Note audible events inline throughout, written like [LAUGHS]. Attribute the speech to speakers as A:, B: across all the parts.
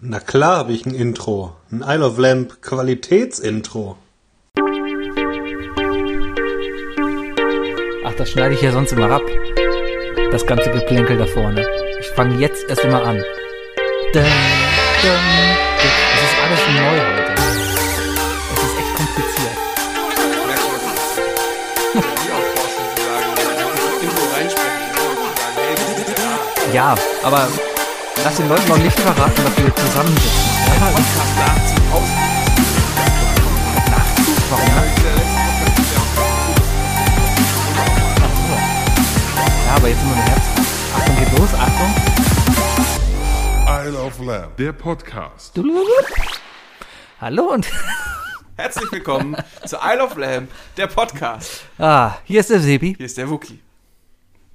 A: Na klar habe ich ein Intro. Ein Isle of Lamp Qualitätsintro.
B: Ach, das schneide ich ja sonst immer ab. Das ganze Geplänkel da vorne. Ich fange jetzt erst immer an. Dun, dun, dun. Es ist alles neu heute. Es ist echt kompliziert. Ja, aber lass den Leuten noch nicht verraten, dass wir zusammensitzen. Ja? Warum? Ja, aber jetzt immer im Herbst. Achtung, geht los, Achtung.
C: Isle of Lamb, der Podcast.
B: Hallo und
D: Herzlich willkommen zu Isle of Lamb, der Podcast.
B: ah, hier ist der Sebi.
D: Hier ist der Wookie.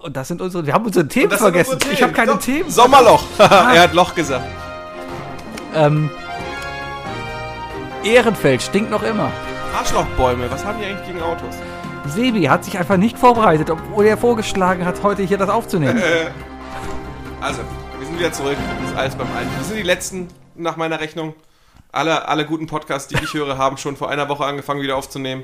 B: Und das sind unsere. Wir haben unsere Themen
D: Das sind
B: vergessen.
D: unsere
B: Ich habe keine
D: So-
B: Themen. Ah.
D: Sommerloch. [LAUGHS] er hat Loch gesagt.
B: Ähm, Ehrenfeld stinkt noch immer.
D: Arschlochbäume, was haben die eigentlich gegen Autos?
B: Sebi hat sich einfach nicht vorbereitet, obwohl er vorgeschlagen hat, heute hier das aufzunehmen.
D: Äh, Also, wir sind wieder zurück. Das ist alles beim Alten. Wir sind die letzten, nach meiner Rechnung. Alle, alle guten Podcasts, die ich höre, haben schon vor einer Woche angefangen, wieder aufzunehmen.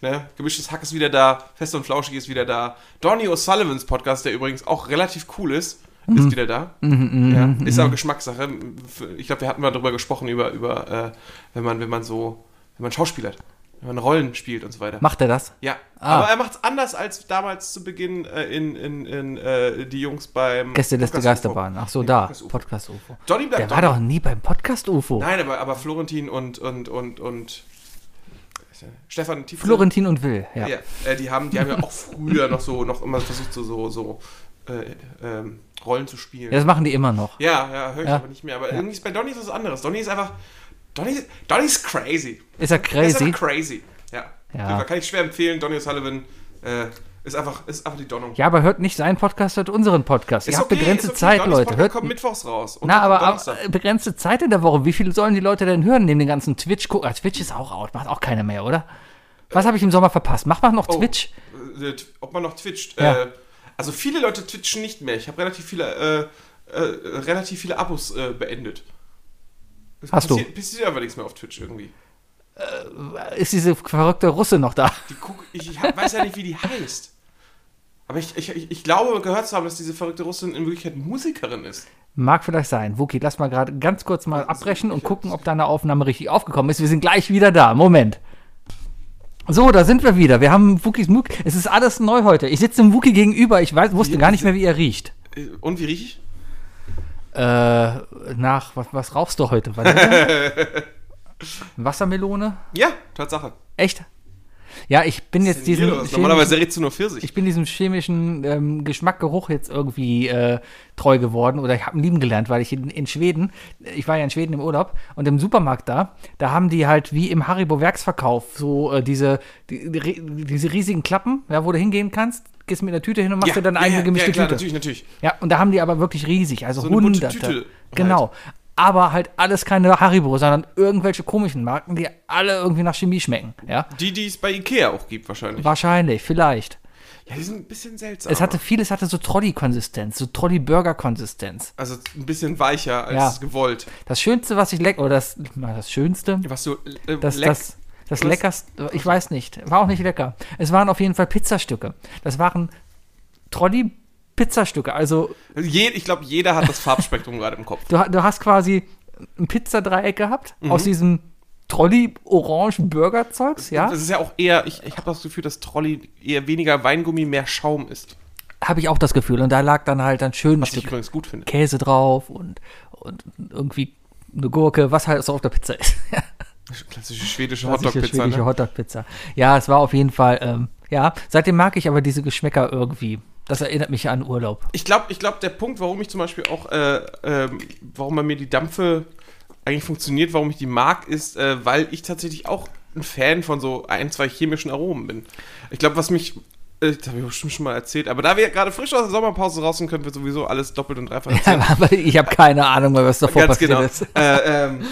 D: Ne? Gemischtes Hack ist wieder da. Fest und Flauschig ist wieder da. Donny O'Sullivans Podcast, der übrigens auch relativ cool ist, ist wieder da. ja. Ist aber Geschmackssache. Ich glaube, wir hatten mal darüber gesprochen, über, über äh, wenn, man, wenn man so, wenn man schauspielert, wenn man Rollen spielt und so weiter.
B: Macht er das?
D: Ja,
B: Ah.
D: aber er macht's anders als damals zu Beginn äh, in, in, in äh, die Jungs beim
B: Gästeliste
D: Podcast
B: Geisterbahn.
D: UFO.
B: Ach so,
D: Nee,
B: da.
D: Podcast UFO.
B: Podcast UFO.
D: Johnny bleibt
B: Der war
D: Johnny.
B: doch nie beim Podcast UFO.
D: Nein, aber, aber Florentin und und und und Stefan Tiefel.
B: Florentin und Will, ja.
D: Ja, äh, die haben die haben ja auch früher noch so noch immer versucht so so, so äh, ähm, Rollen zu spielen.
B: Das machen die immer noch.
D: Ja, ja, höre ich
B: Ja.
D: aber nicht mehr. Aber irgendwie ist bei Donny ist was anderes. Donny ist einfach Donny Donny ist crazy.
B: Ist er
D: Der Ist
B: crazy?
D: einfach crazy. Ja.
B: Ja.
D: Auf jeden Fall Kann ich schwer empfehlen. Donny O'Sullivan äh, ist einfach ist einfach die Donnung.
B: Ja, aber hört nicht seinen Podcast, hört unseren Podcast. Ihr
D: Ist
B: habt
D: okay,
B: begrenzte
D: ist okay.
B: Zeit,
D: Donnerstag
B: Leute. Hört,
D: kommt mittwochs raus. Und
B: na, aber
D: Donnerstag.
B: aber, äh, begrenzte Zeit in der Woche. Wie viel sollen die Leute denn hören neben den ganzen Twitch? Guck, ah, Twitch ist auch out, macht auch keiner mehr, oder? Was habe ich im Sommer verpasst? Macht man noch
D: Oh,
B: Twitch?
D: äh, t- ob man noch twitcht.
B: Ja.
D: Äh, also viele Leute twitchen nicht mehr. Ich habe relativ viele, äh, äh, relativ viele Abos äh, beendet. Es
B: Hast du?
D: passiert, Passiert aber nichts mehr auf Twitch irgendwie.
B: Ist diese verrückte Russe noch da?
D: Die guck, ich ich hab, weiß ja nicht, wie die heißt. Aber ich, ich, ich, ich glaube, gehört zu haben, dass diese verrückte Russin in Wirklichkeit Musikerin ist.
B: Mag vielleicht sein. Wookie, lass mal gerade ganz kurz mal abbrechen und gucken, ob deine Aufnahme richtig aufgekommen ist. Wir sind gleich wieder da. Moment. So, da sind wir wieder. Wir haben Wookies Muck. Es ist alles neu heute. Ich sitze dem Wookie gegenüber. Ich weiß, wusste gar nicht mehr, wie er riecht.
D: Äh, Und wie riech ich?
B: Äh, nach, was, was rauchst du heute? Vanille?
D: [LAUGHS]
B: Wassermelone?
D: Ja, Tatsache.
B: Echt? Ja, ich bin jetzt diesen.
D: Hier, das ist
B: chemischen-
D: Normalerweise redest du nur für sich.
B: ich bin diesem chemischen ähm, Geschmack, Geruch jetzt irgendwie äh, treu geworden oder ich habe ihn lieben gelernt, weil ich in, in Schweden, ich war ja in Schweden im Urlaub und im Supermarkt da, da haben die halt wie im Haribo Werksverkauf so äh, diese, die, die, diese riesigen Klappen, ja, wo du hingehen kannst, gehst mit einer Tüte hin und machst dir deine eigene gemischte
D: klar,
B: Tüte.
D: Natürlich, natürlich.
B: Ja, und da haben die aber wirklich riesig, also
D: So eine bunte
B: hunderte.
D: Tüte halt.
B: Genau. Aber halt alles keine Haribo, sondern irgendwelche komischen Marken, die alle irgendwie nach Chemie schmecken, ja?
D: Die, die es bei Ikea auch gibt, wahrscheinlich.
B: Wahrscheinlich, vielleicht.
D: Ja, die sind ein bisschen seltsam.
B: Es hatte vieles hatte so Trolli-Konsistenz, so Trolli-Burger-Konsistenz.
D: Also ein bisschen weicher als
B: Ja.
D: gewollt.
B: Das Schönste, was ich leck, oder das, na, das Schönste,
D: Was so äh,
B: das,
D: leck-
B: das, das
D: Was?
B: leckerste, ich weiß nicht, war auch nicht lecker. Es waren auf jeden Fall Pizzastücke. Das waren Trolli-Pizzastücke. Also
D: Also je, ich glaube, jeder hat das Farbspektrum [LAUGHS] gerade im Kopf.
B: du, ha- du hast quasi ein Pizzadreieck gehabt
D: Mhm.
B: aus diesem Trolli-Orangen-Burger-Zeugs, ja?
D: Das ist ja auch eher, ich, ich habe das Gefühl, dass Trolley eher weniger Weingummi, mehr Schaum ist.
B: Habe ich auch das Gefühl. Und da lag dann halt ein schönes
D: Was ich
B: Stück
D: übrigens gut finde.
B: Käse drauf und, und irgendwie eine Gurke, was halt so auf der Pizza ist.
D: Klassische schwedische
B: Klassische
D: Hotdog-Pizza.
B: schwedische
D: Ne?
B: Hotdog-Pizza. Ja, es war auf jeden Fall, ähm, ja, seitdem mag ich aber diese Geschmäcker irgendwie. Das erinnert mich an Urlaub.
D: Ich glaube, ich glaub, der Punkt, warum ich zum Beispiel auch, äh, ähm, warum bei mir die Dampfe eigentlich funktioniert, warum ich die mag, ist, äh, weil ich tatsächlich auch ein Fan von so ein, zwei chemischen Aromen bin. Ich glaube, was mich, äh, das habe ich bestimmt schon mal erzählt, aber da wir gerade frisch aus der Sommerpause raus sind, können wir sowieso alles doppelt und dreifach erzählen.
B: [LAUGHS] aber ich habe keine Ahnung, was davor
D: [LAUGHS] Ganz
B: passiert
D: genau.
B: ist.
D: Äh, ähm,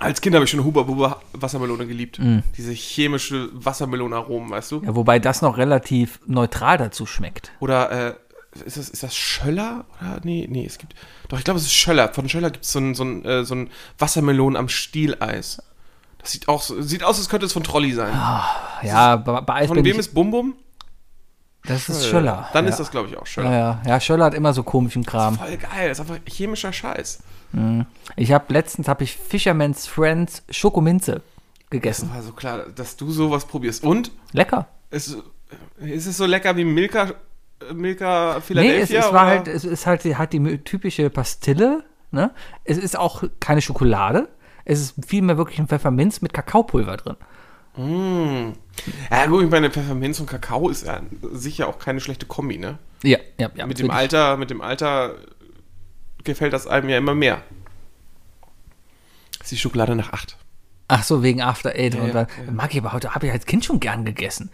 D: als Kind habe ich schon Huba Buba Wassermelone geliebt. Diese chemische Wassermelonenaromen, weißt du?
B: Ja, wobei das noch relativ neutral dazu schmeckt.
D: Oder äh, ist das, ist das Schöller? Oder? Nee, nee, es gibt. Doch, ich glaube, es ist Schöller. Von Schöller gibt es so ein, so, ein, äh, so ein Wassermelonen am Stieleis. Das sieht auch so, sieht aus, als könnte es von Trolli sein.
B: Ja, bei, bei Eis
D: von
B: bin
D: wem
B: Ah, ich,
D: ist Bum Bum? Äh,
B: das ist Schöller.
D: Dann
B: ja.
D: ist das, glaube ich, auch Schöller.
B: Ja, ja. ja, Schöller hat immer so komischen Kram.
D: Voll geil, das ist einfach chemischer Scheiß.
B: Ich habe letztens habe ich Fisherman's Friends Schokominze
D: Das
B: gegessen.
D: war so klar, dass du sowas probierst. Und?
B: Lecker.
D: Ist, ist es so lecker wie Milka, äh, Milka
B: Nee,
D: Philadelphia?
B: es, es
D: oder?
B: war halt, es ist halt, die- hat die typische Pastille. Ne? Es ist auch keine Schokolade. Es ist vielmehr wirklich ein Pfefferminz mit Kakaopulver drin.
D: Ja, gut, ich meine, Pfefferminz und Kakao ist ja sicher auch keine schlechte Kombi, ne?
B: Ja, ja, ja.
D: Mit dem
B: wirklich.
D: Alter, mit dem Alter gefällt das einem ja immer mehr. Das ist die Schokolade nach acht.
B: Ach so, wegen After Eight. und
D: ja,
B: dann, Mag ich aber heute, habe ich als Kind schon gern gegessen.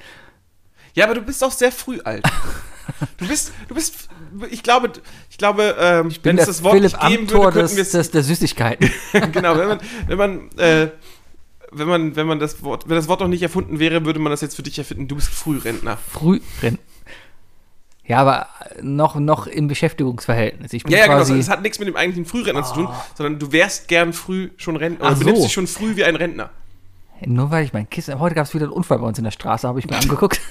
D: Ja, aber du bist auch sehr früh alt. Du bist, du bist, ich glaube, ich glaube, ähm,
B: Bin
D: wenn es
B: der
D: das Wort
B: Philipp
D: nicht geben
B: Amthor
D: würde,
B: des,
D: könnten wir es
B: des, der
D: [LAUGHS]
B: Süßigkeiten.
D: genau, wenn man, wenn man, äh, wenn man, wenn man das Wort, wenn das Wort noch nicht erfunden wäre, würde man das jetzt für dich erfinden. Du bist Frührentner.
B: Früh drin. Ja, aber noch, noch im Beschäftigungsverhältnis. Ich bin
D: Ja, ja, genau.
B: quasi,
D: Es hat nichts mit dem eigentlichen Frührentner zu tun, sondern du wärst gern früh schon Rentner. Oder
B: Ach
D: benimmst
B: so.
D: dich schon früh wie ein Rentner.
B: Nur weil ich mein Kissen. Heute gab es wieder einen Unfall bei uns in der Straße, habe ich mir angeguckt. [LAUGHS]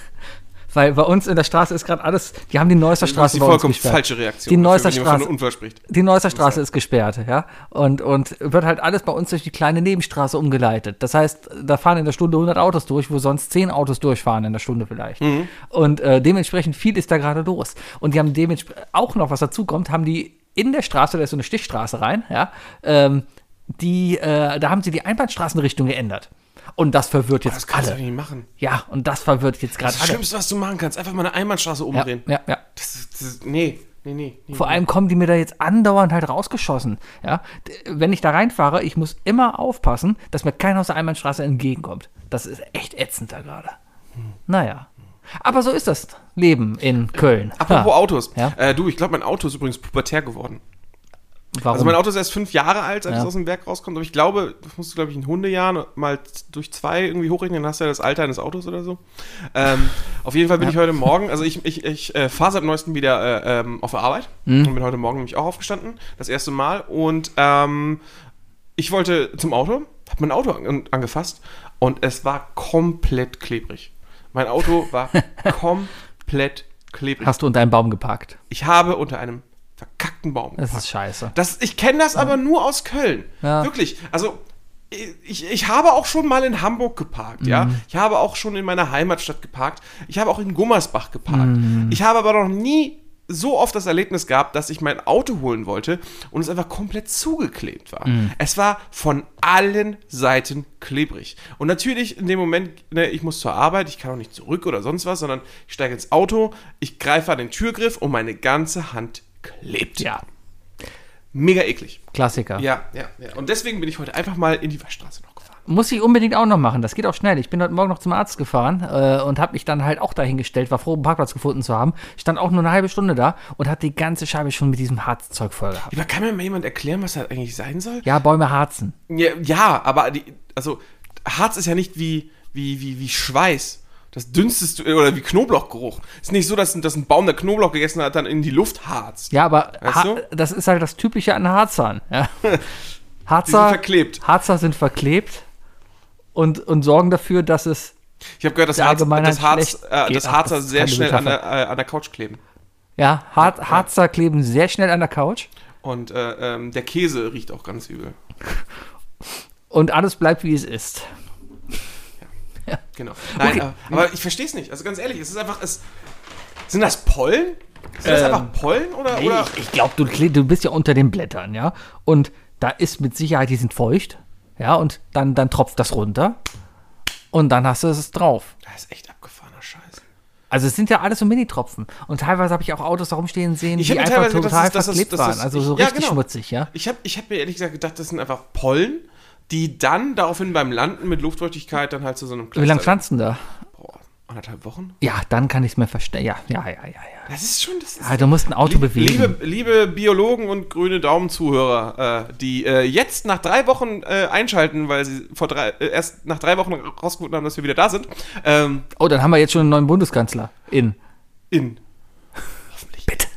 B: Weil bei uns in der Straße ist gerade alles. Die haben die Neusser
D: Das
B: Straße
D: ist die
B: bei uns
D: vollkommen
B: gesperrt.
D: falsche Reaktion.
B: Die
D: dafür,
B: Neusser
D: wenn jemand von
B: Straße.
D: einem Unfall spricht.
B: Die Neusserstraße ist gesperrt, ja. Und, und wird halt alles bei uns durch die kleine Nebenstraße umgeleitet. Das heißt, da fahren in der Stunde 100 Autos durch, wo sonst 10 Autos durchfahren in der Stunde vielleicht.
D: Mhm.
B: Und äh, dementsprechend viel ist da gerade los. Und die haben dementsprechend auch noch, was dazu kommt, haben die in der Straße, da ist so eine Stichstraße rein, ja, ähm, die, äh, da haben sie die Einbahnstraßenrichtung geändert. Und das verwirrt jetzt
D: Das kannst du doch
B: alle.
D: nicht machen.
B: Ja, und das verwirrt jetzt gerade
D: Das
B: alle.
D: Schlimmste, was du machen kannst, einfach mal eine Einbahnstraße
B: Ja,
D: umdrehen.
B: ja, ja.
D: Das, ist- das, ist- nee, nee, nee. nee.
B: Vor allem kommen die mir da jetzt andauernd halt rausgeschossen. Ja? D- Wenn ich da reinfahre, ich muss immer aufpassen, dass mir keiner aus der Einbahnstraße entgegenkommt. Das ist echt ätzend da gerade. Naja. Aber so ist das Leben in Köln.
D: Apropos
B: Ha.
D: Autos.
B: Ja.
D: Äh, du, ich glaube, mein Auto ist übrigens pubertär geworden.
B: Warum?
D: Also mein Auto ist erst fünf Jahre alt, als
B: Ja.
D: es aus dem Werk rauskommt. Aber ich glaube, das musst du, glaube ich, in Hundejahren mal durch zwei irgendwie hochrechnen, dann hast du ja das Alter eines Autos oder so.
B: [LAUGHS]
D: Ähm, auf jeden Fall bin ich heute Morgen, also ich, ich, ich äh, fahre seit neuestem wieder äh, ähm, auf der Arbeit
B: Mhm.
D: und bin heute Morgen nämlich auch aufgestanden, das erste Mal. Und ähm, ich wollte zum Auto, habe mein Auto an, angefasst und es war komplett klebrig. Mein Auto
B: [LAUGHS]
D: war komplett klebrig.
B: Hast du unter einen Baum geparkt.
D: Ich habe unter einem verkackten Baum
B: Das ist scheiße.
D: das, ich kenne das aber nur aus Köln.
B: Ja.
D: Wirklich. Also, ich, ich habe auch schon mal in Hamburg geparkt, ja.
B: Mhm.
D: Ich habe auch schon in meiner Heimatstadt geparkt. Ich habe auch in Gummersbach geparkt.
B: Mhm.
D: Ich habe aber noch nie so oft das Erlebnis gehabt, dass ich mein Auto holen wollte und es einfach komplett zugeklebt war.
B: Mhm.
D: Es war von allen Seiten klebrig. Und natürlich in dem Moment, ne, ich muss zur Arbeit, ich kann auch nicht zurück oder sonst was, sondern ich steige ins Auto, ich greife an den Türgriff und meine ganze Hand klebt.
B: Ja,
D: Mega eklig.
B: Klassiker.
D: Ja, ja, ja. Und deswegen bin ich heute einfach mal in die Waschstraße noch gefahren.
B: Muss ich unbedingt auch noch machen. Das geht auch schnell. Ich bin heute Morgen noch zum Arzt gefahren äh, und habe mich dann halt auch dahingestellt, war froh, einen Parkplatz gefunden zu haben. Stand auch nur eine halbe Stunde da und hat die ganze Scheibe schon mit diesem Harzzeug voll gehabt.
D: Aber kann mir mal jemand erklären, was das eigentlich sein soll?
B: Ja, Bäume harzen.
D: Ja, ja aber die, also Harz ist ja nicht wie, wie, wie, wie Schweiß. Das dünstest du, oder wie Knoblauchgeruch. Ist nicht so, dass, ein- dass ein Baum, der Knoblauch gegessen hat, dann in die Luft harzt.
B: Ja, aber
D: Weißt
B: ha
D: du?
B: das ist halt das Typische an Harzern.
D: [LAUGHS]
B: Ja.
D: Die sind
B: Harzer,
D: verklebt.
B: Harzer sind verklebt und, und sorgen dafür, dass es.
D: Ich habe gehört, dass,
B: Der
D: Harz,
B: Allgemeinheit
D: dass, Harz,
B: schlecht
D: äh,
B: geht.
D: dass
B: Ach,
D: Harzer
B: das ist
D: sehr
B: keine
D: schnell an der,
B: Metapher.
D: äh, an der Couch kleben.
B: Ja, Har Harzer kleben sehr schnell an der Couch
D: Und äh, ähm, der Käse riecht auch ganz übel.
B: und alles bleibt, wie es ist.
D: Genau. Nein,
B: Okay.
D: aber, aber ich verstehe es nicht. Also ganz ehrlich, es ist einfach. Es, sind das Pollen? Sind das
B: Ähm,
D: einfach Pollen oder, oder
B: ich ich glaube, du, kle- du bist ja unter den Blättern, ja. Und da ist mit Sicherheit, die sind feucht. Ja, und dann, dann tropft das runter und dann hast du es drauf.
D: Das ist echt abgefahrener Scheiß.
B: Also es sind ja alles so Minitropfen. Und teilweise habe ich auch Autos da rumstehen sehen,
D: Ich
B: die
D: hab mir
B: einfach
D: teilweise gedacht,
B: total
D: das ist- das ist-
B: verklebt
D: das ist-
B: waren. Also so
D: ich- ja,
B: richtig
D: genau.
B: schmutzig, ja.
D: Ich habe ich hab mir ehrlich gesagt gedacht, das sind einfach Pollen, die dann daraufhin beim Landen mit Luftfeuchtigkeit dann halt zu so einem
B: Wie lange
D: Cluster-
B: pflanzt denn da?
D: Boah, anderthalb Wochen?
B: Ja, dann kann ich es mir verstehen. Ja, ja, ja, ja, ja.
D: Das ist schon. Das ist
B: Ah, du musst ein Auto
D: Liebe-
B: bewegen.
D: Liebe, liebe Biologen und grüne Daumen-Zuhörer, äh, die äh, jetzt nach drei Wochen äh, einschalten, weil sie vor drei, äh, erst nach drei Wochen rausgefunden haben, dass wir wieder da sind. Ähm,
B: Oh, dann haben wir jetzt schon einen neuen Bundeskanzler. In.
D: in.
B: Bitte.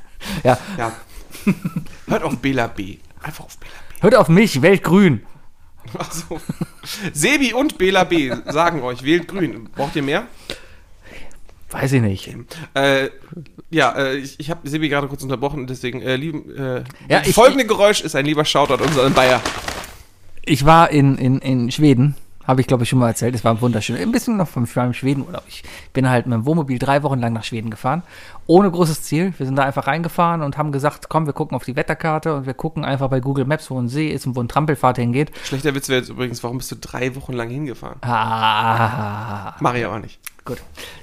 B: Ja.
D: Ja. Hört auf Bela B. Einfach auf Bela B.
B: Hört auf mich, Weltgrün.
D: Ach so. Sebi und Bela B sagen euch, wählt grün. Braucht ihr mehr?
B: Weiß ich nicht.
D: Äh, ja, äh, ich, ich habe Sebi gerade kurz unterbrochen, deswegen, äh, lieben, äh,
B: Ja,
D: das
B: ich-
D: folgende Geräusch ist ein lieber Shoutout unseren Bayer.
B: Ich war in, in, in Schweden, habe ich glaube ich schon mal erzählt. Es war wunderschön. Ein bisschen noch vom meinem Schwedenurlaub. Ich bin halt mit dem Wohnmobil drei Wochen lang nach Schweden gefahren. Ohne großes Ziel. Wir sind da einfach reingefahren und haben gesagt, komm, wir gucken auf die Wetterkarte und wir gucken einfach bei Google Maps, wo ein See ist und wo ein Trampelfahrt hingeht.
D: Schlechter Witz wäre jetzt übrigens, warum bist du drei Wochen lang hingefahren?
B: Ah,
D: Mach ich aber nicht.
B: gut.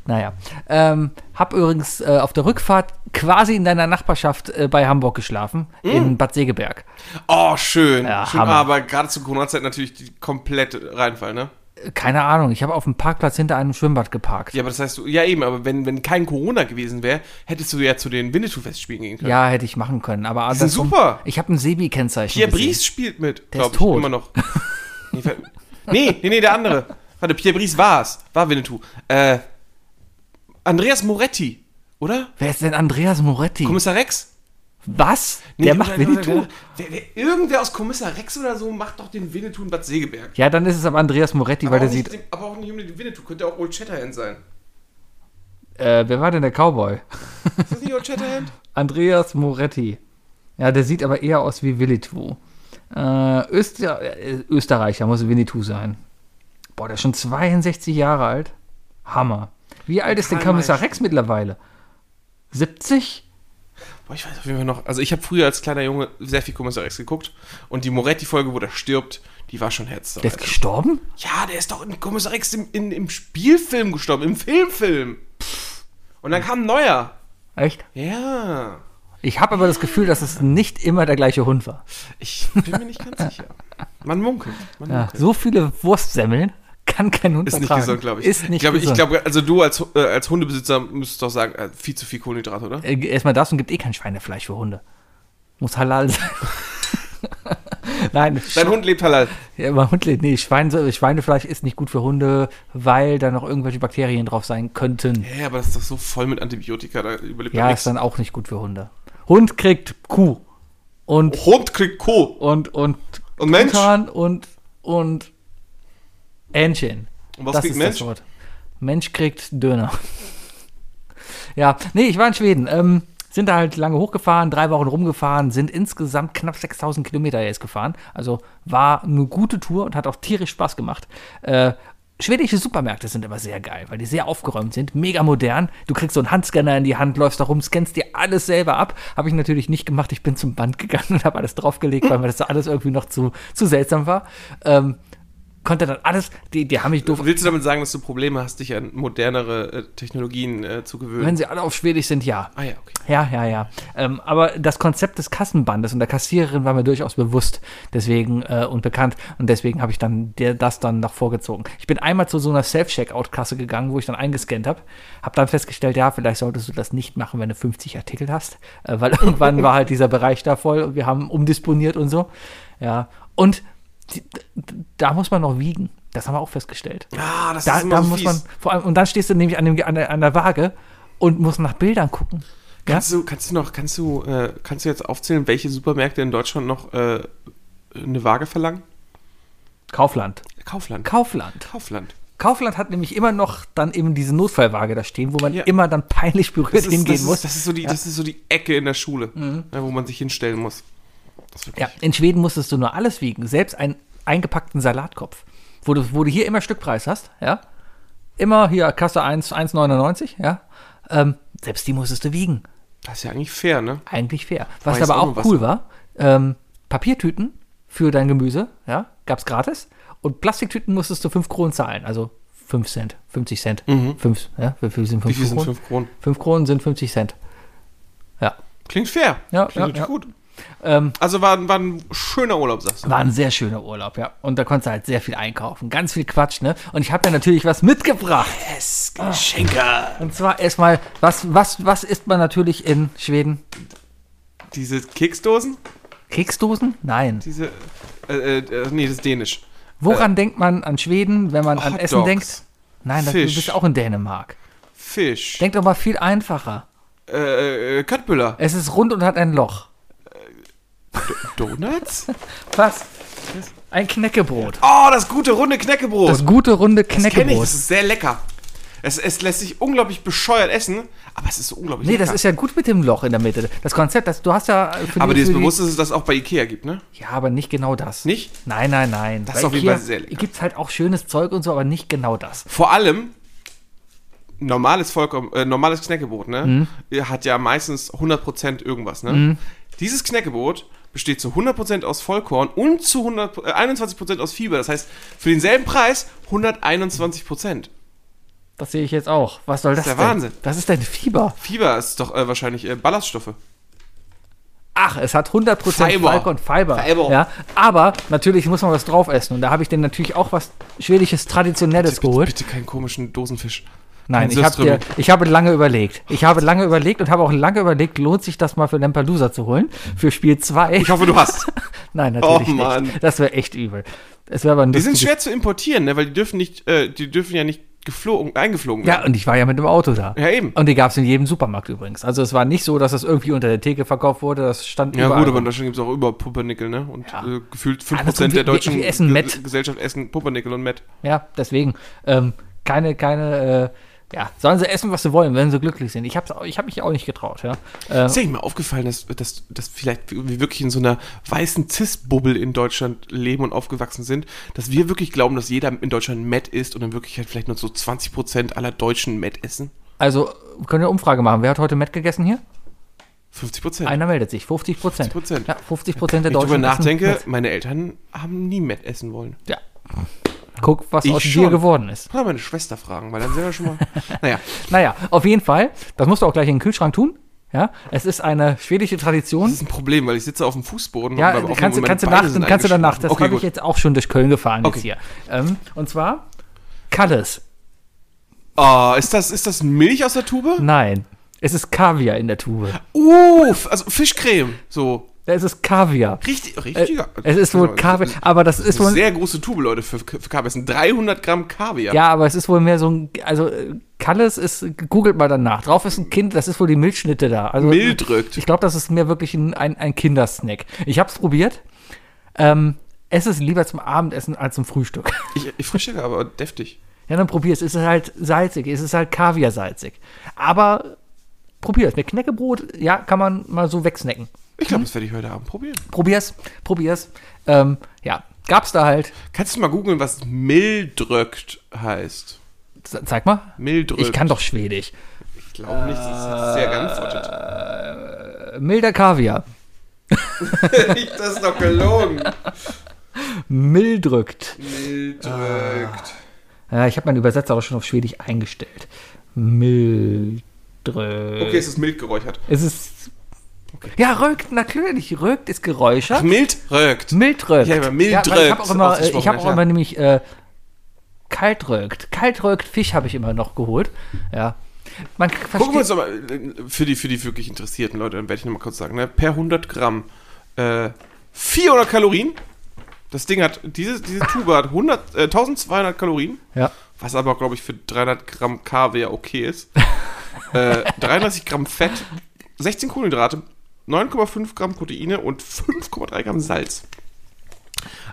B: Naja. Ähm, hab übrigens äh, auf der Rückfahrt quasi in deiner Nachbarschaft äh, bei Hamburg geschlafen,
D: Hm.
B: in Bad Segeberg.
D: Oh, schön.
B: Ja,
D: schön
B: Hammer.
D: aber gerade zur Corona-Zeit natürlich die komplette Reinfall, ne?
B: Äh, Keine Ahnung, ich habe auf dem Parkplatz hinter einem Schwimmbad geparkt.
D: Ja, aber das heißt, du, ja eben, aber wenn, wenn kein Corona gewesen wäre, hättest du ja zu den Winnetou-Festspielen gehen können.
B: Ja, hätte ich machen können, aber
D: sind
B: andersrum-
D: super.
B: Ich habe ein Sebi-Kennzeichen.
D: Pierre
B: gesehen.
D: Brice spielt mit,
B: Der ist
D: glaub ich,
B: tot. [LAUGHS]
D: immer noch. nee, ver- nee, nee, nee, der andere. Warte, Pierre Brice war's. War Winnetou. Äh, Andreas Moretti, oder?
B: Wer ist denn Andreas Moretti?
D: Kommissar Rex?
B: Was?
D: Nee,
B: der
D: oder-
B: macht
D: oder-
B: Winnetou?
D: oder- Wer, wer, irgendwer aus Kommissar Rex oder so macht doch den Winnetou in Bad Segeberg.
B: Ja, dann ist es aber Andreas Moretti, weil
D: aber,
B: der
D: auch nicht,
B: sieht.
D: den- aber auch nicht unbedingt den Winnetou, könnte auch Old Shatterhand sein.
B: Äh, wer war denn der Cowboy?
D: Ist das nicht Old Shatterhand?
B: Andreas Moretti. Ja, der sieht aber eher aus wie Winnetou. Äh, Öster äh, Österreicher muss Winnetou sein. Boah, der ist schon 62 Jahre alt. Hammer. Wie alt ist denn
D: Karl
B: Kommissar
D: May.
B: Rex mittlerweile? 70?
D: Boah, ich weiß auf jeden Fall noch. Also ich habe früher als kleiner Junge sehr viel Kommissar Rex geguckt und die Moretti-Folge, wo der stirbt, die war schon herzzerreißend.
B: Der ist gestorben?
D: Ja, der ist doch in Kommissar Rex im, in, im Spielfilm gestorben, im Filmfilm. Und dann kam ein neuer.
B: Echt?
D: Ja.
B: Ich habe aber das Gefühl, dass es nicht immer der gleiche Hund war.
D: Ich bin mir nicht
B: [LAUGHS]
D: ganz sicher. Man munkelt. Man
B: Ja,
D: munkelt.
B: so viele Wurstsemmeln kann kein Hund
D: Ist nicht
B: vertragen.
D: gesund, glaube ich.
B: Ist
D: ich
B: nicht
D: glaube, ich
B: gesund.
D: glaube, also du als, äh, als Hundebesitzer müsstest doch sagen, äh, viel zu viel Kohlenhydrate, oder?
B: Äh, Erstmal das und gibt eh kein Schweinefleisch für Hunde. Muss halal sein. [LAUGHS] Nein,
D: Dein Hund lebt halal.
B: ja, aber Hund, nee, Schwein, Schweinefleisch ist nicht gut für Hunde, weil da noch irgendwelche Bakterien drauf sein könnten.
D: Ja, aber das ist doch so voll mit Antibiotika, da überlebt
B: Ja,
D: man
B: ist dann auch nicht gut für Hunde. Hund kriegt Kuh und
D: Hund kriegt Co.
B: und und
D: Und Oh. Mensch?
B: Truthahn und und Hähnchen.
D: Und was
B: das
D: kriegt
B: ist
D: Mensch?
B: das Wort. Mensch kriegt Döner. ja, nee, ich war in Schweden. Ähm, sind da halt lange hochgefahren, drei Wochen rumgefahren, sind insgesamt knapp 6000 Kilometer jetzt gefahren. Also war eine gute Tour und hat auch tierisch Spaß gemacht. Äh, Schwedische Supermärkte sind aber sehr geil, weil die sehr aufgeräumt sind, mega modern. Du kriegst so einen Handscanner in die Hand, läufst da rum, scannst dir alles selber ab. Habe ich natürlich nicht gemacht. Ich bin zum Band gegangen und habe alles draufgelegt, weil mir das alles irgendwie noch zu, zu seltsam war. Ähm, konnte dann alles, die, die haben mich doof
D: Willst du damit sagen, dass du Probleme hast, dich an modernere äh, Technologien äh, zu gewöhnen?
B: Wenn sie alle auf Schwedisch sind, ja.
D: ah ja, okay.
B: Ja, ja, ja. Ähm, aber das Konzept des Kassenbandes und der Kassiererin war mir durchaus bewusst, deswegen äh, und bekannt. Und deswegen habe ich dann der, das dann noch vorgezogen. Ich bin einmal zu so einer Self-Checkout-Kasse gegangen, wo ich dann eingescannt habe. Habe dann festgestellt, ja, vielleicht solltest du das nicht machen, wenn du 50 Artikel hast. Äh, weil [LAUGHS] irgendwann war halt dieser Bereich da voll und wir haben umdisponiert und so. Ja. Und die, da muss man noch wiegen. Das haben wir auch festgestellt
D: Ah, das
B: da,
D: ist immer
B: da
D: so
B: muss
D: fies.
B: man vor allem und dann stehst du nämlich an, dem, an, der, an der Waage und musst nach Bildern gucken. Ja?
D: Kannst du, kannst du noch, kannst du, äh, kannst du jetzt aufzählen, welche Supermärkte in Deutschland noch äh, eine Waage verlangen?
B: Kaufland.
D: Kaufland.
B: Kaufland.
D: Kaufland.
B: Kaufland hat nämlich immer noch dann eben diese Notfallwaage da stehen, wo man
D: Ja.
B: immer dann peinlich berührt
D: Das ist,
B: hingehen
D: das,
B: muss. Mhm.
D: ist, das, ist so die, das ist so die Ecke in der Schule, ja, wo man sich hinstellen muss. Das ist
B: ja,
D: wirklich-
B: in Schweden musstest du nur alles wiegen, selbst einen eingepackten Salatkopf, wo du, wo du hier immer Stückpreis hast, ja. Immer hier Kasse 1, 1,99, ja. Ähm, selbst die musstest du wiegen.
D: Das ist ja eigentlich fair, ne?
B: Eigentlich fair. Was
D: Weiß
B: aber
D: auch
B: auch
D: noch
B: cool war, ähm, Papiertüten für dein Gemüse, ja, gab's gratis. Und Plastiktüten musstest du 5 Kronen zahlen, also 5 Cent, 50 Cent. 5, ja, wie viel sind
D: Mhm. Wie
B: 5
D: viel sind
B: Kronen?
D: 5 Kronen?
B: 5 Kronen sind 50 Cent. Ja,
D: Klingt fair.
B: Ja,
D: Klingt
B: ja, ja.
D: gut.
B: Ähm,
D: also war, war ein schöner Urlaub, sagst du.
B: war ein sehr schöner Urlaub, ja. Und da konntest du halt sehr viel einkaufen, ganz viel Quatsch, ne? Und ich habe ja natürlich was mitgebracht.
D: Yes, Geschenke.
B: Und zwar erstmal, was, was, was isst man natürlich in Schweden?
D: Diese Keksdosen?
B: Keksdosen? Nein.
D: Diese. Äh, äh, nee, das ist dänisch. Äh,
B: Woran denkt man an Schweden, wenn man an
D: Hot
B: Essen
D: Dogs.
B: denkt? Nein, das, du
D: Fisch.
B: bist auch in Dänemark.
D: Fisch.
B: Denk doch mal viel einfacher.
D: Äh, äh, Köttbüller.
B: Es ist rund und hat ein Loch. Äh.
D: Donuts?
B: Was? Ein Knäckebrot.
D: Oh, das gute runde Knäckebrot.
B: Das gute runde
D: kenn ich,
B: Knäckebrot.
D: das ist sehr lecker. Es, es lässt sich unglaublich bescheuert essen, aber es ist so unglaublich
B: Nee,
D: lecker.
B: das ist ja gut mit dem Loch in der Mitte. Das Konzept, das, du hast ja. Für
D: aber dir ist
B: für
D: bewusst, dass es das auch bei Ikea gibt, ne?
B: Ja, aber nicht genau das.
D: Nicht?
B: Nein, nein, nein.
D: Das ist auf jeden Fall sehr lecker.
B: Gibt es halt auch schönes Zeug und so, aber nicht genau das.
D: Vor allem, normales Vollkommen, äh, normales Knäckebrot,
B: Mhm.
D: ne? Hat ja meistens 100% irgendwas, ne? Dieses Knäckebrot besteht zu 100% aus Vollkorn und zu 100, äh, 21% aus Fieber. Das heißt, für denselben Preis 121%.
B: Das sehe ich jetzt auch. Was soll das,
D: ist der
B: denn?
D: Wahnsinn.
B: Das ist dein Fieber.
D: Fieber ist doch äh, wahrscheinlich äh, Ballaststoffe.
B: Ach, es hat 100%
D: Fiber.
B: Falcon Fiber.
D: Fiber.
B: Ja, aber natürlich muss man was drauf essen. Und da habe ich denn natürlich auch was schwedisches Traditionelles
D: Bitte,
B: geholt.
D: bitte keinen komischen Dosenfisch.
B: Nein,
D: Kein
B: ich, hab dir,
D: Söstrümmel.
B: ich habe lange überlegt. Ich habe lange überlegt und habe auch lange überlegt, lohnt sich das mal für Lampedusa zu holen? Für Spiel 2?
D: Ich hoffe, du hast.
B: [LAUGHS] Nein, natürlich
D: Oh, Mann.
B: nicht. Das wäre echt übel. Es wäre aber ein
D: Die sind
B: lustiges-
D: schwer zu importieren, ne? weil die dürfen nicht, äh, die dürfen ja nicht geflogen, eingeflogen
B: Ja, und ich war ja mit dem Auto da.
D: Ja, eben.
B: Und die gab es in jedem Supermarkt übrigens. Also es war nicht so, dass das irgendwie unter der Theke verkauft wurde. Das stand
D: Ja
B: überall. Ah,
D: gut, aber in Deutschland gibt es auch über Pumpernickel, ne? Und äh, gefühlt 5%
B: Andersrum,
D: der
B: wir-
D: deutschen
B: wir essen
D: Ge-
B: Mett.
D: Gesellschaft essen Pumpernickel und Met.
B: Ja, deswegen. Ähm, keine, keine, äh, ja, sollen sie essen, was sie wollen, wenn sie glücklich sind. Ich hab's auch, ich hab mich auch nicht getraut, ja. Äh,
D: Ist dir nicht mal aufgefallen, dass, dass, dass vielleicht wir wirklich in so einer weißen Cis-Bubble in Deutschland leben und aufgewachsen sind, dass wir wirklich glauben, dass jeder in Deutschland Met isst und in Wirklichkeit vielleicht nur so 20% aller Deutschen Met essen?
B: also, wir können wir eine Umfrage machen. Wer hat heute Met gegessen hier?
D: 50%.
B: Einer meldet sich, 50 Prozent.
D: 50%.
B: Ja, 50 Prozent der
D: Wenn ich
B: Deutschen.
D: drüber nachdenke,
B: essen Met.
D: meine Eltern haben nie Met essen wollen.
B: Ja. Guck, was
D: Ich
B: aus dir
D: schon.
B: geworden ist.
D: Kann meine Schwester fragen, weil dann sind wir schon
B: [LAUGHS]
D: mal. naja,
B: Naja, auf jeden Fall, das musst du auch gleich in den Kühlschrank tun. Ja, es ist eine schwedische Tradition.
D: das ist ein Problem, weil ich sitze auf dem Fußboden.
B: Ja, äh,
D: und meine-
B: kannst, du-
D: meine
B: kannst, du
D: Beine
B: nach,
D: sind
B: kannst du danach. Das
D: eingeschlafen.
B: habe ich jetzt auch schon durch Köln gefahren
D: Okay.
B: jetzt hier. Ähm, und zwar Kalles.
D: Ah, ist das, ist das Milch aus der Tube?
B: Nein, es ist Kaviar in der Tube.
D: Uh, f- also Fischcreme. So.
B: Es ist Kaviar.
D: Richtig,
B: Äh,
D: richtiger.
B: es ist wohl Kaviar, aber das ist
D: Eine
B: wohl.
D: genau. sehr große Tube, Leute, für, für Kaviar. Es sind 300 Gramm Kaviar.
B: Ja, aber es ist wohl mehr so ein. Also, äh, Kalles ist. Googelt mal danach. Drauf ist ein Kind, das ist wohl die Milchschnitte da. Also,
D: Mild drückt.
B: Ich glaube, das ist mehr wirklich ein, ein, ein Kindersnack. Ich habe es probiert. Ähm, es ist lieber zum Abendessen als zum Frühstück. [LAUGHS]
D: Ich, ich frühstücke aber deftig.
B: Ja, dann probier's. Es ist halt salzig, es ist halt kaviarsalzig. Aber probier's. Mit Knäckebrot, ja, kann man mal so wegsnacken.
D: Ich glaube, das werde ich heute Abend probieren.
B: Probier's, probier's. Ähm, ja, gab's da halt.
D: Kannst du mal googeln, was Mildrückt heißt?
B: Z- Zeig mal.
D: Mildrückt.
B: Ich kann doch Schwedisch.
D: Ich glaube nicht, das ist sehr geantwortet. [LAUGHS]
B: Äh, Milder Kaviar.
D: das ist doch gelogen.
B: Mildrückt.
D: Mildrückt.
B: Ah. Ja, ich habe meinen Übersetzer auch schon auf Schwedisch eingestellt. Mildrückt.
D: Okay, es ist mild geräuchert.
B: Es ist. Ja, rückt, natürlich. Rückt ist geräuschert.
D: Mildrückt.
B: Mildrückt.
D: Ja, immer
B: weil ich habe
D: Mildrückt
B: auch immer, äh,
D: ausgesprochen,
B: ich hab
D: ja,
B: auch
D: klar.
B: immer nämlich äh, Kaltrückt. Kaltrückt Fisch habe ich immer noch geholt. Ja. Man
D: Gucken wir
B: versteht,
D: uns doch mal, äh, für die, für die wirklich interessierten Leute, dann werde ich nochmal kurz sagen, ne? per 100 Gramm äh, 400 Kalorien. Das Ding hat, diese, diese Tube hat 100, äh, 1200 Kalorien,
B: ja.
D: was aber, glaube ich, für 300 Gramm Kaviar okay ist. äh, 33 Gramm Fett, 16 Kohlenhydrate, 9,5 Gramm Proteine und 5,3 Gramm Salz.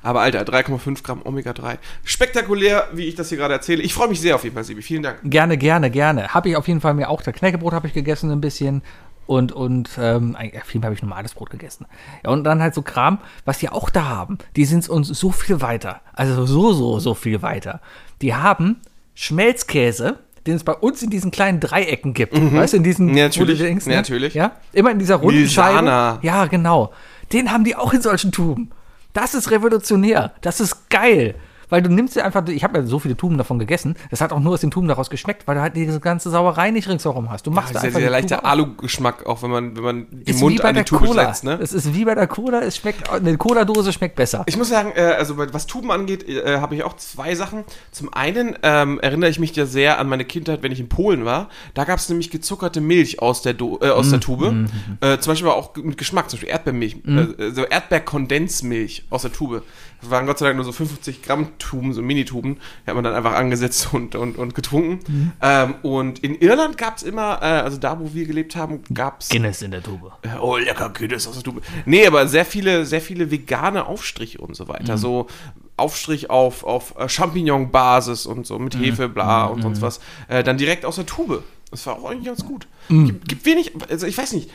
D: Aber Alter, 3,5 Gramm Omega-3. Spektakulär, wie ich das hier gerade erzähle. Ich freue mich sehr auf jeden Fall, Sibi. Vielen Dank.
B: Gerne, gerne, gerne. Habe ich auf jeden Fall mir auch. Der Knäckebrot habe ich gegessen ein bisschen. Und, und ähm, eigentlich- auf jeden Fall habe ich normales Brot gegessen. Ja, und dann halt so Kram, was die auch da haben. Die sind uns so viel weiter. Also so, so, so viel weiter. Die haben Schmelzkäse, den es bei uns in diesen kleinen Dreiecken gibt. Weißt du, in diesen...
D: Mhm. Ja, natürlich.
B: wo du denkst, ne?
D: Ja, natürlich.
B: Ja, immer in dieser runden
D: Milsana.
B: Scheibe. Ja, genau. Den haben die auch in solchen Tuben. Das ist revolutionär. Das ist geil. Weil du nimmst dir einfach, ich habe ja so viele Tuben davon gegessen, das hat auch nur aus den Tuben daraus geschmeckt, weil du halt diese ganze Sauerei nicht ringsherum hast. Du machst
D: Das
B: da
D: ist ja
B: einfach
D: dieser
B: die
D: leichte
B: Tube auf.
D: Alu-Geschmack, auch wenn man, wenn man den
B: Ist wie
D: Mund
B: bei
D: an die
B: der
D: Tube
B: Cola.
D: setzt, ne?
B: Es ist wie bei der Cola, es schmeckt, eine Cola-Dose schmeckt besser.
D: Ich muss sagen, äh, also was Tuben angeht, äh, habe ich auch zwei Sachen. Zum einen ähm, erinnere ich mich ja sehr an meine Kindheit, wenn ich in Polen war. Da gab es nämlich gezuckerte Milch aus der, Do äh,
B: Mm,
D: aus der Tube. Äh, zum Beispiel also aber auch mit Geschmack, zum Beispiel Erdbeermilch, äh, so Erdbeerkondensmilch aus der Tube. Das waren Gott sei Dank nur so 55 Gramm Handtuben, so Minituben, die hat man dann einfach angesetzt und, und, und getrunken.
B: Mm.
D: Ähm, und in Irland gab es immer, äh, also da, wo wir gelebt haben, gab es
B: Guinness in der Tube.
D: Oh, lecker Kühles aus der Tube. Nee, aber sehr viele, sehr viele vegane Aufstriche und so
B: Mhm.
D: weiter. So Aufstrich auf, auf äh, Champignon-Basis und so
B: Mhm.
D: mit Hefe, bla und sonst was. Äh, dann direkt aus der Tube. Das war auch eigentlich ganz gut.
B: Mhm.
D: Gibt, gibt wenig, also ich weiß nicht,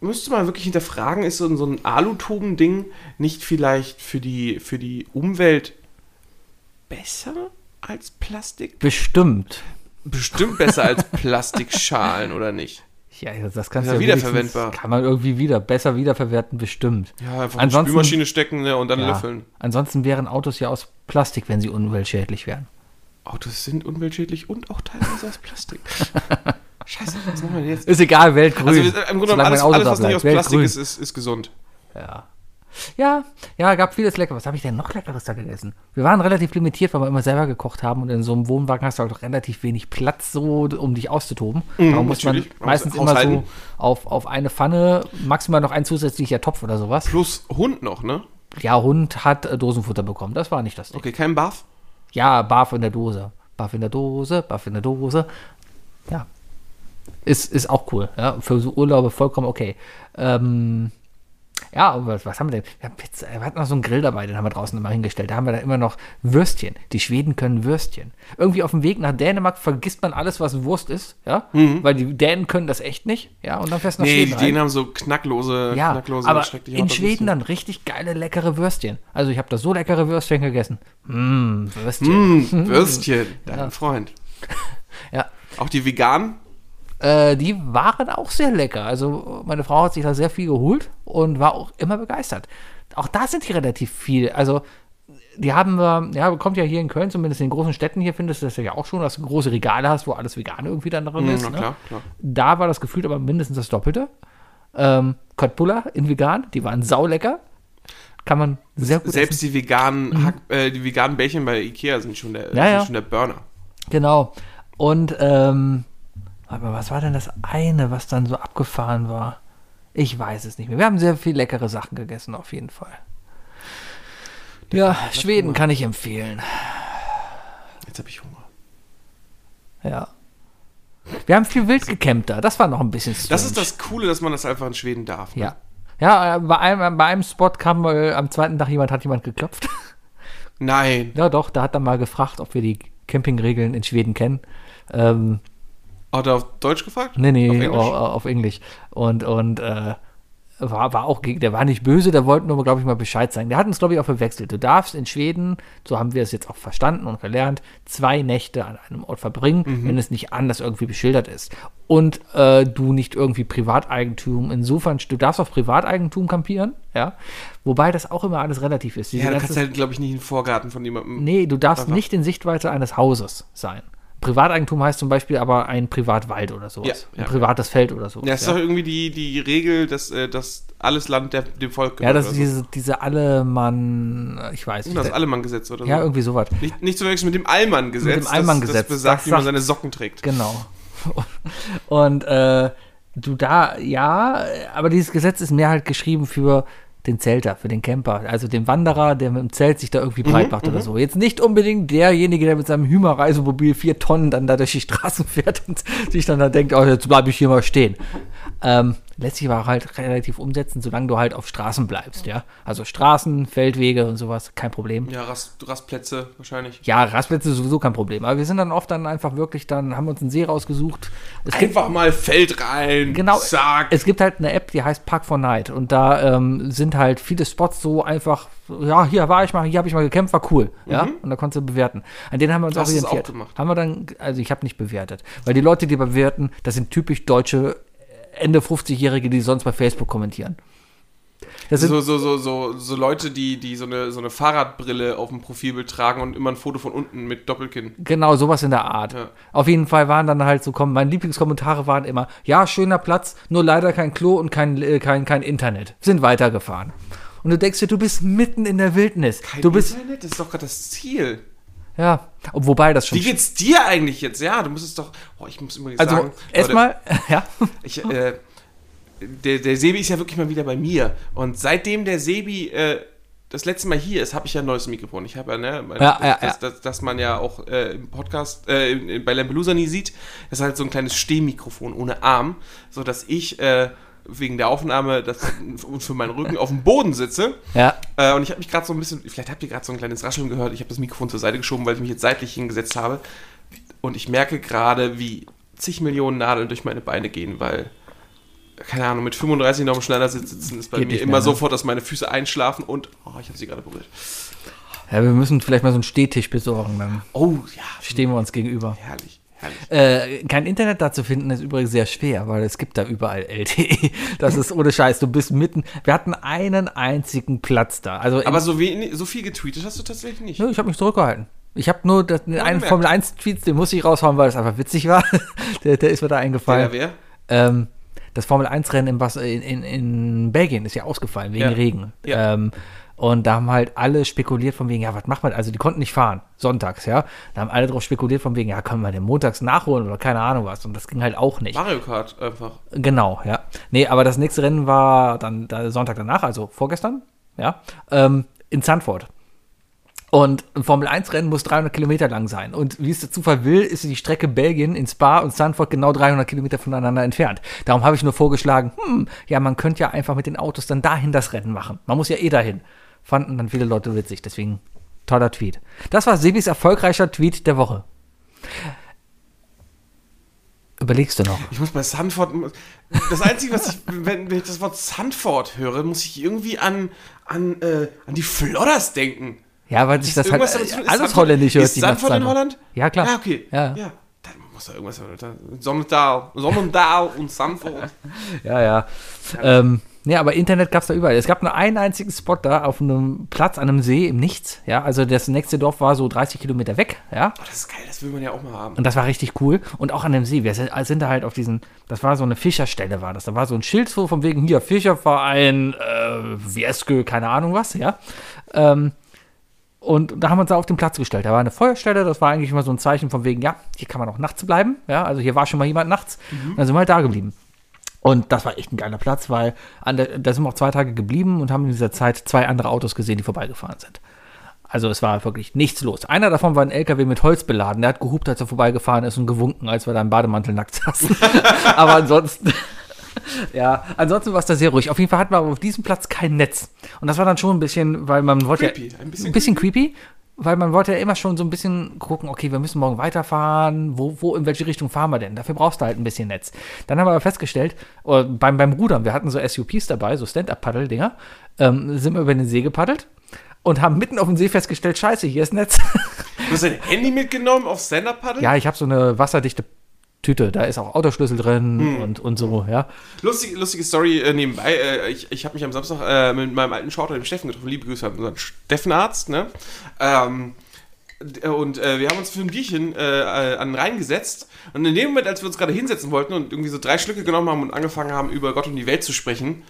D: müsste man wirklich hinterfragen, ist so, ein- so ein Alutuben-Ding nicht vielleicht für die, für die Umwelt besser als Plastik?
B: Bestimmt.
D: Bestimmt besser als
B: [LAUGHS]
D: Plastikschalen, oder nicht?
B: Ja, das kannst
D: Ja,
B: du ja wenigstens-
D: wiederverwendbar.
B: Kann man irgendwie wieder, besser wiederverwerten, bestimmt.
D: Ja, einfach in die
B: Ansonsten-
D: Spülmaschine stecken ne, und dann
B: Ja.
D: löffeln.
B: Ansonsten wären Autos ja aus Plastik, wenn sie umweltschädlich wären.
D: Autos sind umweltschädlich und auch teilweise aus
B: [LAUGHS]
D: Plastik. Scheiße, was machen wir denn jetzt?
B: Ist egal, Weltgrün.
D: Also wir sind im Grunde
B: Solange
D: genommen alles,
B: mein Auto
D: alles
B: da
D: was nicht aus
B: bleibt,
D: Plastik
B: Weltgrün.
D: ist, ist, ist gesund.
B: Ja. Ja, ja, gab vieles Leckeres. Was habe ich denn noch Leckeres da gegessen? Wir waren relativ limitiert, weil wir immer selber gekocht haben und in so einem Wohnwagen hast du halt auch relativ wenig Platz, so um dich auszutoben. Darum muss man
D: Mhm, natürlich. Man muss
B: meistens immer so
D: haushalten.
B: auf, auf eine Pfanne, maximal noch ein zusätzlicher Topf oder sowas.
D: Plus Hund noch, ne?
B: Ja, Hund hat äh, Dosenfutter bekommen. Das war nicht das Ding.
D: Okay, kein Barf.
B: Ja, Barf in der Dose. Barf in der Dose, Barf in der Dose. Ja. Ist, ist auch cool. Ja. Für so Urlaube vollkommen okay. Ähm, ja, aber was, was haben wir denn? Wir, haben jetzt, wir hatten noch so einen Grill dabei, den haben wir draußen immer hingestellt. Da haben wir dann immer noch Würstchen. Die Schweden können Würstchen. Irgendwie auf dem Weg nach Dänemark vergisst man alles, was Wurst ist, ja? Weil die Dänen können das echt nicht, ja? Und dann fährst du nach
D: Mhm. Nee,
B: Schweden
D: die
B: rein.
D: Dänen haben so knacklose,
B: Ja,
D: knacklose
B: aber
D: schreckliche
B: in
D: Hotdogs.
B: Schweden dann richtig geile, leckere Würstchen. Also ich habe da so leckere Würstchen gegessen. Mmm, Würstchen. [LAUGHS]
D: Hm, Würstchen, dein Freund.
B: Ja.
D: Auch die Veganen?
B: Äh, die waren auch sehr lecker. Also meine Frau hat sich da sehr viel geholt und war auch immer begeistert. Auch da sind die relativ viel. Also die haben wir, ja, kommt ja hier in Köln, zumindest in den großen Städten hier findest du das ja auch schon, dass du große Regale hast, wo alles vegan irgendwie dann drin
D: Hm,
B: ist.
D: na
B: Ne?
D: klar, klar.
B: Da war das Gefühl aber mindestens das Doppelte. Ähm, Köttbullar in vegan, die waren saulecker. Kann man sehr gut
D: Selbst die veganen, Hack, äh, die veganen Bällchen bei Ikea sind schon der,
B: Mhm. Ja,
D: sind
B: ja.
D: Schon der Burner.
B: Genau. Und, ähm, aber was war denn das eine, was dann so abgefahren war? Ich weiß es nicht mehr. Wir haben sehr viel leckere Sachen gegessen, auf jeden Fall. Ja, Schweden kann ich empfehlen.
D: Jetzt habe ich Hunger.
B: Ja. Wir haben viel wild gecampt da. Das war noch ein bisschen strange.
D: Das ist das Coole, dass man das einfach in Schweden darf. ne?
B: Ja. Ja, äh, bei einem, bei einem Spot kam äh, am zweiten Tag jemand, hat jemand geklopft. [LAUGHS]
D: Nein.
B: ja, doch, da hat er mal gefragt, ob wir die Campingregeln in Schweden kennen. Ähm,
D: Hat er auf Deutsch gefragt?
B: Nee, nee, oh,
D: Auf
B: auf
D: Englisch?
B: Englisch. Auf Englisch. Und, und äh, war, war auch gegen, der war nicht böse, der wollte nur, glaube ich, mal Bescheid sagen. Der hat uns, glaube ich, auch verwechselt. Du darfst in Schweden, so haben wir es jetzt auch verstanden und gelernt, zwei Nächte an einem Ort verbringen,
D: Mhm.
B: wenn es nicht anders irgendwie beschildert ist. Und äh, du nicht irgendwie Privateigentum, insofern, du darfst auf Privateigentum kampieren, ja. Wobei das auch immer alles relativ ist. Diese
D: Ja, du
B: ganze-
D: kannst halt, glaube ich, nicht in den Vorgarten von jemandem.
B: Nee, du darfst
D: Aha.
B: nicht in Sichtweite eines Hauses sein. Privateigentum heißt zum Beispiel aber ein Privatwald oder sowas.
D: Ja, ja.
B: ein privates Feld oder sowas.
D: Ja, das ist doch irgendwie die, die Regel, dass, äh, dass alles Land der, dem Volk
B: Ja, das
D: oder
B: ist
D: so.
B: diese, diese Allemann, äh, ich weiß nicht.
D: das Allemann-Gesetz oder so.
B: ja, irgendwie sowas.
D: Nicht, nicht zu verwechseln mit dem Allmann-Gesetz.
B: Mit dem Allmann-Gesetz.
D: Das, das besagt,
B: Das
D: wie man
B: sagt-
D: seine Socken trägt.
B: Genau. [LAUGHS] Und äh, du da, ja, aber dieses Gesetz ist mehr halt geschrieben für den Zelter, für den Camper, also den Wanderer, der mit dem Zelt sich da irgendwie breit macht oder so. Jetzt nicht unbedingt derjenige, der mit seinem Hümer-Reisemobil vier Tonnen dann da durch die Straßen [LAUGHS] fährt und sich dann da denkt, oh, jetzt bleibe ich hier mal stehen. Ähm, lässt sich aber halt relativ umsetzen, solange du halt auf Straßen bleibst, ja. Also Straßen, Feldwege und sowas, kein Problem.
D: Ja, Rast, Rastplätze wahrscheinlich.
B: Ja, Rastplätze ist sowieso kein Problem. Aber wir sind dann oft dann einfach wirklich, dann haben wir uns einen See rausgesucht. Es gibt,
D: Einfach mal Feld rein.
B: genau,
D: Zack.
B: es gibt halt eine App, die heißt Park 4 Night. Und da ähm, sind halt viele Spots so einfach, ja, hier war ich mal, hier habe ich mal gekämpft, war cool. Ja, und da konntest du bewerten. An denen haben wir uns
D: Mhm. Hast du es
B: orientiert.
D: auch gemacht?
B: Haben wir dann, also ich habe nicht bewertet. Weil die Leute, die bewerten, das sind typisch deutsche Ende 50-Jährige, die sonst bei Facebook kommentieren. Das sind
D: so, so, so, so, so Leute, die, die so, eine, so eine Fahrradbrille auf dem Profilbild tragen und immer ein Foto von unten mit Doppelkinn.
B: Genau, sowas in der Art.
D: Ja.
B: Auf jeden Fall waren dann halt so, komm, meine Lieblingskommentare waren immer, ja, schöner Platz, nur leider kein Klo und kein, äh, kein, kein Internet. Sind weitergefahren. Und du denkst dir, du bist mitten in der Wildnis. du bist,
D: Halt Internet, das ist doch gerade das Ziel.
B: ja, ob- wobei das schon...
D: Wie geht's dir eigentlich jetzt? Ja, du musst es doch. Oh, ich muss übrigens
B: also
D: sagen. Leute,
B: erstmal, [LAUGHS] ja,
D: Ich, äh, der, der Sebi ist ja wirklich mal wieder bei mir. Und seitdem der Sebi äh, das letzte Mal hier ist, habe ich ja ein neues Mikrofon. Ich habe ja, ne, mein,
B: Ja,
D: das,
B: ja,
D: das, das, das man ja auch äh, im Podcast, äh, in- bei Lampelusa nie sieht. Das ist halt so ein kleines Stehmikrofon ohne Arm, sodass ich äh, wegen der Aufnahme das, [LAUGHS] und für meinen Rücken auf dem Boden sitze.
B: Ja.
D: Äh, und ich habe mich gerade so ein bisschen, vielleicht habt ihr gerade so ein kleines Rascheln gehört. Ich habe das Mikrofon zur Seite geschoben, weil ich mich jetzt seitlich hingesetzt habe. Und ich merke gerade, wie zig Millionen Nadeln durch meine Beine gehen, weil, keine Ahnung, mit 35 noch im Schneidersitz sitzen ist bei
B: Geht
D: mir
B: nicht
D: immer
B: mehr, ne?
D: sofort, dass meine Füße einschlafen und, oh, ich habe sie gerade berührt.
B: Ja, wir müssen vielleicht mal so einen Stehtisch besorgen, dann
D: Oh, ja,
B: stehen wir uns gegenüber.
D: herrlich, herrlich.
B: Äh, kein Internet da zu finden ist übrigens sehr schwer, weil es gibt da überall LTE. Das ist ohne Scheiß, du bist mitten. Wir hatten einen einzigen Platz da. Also in-
D: Aber so, wenig, so viel getweetet hast du tatsächlich nicht.
B: Nö, ich habe mich zurückgehalten. Ich habe nur das, den einen
D: gemerkt.
B: Formel 1 Tweet, den muss ich raushauen, weil es einfach witzig war. [LAUGHS] der, der ist mir da
D: Wer,
B: eingefallen.
D: wer?
B: Ähm, das Formel 1 Rennen in, Bas in, in, in Belgien ist ja ausgefallen wegen
D: Ja.
B: Regen.
D: Ja.
B: Ähm, und da haben halt alle spekuliert von wegen, ja, was macht man? Also die konnten nicht fahren, sonntags, ja. Da haben alle drauf spekuliert von wegen, ja, können wir den montags nachholen oder keine Ahnung was. Und das ging halt auch nicht.
D: Mario Kart einfach.
B: Genau, ja. Nee, aber das nächste Rennen war dann da, Sonntag danach, also vorgestern, ja, ähm, in Zandvoort. Und ein Formel-1-Rennen muss 300 Kilometer lang sein. Und wie es der Zufall will, ist die Strecke Belgien in Spa und Zandvoort genau 300 Kilometer voneinander entfernt. Darum habe ich nur vorgeschlagen, hm, ja, man könnte ja einfach mit den Autos dann dahin das Rennen machen. Man muss ja eh dahin. Fanden dann viele Leute witzig, deswegen toller Tweet. Das war Sebis erfolgreicher Tweet der Woche. Überlegst du noch?
D: Ich muss bei Sanford. Das Einzige, was ich, [LAUGHS] wenn, wenn ich das Wort Sanford höre, muss ich irgendwie an, an, äh, an die Flodders denken.
B: Ja, weil sich das halt
D: Irgendwas
B: äh,
D: damit zu tun- ist
B: alles
D: Sanford-
B: holländisch hört.
D: Ist
B: die nach
D: Sanford in
B: Sanford.
D: Holland?
B: Ja, klar.
D: Ja, okay.
B: Ja, ja.
D: ja. Dann muss da irgendwas. Sommendal. Sommendal
B: [LAUGHS]
D: und Sanford.
B: ja, Ähm, ja, aber Internet gab es da überall. Es gab nur einen einzigen Spot da auf einem Platz an einem See im Nichts. Ja, also das nächste Dorf war so 30 Kilometer weg. Ja,
D: Das ist geil, das will man ja auch mal haben.
B: und das war richtig cool. Und auch an dem See. Wir sind, sind da halt auf diesen, das war so eine Fischerstelle, war das. Da war so ein Schild so von wegen hier Fischerverein, äh, Wieske, keine Ahnung was, ja. Ähm, Und da haben wir uns da auf den Platz gestellt. Da war eine Feuerstelle, das war eigentlich immer so ein Zeichen von wegen, ja, hier kann man auch nachts bleiben. Ja, also hier war schon mal jemand nachts. Und dann sind wir halt da geblieben. Und das war echt ein geiler Platz, weil an der, da sind wir auch zwei Tage geblieben und haben in dieser Zeit zwei andere Autos gesehen, die vorbeigefahren sind. Also es war wirklich nichts los. Einer davon war ein LKW mit Holz beladen. Der hat gehupt, als er vorbeigefahren ist und gewunken, als wir da im Bademantel nackt saßen. [LAUGHS] Aber ansonsten ja, ansonsten war es da sehr ruhig. Auf jeden Fall hatten wir aber auf diesem Platz kein Netz. Und das war dann schon ein bisschen, weil man wollte.
D: Creepy,
B: ja,
D: ein bisschen
B: creepy. Weil man wollte ja immer schon so ein bisschen gucken, okay, wir müssen morgen weiterfahren, wo, wo, in welche Richtung fahren wir denn? Dafür brauchst du halt ein bisschen Netz. Dann haben wir aber festgestellt, oder beim, beim Rudern, wir hatten so SUPs dabei, so Stand-Up-Paddel-Dinger, ähm, sind wir über den See gepaddelt und haben mitten auf dem See festgestellt, scheiße, hier ist Netz. [LAUGHS]
D: Du hast dein Handy mitgenommen auf Stand-Up-Paddle?
B: ja, ich habe so eine wasserdichte Tüte, da ist auch Autoschlüssel drin
D: Hm.
B: und, und so, ja.
D: Lustig, lustige Story äh, nebenbei. Äh, ich ich habe mich am Samstag äh, mit meinem alten Shorter, dem Steffen, getroffen. Liebe Grüße an unseren Steffenarzt. Ne? Ähm, d- und äh, wir haben uns für ein Bierchen äh, äh, an den Rhein gesetzt. Und in dem Moment, als wir uns gerade hinsetzen wollten und irgendwie so drei Schlücke genommen haben und angefangen haben, über Gott und die Welt zu sprechen,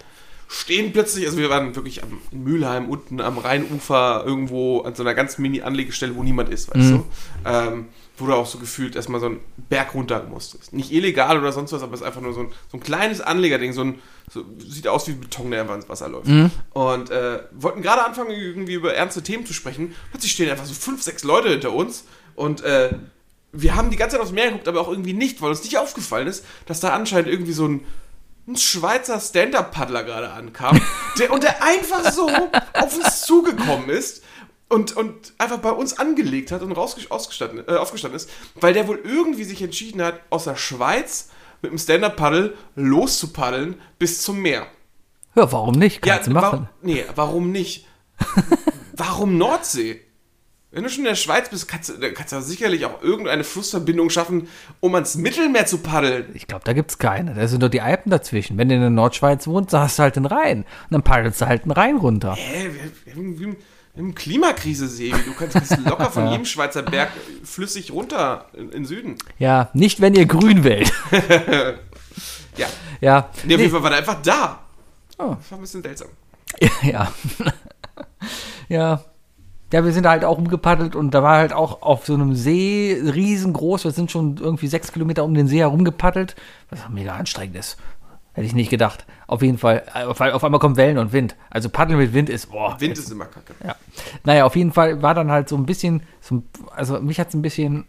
D: stehen plötzlich, also wir waren wirklich am, in Mülheim unten am Rheinufer irgendwo an so einer ganz Mini-Anlegestelle, wo niemand ist, weißt du? Ähm, wo du auch so gefühlt erstmal so einen Berg runter musstest. Nicht illegal oder sonst was, aber es ist einfach nur so ein, so ein kleines Anlegerding, so ein, so, sieht aus wie Beton, der einfach ins Wasser läuft. Und äh, wollten gerade anfangen, irgendwie über ernste Themen zu sprechen. Plötzlich stehen einfach so fünf, sechs Leute hinter uns und äh, wir haben die ganze Zeit aufs Meer geguckt, aber auch irgendwie nicht, weil uns nicht aufgefallen ist, dass da anscheinend irgendwie so ein ein Schweizer Stand-Up-Paddler gerade ankam der, und der einfach so auf uns zugekommen ist und, und einfach bei uns angelegt hat und rausge- ausgestanden, äh, aufgestanden ist, weil der wohl irgendwie sich entschieden hat, aus der Schweiz mit dem Stand-Up-Paddle loszupaddeln bis zum Meer.
B: Ja, warum nicht? Kannst du machen.
D: Warum, nee,
B: [LAUGHS]
D: warum nicht? warum Nordsee? Wenn du schon in der Schweiz bist, kannst, du- dann kannst du sicherlich auch irgendeine Flussverbindung schaffen, um ans Mittelmeer zu paddeln.
B: Ich glaube, da gibt es keine. Da sind nur die Alpen dazwischen. Wenn du in der Nordschweiz wohnst, dann hast du halt den Rhein. Und dann paddelst du halt den Rhein runter.
D: Hä, wir, wir, haben- wir, haben- wir haben Klimakrise sehen. Du
B: [LAUGHS]
D: kannst das locker von jedem Schweizer Berg flüssig runter in, in den Süden.
B: Ja, nicht, wenn ihr grün wählt. [LAUGHS]
D: Ja.
B: ja.
D: Nee, auf
B: Nee.
D: jeden Fall war der einfach da.
B: Oh.
D: Das war ein bisschen seltsam.
B: [LAUGHS] ja. ja. Ja, wir sind halt auch umgepaddelt und da war halt auch auf so einem See riesengroß. Wir sind schon irgendwie sechs Kilometer um den See herumgepaddelt, was auch mega anstrengend ist. Hätte ich nicht gedacht. Auf jeden Fall. Auf, auf einmal kommt Wellen und Wind. Also Paddeln mit Wind ist, boah.
D: Wind ist immer kacke.
B: Ja. Naja, auf jeden Fall war dann halt so ein bisschen, so, ein- also mich hat es ein bisschen,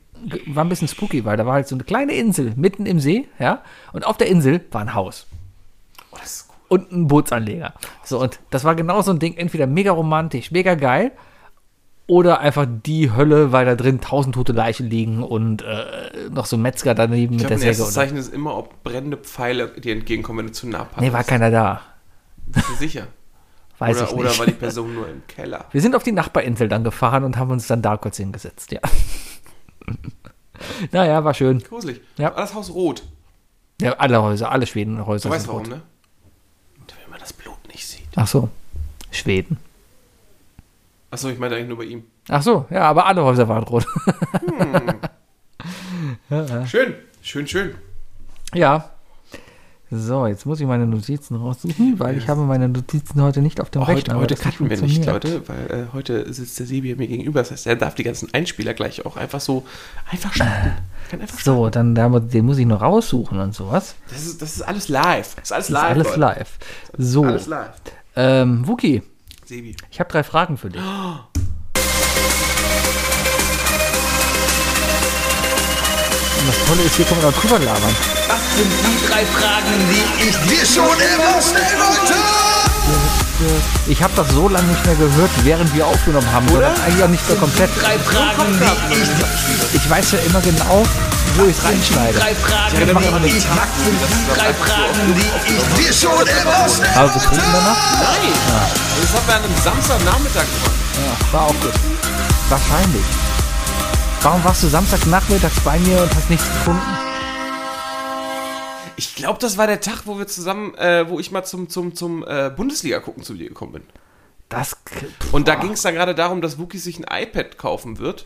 B: war ein bisschen spooky, weil da war halt so eine kleine Insel mitten im See, ja, und auf der Insel war ein Haus
D: Oh, das ist gut.
B: und ein Bootsanleger. So, und das war genau so ein Ding, entweder mega romantisch, mega geil, oder einfach die Hölle, weil da drin tausend tote Leichen liegen und äh, noch so ein Metzger daneben
D: Ich
B: mit
D: glaube,
B: der
D: ein
B: Säge.
D: erstes
B: Und,
D: Zeichen ist immer, ob brennende Pfeile dir entgegenkommen, wenn du zu nah passt.
B: nee, war keiner da.
D: Sicher.
B: Weiß
D: oder,
B: ich
D: oder
B: nicht.
D: war die Person nur im Keller?
B: Wir sind auf die Nachbarinsel dann gefahren und haben uns dann da kurz hingesetzt, ja. [LAUGHS] naja, war schön.
D: Gruselig.
B: Ja.
D: War das Haus rot?
B: Ja, alle Häuser, alle Schwedenhäuser
D: Du weißt
B: sind
D: warum,
B: rot.
D: ne? Wenn man das Blut nicht sieht.
B: Ach so, Schweden.
D: Achso, ich meinte eigentlich nur bei ihm.
B: Ach so, ja, aber alle Häuser waren rot. [LAUGHS]
D: Schön, schön, schön.
B: ja. So, jetzt muss ich meine Notizen raussuchen, weil ich habe meine Notizen heute nicht auf dem
D: Heute,
B: Rechner. aber
D: heute
B: das hat
D: cutten wir nicht,
B: funktioniert.
D: Leute, weil äh, heute sitzt der Sebi mir gegenüber. Das heißt, er darf die ganzen Einspieler gleich auch einfach so
B: [LAUGHS]
D: einfach starten. Kann einfach starten.
B: So, dann da, muss- den muss ich noch raussuchen und sowas.
D: Das ist, das ist alles live. Das ist
B: Das
D: alles
B: ist
D: live.
B: alles
D: Leute.
B: live. Oh. So,
D: Alles live.
B: ähm, Wookie,
D: Sebi.
B: ich habe drei Fragen für dich. Und das Tolle ist, hier kann man auch drüber labern.
E: Das sind die drei Fragen, die ich dir schon immer stellen wollte.
B: Ich habe das so lange nicht mehr gehört, während wir aufgenommen haben, sondern eigentlich auch nicht mehr komplett.
E: Drei Fragen, die ich
B: Ich weiß ja immer genau, wo ich es reinschneide.
E: drei Fragen, die ich mag, sind die drei Fragen, die ich dir schon immer stellen
B: Aber betrunken danach?
D: Nein! Also Das haben wir an einem Samstagnachmittag gemacht.
B: Ja, war auch gut. Wahrscheinlich. Warum warst du Samstagnachmittags bei mir und hast nichts gefunden?
D: Ich glaube, das war der Tag, wo wir zusammen, äh, wo ich mal zum, zum, zum äh, Bundesliga gucken zu dir gekommen bin.
B: Das. k-
D: Und da ging es dann gerade darum, dass Wookie sich ein iPad kaufen wird.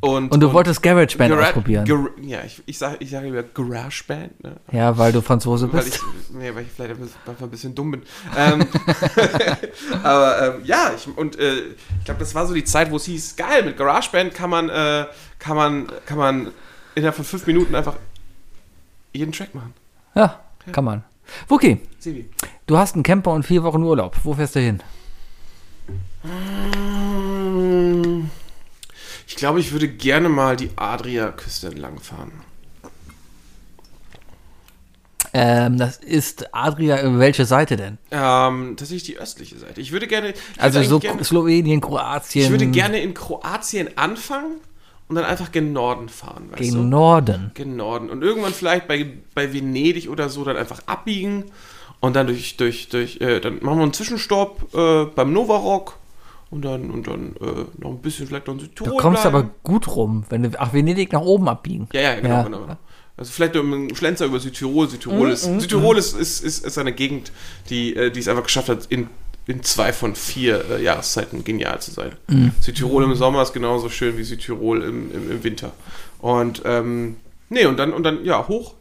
D: Und,
B: Und du wolltest GarageBand
D: Gara-
B: ausprobieren.
D: Gar ja, ich, ich sage ich sag lieber GarageBand, ne?
B: ja, weil du Franzose
D: Weil
B: bist.
D: ich, nee, weil ich vielleicht ein bisschen, einfach ein bisschen dumm bin. Ähm, [LAUGHS] aber ähm, ja, ich, und äh, ich glaube, das war so die Zeit, wo es hieß, geil, mit GarageBand kann man, äh, kann man, kann man innerhalb von fünf Minuten einfach jeden Track machen.
B: ja, kann man. Wookie,
D: Sebi.
B: du hast einen Camper und vier Wochen Urlaub. Wo fährst du hin?
D: Ich glaube, ich würde gerne mal die Adria-Küste entlang fahren.
B: Ähm, das ist Adria, äh, welche Seite denn?
D: Ähm, tatsächlich die östliche Seite. Ich würde gerne. Ich würde
B: Also
D: eigentlich
B: so
D: gerne,
B: Slowenien, Kroatien.
D: Ich würde gerne in Kroatien anfangen und dann einfach gen Norden fahren, weißt
B: gegen
D: du?
B: Norden.
D: Gen Norden. Und irgendwann vielleicht bei, bei Venedig oder so dann einfach abbiegen und dann durch, durch, durch, äh, dann machen wir einen Zwischenstopp äh, beim Novarock und dann, und dann äh, noch ein bisschen vielleicht noch in
B: Du
D: Südtirol.
B: kommst
D: bleiben.
B: aber gut rum, wenn du nach Venedig nach oben abbiegen.
D: Ja, ja, genau,
B: Ja.
D: genau, genau. Also vielleicht nur ein Schlenzer über Südtirol. Südtirol, ist, Südtirol ist, ist, ist, ist eine Gegend, die, äh, die es einfach geschafft hat, in, in zwei von vier äh, Jahreszeiten genial zu sein. Südtirol im Sommer ist genauso schön wie Südtirol im, im, im Winter. Und ähm, nee, und dann, und dann, ja, hoch.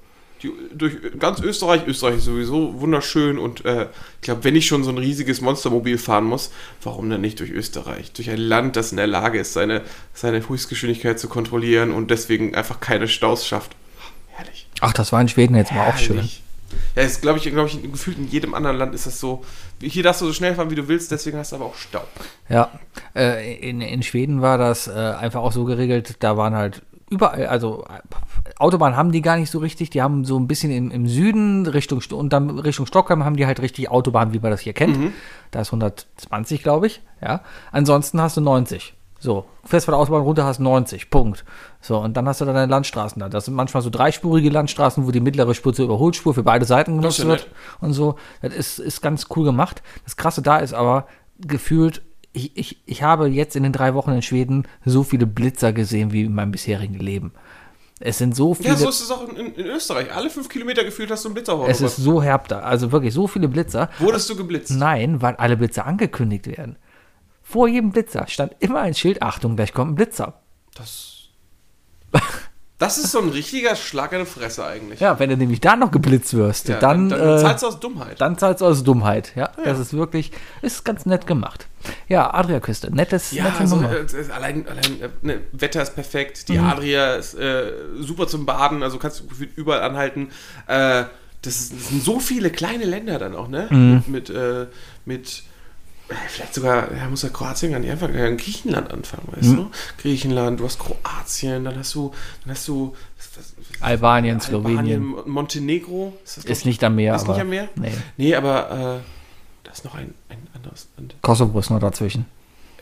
D: Die, durch ganz Österreich, Österreich ist sowieso wunderschön und äh, ich glaube, wenn ich schon so ein riesiges Monstermobil fahren muss, warum dann nicht durch Österreich? Durch ein Land, das in der Lage ist, seine, seine Höchstgeschwindigkeit zu kontrollieren und deswegen einfach keine Staus schafft. Herrlich.
B: Ach, das war in Schweden jetzt mal auch schön. ne?
D: Herrlich. Ja, ist, glaube ich, glaube ich, gefühlt in jedem anderen Land ist das so. Hier darfst du so schnell fahren, wie du willst, deswegen hast du aber auch Stau.
B: Ja, äh, in, in Schweden war das äh, einfach auch so geregelt, da waren halt überall, also äh, Autobahn haben die gar nicht so richtig, die haben so ein bisschen im, im Süden Richtung Sto- und dann Richtung Stockholm haben die halt richtig Autobahn, wie man das hier kennt.
D: Mhm.
B: Da ist 120, glaube ich, ja. Ansonsten hast du 90. So, fährst von der Autobahn runter, hast 90, Punkt. So, und dann hast du dann deine Landstraßen da. Das sind manchmal so dreispurige Landstraßen, wo die mittlere Spur zur Überholspur für beide Seiten
D: Das ist
B: genutzt
D: ja
B: wird
D: nett.
B: und so. Das ist, ist ganz cool gemacht. Das Krasse da ist aber, gefühlt, ich, ich, ich habe jetzt in den drei Wochen in Schweden so viele Blitzer gesehen wie in meinem bisherigen Leben. Es sind so viele.
D: Ja, so ist es auch in, in, in Österreich. Alle fünf Kilometer gefühlt hast du einen Blitzerhorn.
B: es ist so herb da. Also wirklich so viele Blitzer.
D: Wurdest du geblitzt?
B: Nein, weil alle Blitzer angekündigt werden. Vor jedem Blitzer stand immer ein Schild, Achtung, gleich kommt ein Blitzer.
D: Das. Das ist so ein richtiger Schlag in die Fresse eigentlich.
B: Ja, wenn du nämlich da noch geblitzt wirst,
D: Ja,
B: dann,
D: dann,
B: äh,
D: zahlst du aus Dummheit.
B: dann zahlst du aus Dummheit. Ja, das ist wirklich, ist ganz nett gemacht. Ja, Adriaküste, nettes,
D: ja,
B: nette
D: also,
B: Nummer.
D: äh, es- allein, allein äh, ne, Wetter ist
B: Mhm.
D: perfekt, die Adria ist äh, super zum Baden, also kannst du gefühlt überall anhalten. Äh, das, ist, das sind so viele kleine Länder dann auch, ne?
B: Mhm.
D: Mit, mit, äh, mit äh, vielleicht sogar, ja, muss ja Kroatien gar nicht einfach in Griechenland anfangen, weißt
B: Mhm.
D: du? Griechenland, du hast Kroatien, dann hast du, dann hast du was, was, was,
B: Albanien, Slowenien.
D: Albanien, Montenegro. Ist, das
B: Ist
D: doch-
B: nicht am Meer.
D: Ist
B: aber,
D: nicht am Meer?
B: Nee.
D: Nee, aber äh, da ist noch ein, ein anderes Land.
B: Kosovo ist noch dazwischen.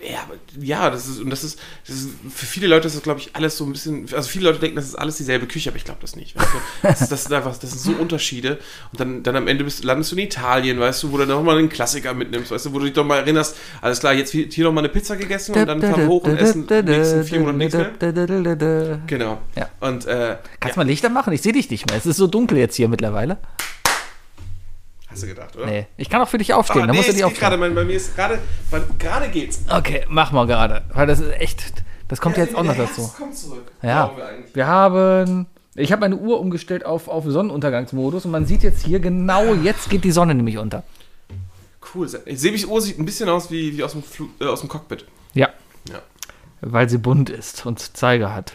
D: Ja, aber, ja, das ist, und das ist, das ist, für viele Leute ist das, glaube ich, alles so ein bisschen, also viele Leute denken, das ist alles dieselbe Küche, aber ich glaube das nicht. Weißt
B: [LAUGHS]
D: du? das, ist, das sind einfach, das sind so Unterschiede. Und dann, dann am Ende bist, landest du in Italien, weißt du, wo du dann nochmal einen Klassiker mitnimmst, weißt du, wo du dich doch mal erinnerst, alles klar, jetzt hier hier nochmal eine Pizza gegessen und dann fahren wir hoch und essen die nächsten vier Monate nichts mehr.
B: Kannst
D: Genau.
B: Ja.
D: Und, äh,
B: du mal Lichter machen? Ich sehe dich nicht mehr. Es ist so dunkel jetzt hier mittlerweile.
D: hast du gedacht, oder?
B: Nee. Ich kann auch für dich aufstehen.
D: Ah,
B: da
D: nee,
B: musst du
D: es
B: dich
D: geht gerade,
B: aufstehen.
D: bei bei mir ist gerade, bei- gerade geht's.
B: Okay, mach mal gerade. Weil das ist echt. Das kommt jetzt auch noch
D: Der
B: dazu.
D: Herbst kommt zurück.
B: Ja.
D: Glauben wir eigentlich.
B: Wir haben. Ich habe meine Uhr umgestellt auf, auf Sonnenuntergangsmodus und man sieht jetzt hier genau, jetzt geht die Sonne nämlich unter.
D: Cool. Sebis Uhr sieht ein bisschen aus wie, wie aus, dem Flug, äh, aus dem Cockpit.
B: Ja.
D: Ja.
B: Weil sie bunt ist und Zeiger hat.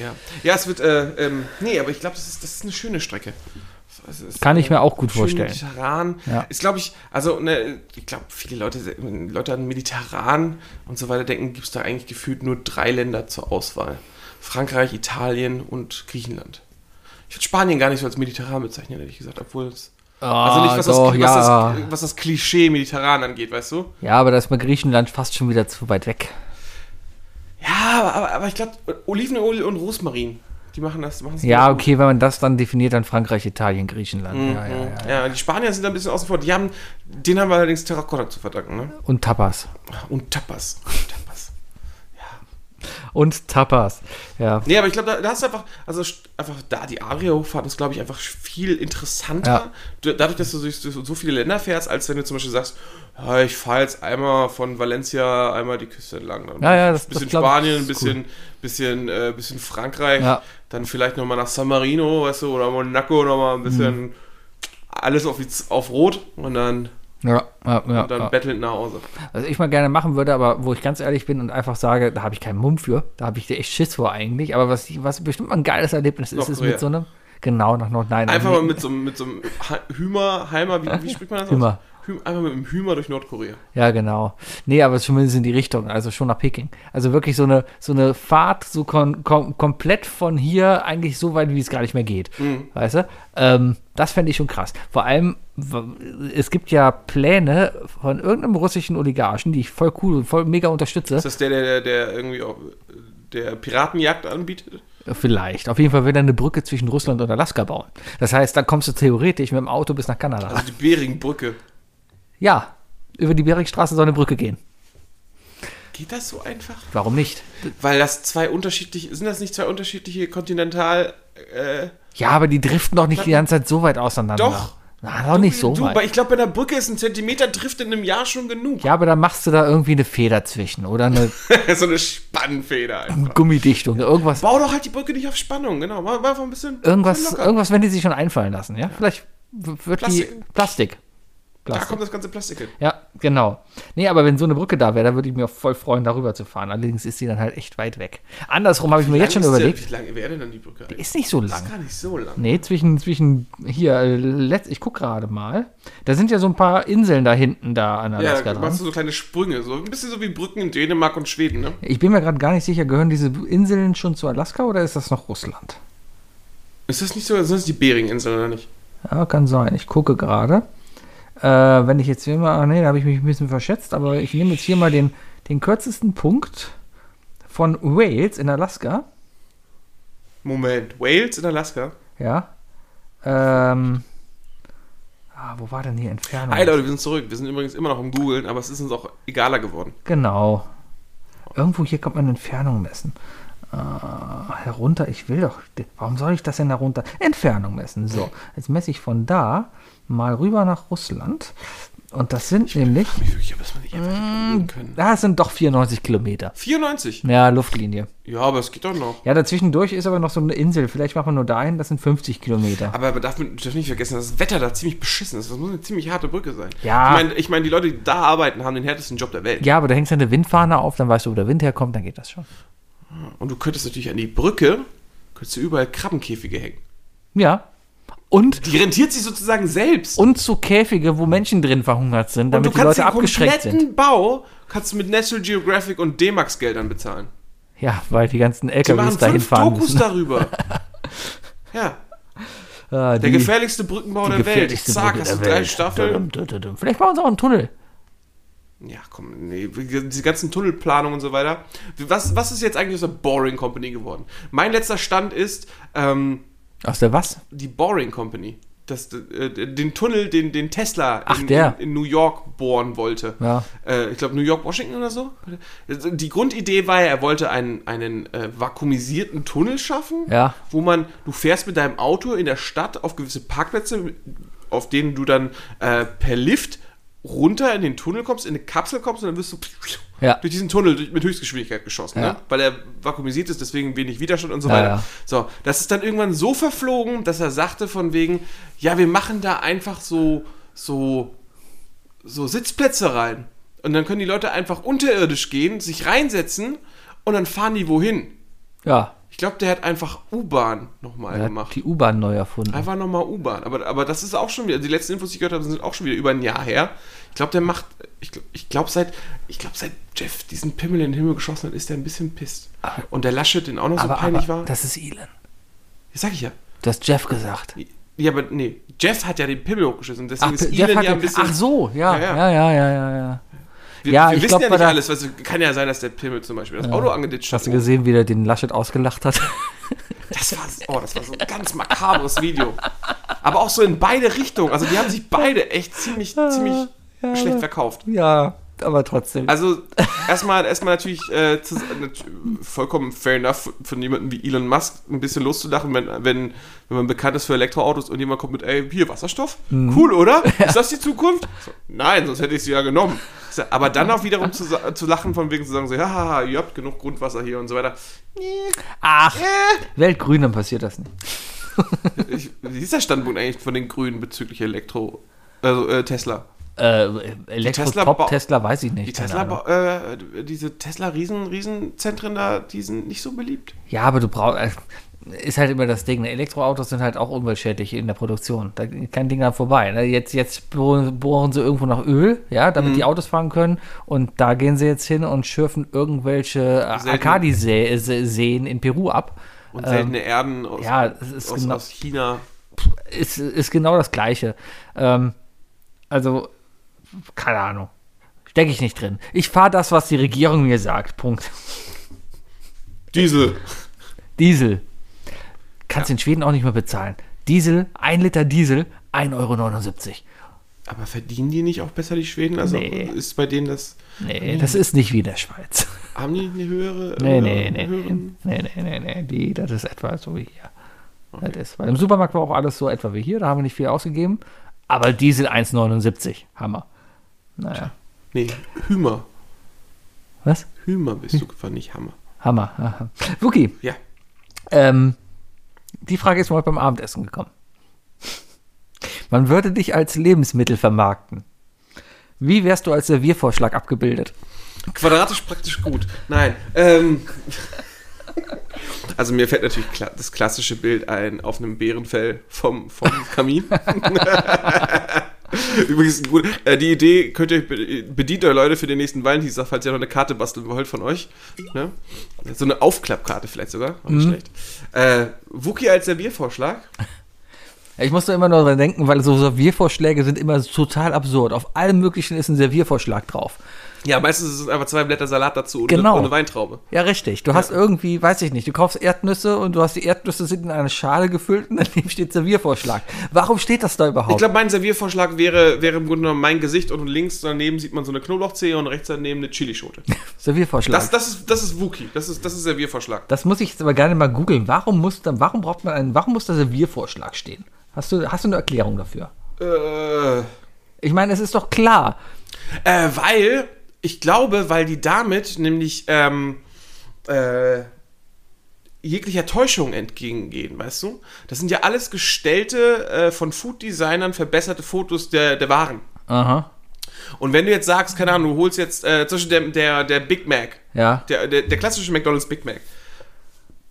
D: Ja, ja es wird, äh, ähm, nee, aber ich glaube, das ist, das ist eine schöne Strecke. Es ist,
B: Kann ich
D: äh,
B: mir auch gut
D: schön
B: vorstellen.
D: Mediterran.
B: Ja.
D: Ist, glaube ich, also, ne, ich glaube, viele Leute, Leute an Mediterran und so weiter denken, gibt es da eigentlich gefühlt nur drei Länder zur Auswahl: Frankreich, Italien und Griechenland. Ich würde Spanien gar nicht so als mediterran bezeichnen, ehrlich gesagt, obwohl es. Also nicht, was,
B: Ah, doch,
D: das, was,
B: ja.
D: das, was das Klischee mediterran angeht, weißt du?
B: Ja, aber da ist mir Griechenland fast schon wieder zu weit weg.
D: Ja, aber, aber, aber ich glaube, Olivenöl und Rosmarin, die machen das. Machen das
B: Ja,
D: gut.
B: okay, wenn man das dann definiert, dann Frankreich, Italien, Griechenland.
D: Mhm.
B: Ja, ja, ja.
D: Ja, die Spanier sind da ein bisschen außen vor. Die haben, den haben wir allerdings Terrakotta zu verdanken, ne?
B: Und Tapas.
D: Und Tapas. Tapas.
B: Und Tapas. Ja.
D: Nee, aber ich glaube, da, da hast du einfach, also st- einfach da die Adria hochfahren ist, glaube ich, einfach viel interessanter.
B: Ja.
D: Du- Dadurch, dass du durch so so viele Länder fährst, als wenn du zum Beispiel sagst, ja, ich fahre jetzt einmal von Valencia einmal die Küste entlang. Dann
B: Ja, ja, das-
D: ein bisschen
B: das glaub ich,
D: Spanien, ein
B: ist
D: bisschen, bisschen, äh, bisschen Frankreich,
B: Ja.
D: dann vielleicht nochmal nach San Marino, weißt du, oder Monaco nochmal ein bisschen
B: Mhm.
D: alles auf, die Z- auf Rot und dann,
B: Ja, ja, ja,
D: und dann
B: ja.
D: bettelnd nach Hause.
B: Was ich mal gerne machen würde, aber wo ich ganz ehrlich bin und einfach sage, da habe ich keinen Mumm für, da habe ich echt Schiss vor eigentlich, aber was, ich- was bestimmt mal ein geiles Erlebnis ist, ist
D: Nordkorea.
B: mit so einem, genau, nach Nord, nein.
D: Einfach
B: nee,
D: mal mit so, einem- mit so einem Ha- Hümer, Heimer, wie, wie spricht man das
B: Hümer.
D: aus? Hümer. Einfach mit einem Hümer durch Nordkorea.
B: Ja, genau. Nee, aber zumindest in die Richtung, also schon nach Peking. Also wirklich so eine, so eine Fahrt, so kon- kom komplett von hier eigentlich so weit, wie es gar nicht mehr geht. Weißt du? Ähm, das fände ich schon krass. Vor allem, w- es gibt ja Pläne von irgendeinem russischen Oligarchen, die ich voll cool und voll mega unterstütze.
D: Ist das der, der, der, der irgendwie auch, äh, der Piratenjagd anbietet?
B: Vielleicht. Auf jeden Fall will er eine Brücke zwischen Russland und Alaska bauen. Das heißt, dann kommst du theoretisch mit dem Auto bis nach Kanada.
D: Also die Beringbrücke.
B: ja, über die Beringstraße soll eine Brücke gehen.
D: Geht das so einfach?
B: Warum nicht?
D: Weil das zwei unterschiedliche, sind das nicht zwei unterschiedliche Kontinental, äh,
B: Ja, aber die driften doch nicht die ganze Zeit so weit auseinander.
D: Doch.
B: Na, doch nicht so
D: du,
B: weit.
D: weil ich glaube, bei einer Brücke ist ein Zentimeter Drift in einem Jahr schon genug.
B: Ja, aber da machst du da irgendwie eine Feder zwischen oder
D: [LAUGHS]
B: eine
D: so eine Spannfeder einfach.
B: Gummidichtung. Irgendwas,
D: Bau doch halt die Brücke nicht auf Spannung, genau. Mach mach einfach ein bisschen.
B: irgendwas,
D: bisschen locker.
B: irgendwas, wenn die sich schon einfallen lassen, ja? Vielleicht w- wird die
D: Plastik.
B: Plastik.
D: Da
B: Plastik.
D: kommt das ganze Plastik hin.
B: Ja, genau. Nee, aber wenn so eine Brücke da wäre, dann würde ich mir auch voll freuen, darüber zu fahren. Allerdings ist sie dann halt echt weit weg. Andersrum habe ich mir jetzt schon
D: Lang ist der-
B: überlegt,
D: Wie lange wäre denn dann die Brücke eigentlich?
B: ist nicht so
D: Das
B: lang.
D: ist gar nicht so lang.
B: Nee, zwischen, zwischen hier, äh, letzt, ich gucke gerade mal. Da sind ja so ein paar Inseln da hinten da an
D: Ja,
B: Alaska
D: da
B: dran.
D: machst du so kleine Sprünge, so ein bisschen so wie Brücken in Dänemark und Schweden, ne?
B: Ich bin mir gerade gar nicht sicher, gehören diese Inseln schon zu Alaska oder ist das noch Russland?
D: Ist das nicht so, sind das die Beringinseln oder nicht?
B: Ja, kann sein. Ich gucke gerade. Äh, wenn ich jetzt hier mal, ah, nee, da habe ich mich ein bisschen verschätzt, aber ich nehme jetzt hier mal den, den kürzesten Punkt von Wales in Alaska.
D: Moment, Wales in Alaska?
B: Ja. Ähm, ah, wo war denn die Entfernung?
D: Hi Leute, wir sind zurück. Wir sind übrigens immer noch am Googlen, aber es ist uns auch egaler geworden.
B: Genau. Irgendwo hier kann man Entfernung messen. Ah, herunter, ich will doch. Warum soll ich das denn herunter? Entfernung messen. So, jetzt messe ich von da mal rüber nach Russland. Und das sind nämlich.
D: Ich wirklich, ob das man nicht einfach googeln können.
B: Ah, es sind doch 94 Kilometer.
D: 94?
B: Ja, Luftlinie.
D: Ja, aber es geht doch noch.
B: Ja, dazwischendurch ist aber noch so eine Insel. Vielleicht machen wir nur dahin, das sind 50 Kilometer.
D: Aber man darf, man darf nicht vergessen, dass das Wetter da ziemlich beschissen ist. Das muss eine ziemlich harte Brücke sein.
B: Ja.
D: Ich meine, ich meine, die Leute, die da arbeiten, haben den härtesten Job der Welt.
B: Ja, aber da hängst du eine Windfahne auf, dann weißt du, wo der Wind herkommt, dann geht das schon.
D: Und du könntest natürlich an die Brücke, könntest du überall Krabbenkäfige hängen.
B: Ja. Und,
D: Die rentiert sich sozusagen selbst.
B: und so Käfige, wo Menschen drin verhungert sind, damit die Leute abgeschreckt
D: kompletten
B: sind.
D: Bau kannst du mit National Geographic und D-Max-Geldern bezahlen.
B: Ja, weil die ganzen
D: Die
B: LKWs
D: machen
B: dahin
D: fünf
B: fahren
D: Dokus
B: müssen. [LAUGHS]
D: darüber. ja,
B: Ah,
D: der
B: die-
D: gefährlichste Brückenbau
B: die
D: der Welt.
B: gefährlichste
D: Zack,
B: Brücke
D: hast du
B: der
D: drei
B: Welt.
D: Staffeln.
B: Dum, dum, dum. Vielleicht machen wir uns auch einen Tunnel.
D: Ja, komm, nee, diese ganzen Tunnelplanungen und so weiter. Was, was ist jetzt eigentlich aus der Boring Company geworden? Mein letzter Stand ist, ähm,
B: Aus der was?
D: die Boring Company. Das, äh, den Tunnel, den, den Tesla
B: Ach,
D: in,
B: der.
D: in, in New York bohren wollte.
B: Ja.
D: Äh, ich glaube, New York, Washington oder so. Die Grundidee war ja, er wollte einen, einen äh, vakuumisierten Tunnel schaffen,
B: Ja.
D: wo man, du fährst mit deinem Auto in der Stadt auf gewisse Parkplätze, auf denen du dann äh, per Lift runter in den Tunnel kommst, in eine Kapsel kommst und dann wirst du
B: Ja.
D: durch diesen Tunnel durch- mit Höchstgeschwindigkeit geschossen,
B: Ja.
D: ne? weil er vakuumisiert ist, deswegen wenig Widerstand und so
B: Ja,
D: weiter.
B: ja.
D: So, das ist dann irgendwann so verflogen, dass er sagte von wegen, ja, wir machen da einfach so, so, so Sitzplätze rein. Und dann können die Leute einfach unterirdisch gehen, sich reinsetzen und dann fahren die wohin.
B: Ja.
D: Ich glaube, der hat einfach U-Bahn nochmal
B: Er hat
D: gemacht.
B: die U-Bahn neu erfunden.
D: Einfach nochmal U-Bahn. Aber, aber das ist auch schon wieder, die letzten Infos, die ich gehört habe, sind auch schon wieder über ein Jahr her. Ich glaube, der macht, ich, gl- ich glaube, seit, ich glaub, seit Jeff diesen Pimmel in den Himmel geschossen hat, ist er ein bisschen pisst. Und der Laschet, den auch noch so
B: Ah. aber,
D: peinlich
B: aber
D: war. Das
B: das ist Elon.
D: sag ich ja.
B: Das hat Jeff gesagt.
D: Ja, aber nee, Jeff hat ja den Pimmel hochgeschissen. Deswegen
B: Ach,
D: ist
B: Jeff
D: Elon
B: hat
D: ja
B: ja,
D: ein bisschen.
B: ach so, ja,
D: Ja,
B: ja,
D: ja.
B: ja, ja, ja, ja. ja.
D: wir
B: ja,
D: wir
B: ich
D: wissen
B: glaub,
D: ja
B: bei
D: nicht
B: der-
D: alles. Weißt du, kann ja sein, dass der Pimmel zum Beispiel das Auto angeditscht
B: Hast du
D: hat.
B: gesehen, wie der den Laschet ausgelacht hat? [LAUGHS]
D: Das war, oh, das war so ein ganz makabres Video. Aber auch so in beide Richtungen. Also die haben sich beide echt ziemlich, ziemlich schlecht verkauft.
B: Ah, ja, aber trotzdem.
D: Also erstmal erstmal natürlich äh, zu, nat- vollkommen fair enough von jemandem wie Elon Musk ein bisschen loszulachen, wenn, wenn, wenn man bekannt ist für Elektroautos und jemand kommt mit, ey, hier Wasserstoff?
B: Mhm. [LAUGHS]
D: Cool, oder? Ist das die Zukunft? So, Nein, sonst hätte ich sie ja genommen. Ich sag, Aber dann auch wiederum zu, sa- zu lachen, von wegen zu sagen, so, haha, ihr habt genug Grundwasser hier und so weiter. Äh,
B: ach, Weltgrünen passiert das nicht.
D: Ich, wie ist der Standpunkt eigentlich von den Grünen bezüglich Elektro, also äh, Tesla?
B: Äh, Elektro
D: Tesla bau-
B: Top Tesla weiß ich nicht.
D: Die
B: keine
D: Tesla,
B: Ahnung.
D: ba- äh, diese Tesla Riesen, Riesenzentren da, die sind nicht so beliebt.
B: Ja, aber du brauchst. äh, Ist halt immer das Ding. ne? Elektroautos sind halt auch umweltschädlich in der Produktion. Da geht kein Ding dran vorbei. ne? Jetzt, jetzt bohren bohren sie irgendwo nach Öl, ja, damit die Autos fahren können. Und da gehen sie jetzt hin und schürfen irgendwelche äh,
D: Seltene-
B: Akadi-Seen in Peru ab.
D: Und
B: Ähm,
D: seltene Erden aus,
B: ja, es ist
D: aus,
B: genau-
D: aus China.
B: ist, ist genau das Gleiche. Ähm, also, keine Ahnung. Stecke ich nicht drin. Ich fahre das, was die Regierung mir sagt. Punkt.
D: Diesel.
B: Diesel. Kannst in Schweden auch nicht mehr bezahlen. Diesel, ein Liter Diesel, 1,79 Euro.
D: Aber verdienen die nicht auch besser, die Schweden? Also
B: Nee.
D: ist bei denen das.
B: Nee, das ist nicht wie in der Schweiz.
D: Haben die eine höhere.
B: Nee,
D: äh,
B: nee, nee.
D: höheren-
B: Nee, nee, nee, nee. Die, das ist etwa so wie hier. Das ist, weil Im Supermarkt war auch alles so etwa wie hier. Da haben wir nicht viel ausgegeben. Aber Diesel 1,79. Hammer. Naja.
D: Nee, Hümer.
B: Was?
D: Hümer bist du
B: Hm.
D: gefahren, nicht Hammer.
B: Hammer. Aha. Wookie.
D: Ja.
B: Ähm, die Frage ist mir heute beim Abendessen gekommen. Man würde dich als Lebensmittel vermarkten. Wie wärst du als Serviervorschlag abgebildet?
D: Quadratisch praktisch gut. Nein. Ähm, also mir fällt natürlich kla das klassische Bild ein auf einem Bärenfell vom, vom Kamin. [LAUGHS] Übrigens, gut, äh, die Idee könnt ihr, be- bedient euch Leute für den nächsten Valentinstag, falls ihr noch eine Karte basteln wollt von euch. Ne? So eine Aufklappkarte vielleicht sogar, auch nicht schlecht. Äh, Wookie als Serviervorschlag.
B: Ich muss da immer nur dran denken, weil so Serviervorschläge sind immer total absurd. Auf allem Möglichen ist ein Serviervorschlag drauf.
D: Ja, meistens ist es einfach zwei Blätter Salat dazu und,
B: Genau.
D: eine, und eine Weintraube.
B: Ja, richtig. Du hast irgendwie, weiß ich nicht, du kaufst Erdnüsse und du hast die Erdnüsse sind in eine Schale gefüllt und daneben steht Serviervorschlag. Warum steht das da überhaupt?
D: Ich glaube, mein Serviervorschlag wäre, wäre im Grunde genommen mein Gesicht und links daneben sieht man so eine Knoblauchzehe und rechts daneben eine Chilischote.
B: Serviervorschlag.
D: Das, das ist, das ist Wookie. Das ist, das ist Serviervorschlag.
B: Das muss ich jetzt aber gerne mal googeln. Warum muss dann, warum braucht man einen, warum muss da Serviervorschlag stehen? Hast du, hast du eine Erklärung dafür?
D: Äh, äh,
B: Ich meine, es ist doch klar.
D: weil, ich glaube, weil die damit nämlich ähm, äh, jeglicher Täuschung entgegengehen, weißt du? Das sind ja alles gestellte, äh, von Food-Designern verbesserte Fotos der, der Waren.
B: Aha.
D: Und wenn du jetzt sagst, keine Ahnung, du holst jetzt äh, zwischen der, der, der Big Mac,
B: Ja.
D: der, der, der klassische McDonald's Big Mac,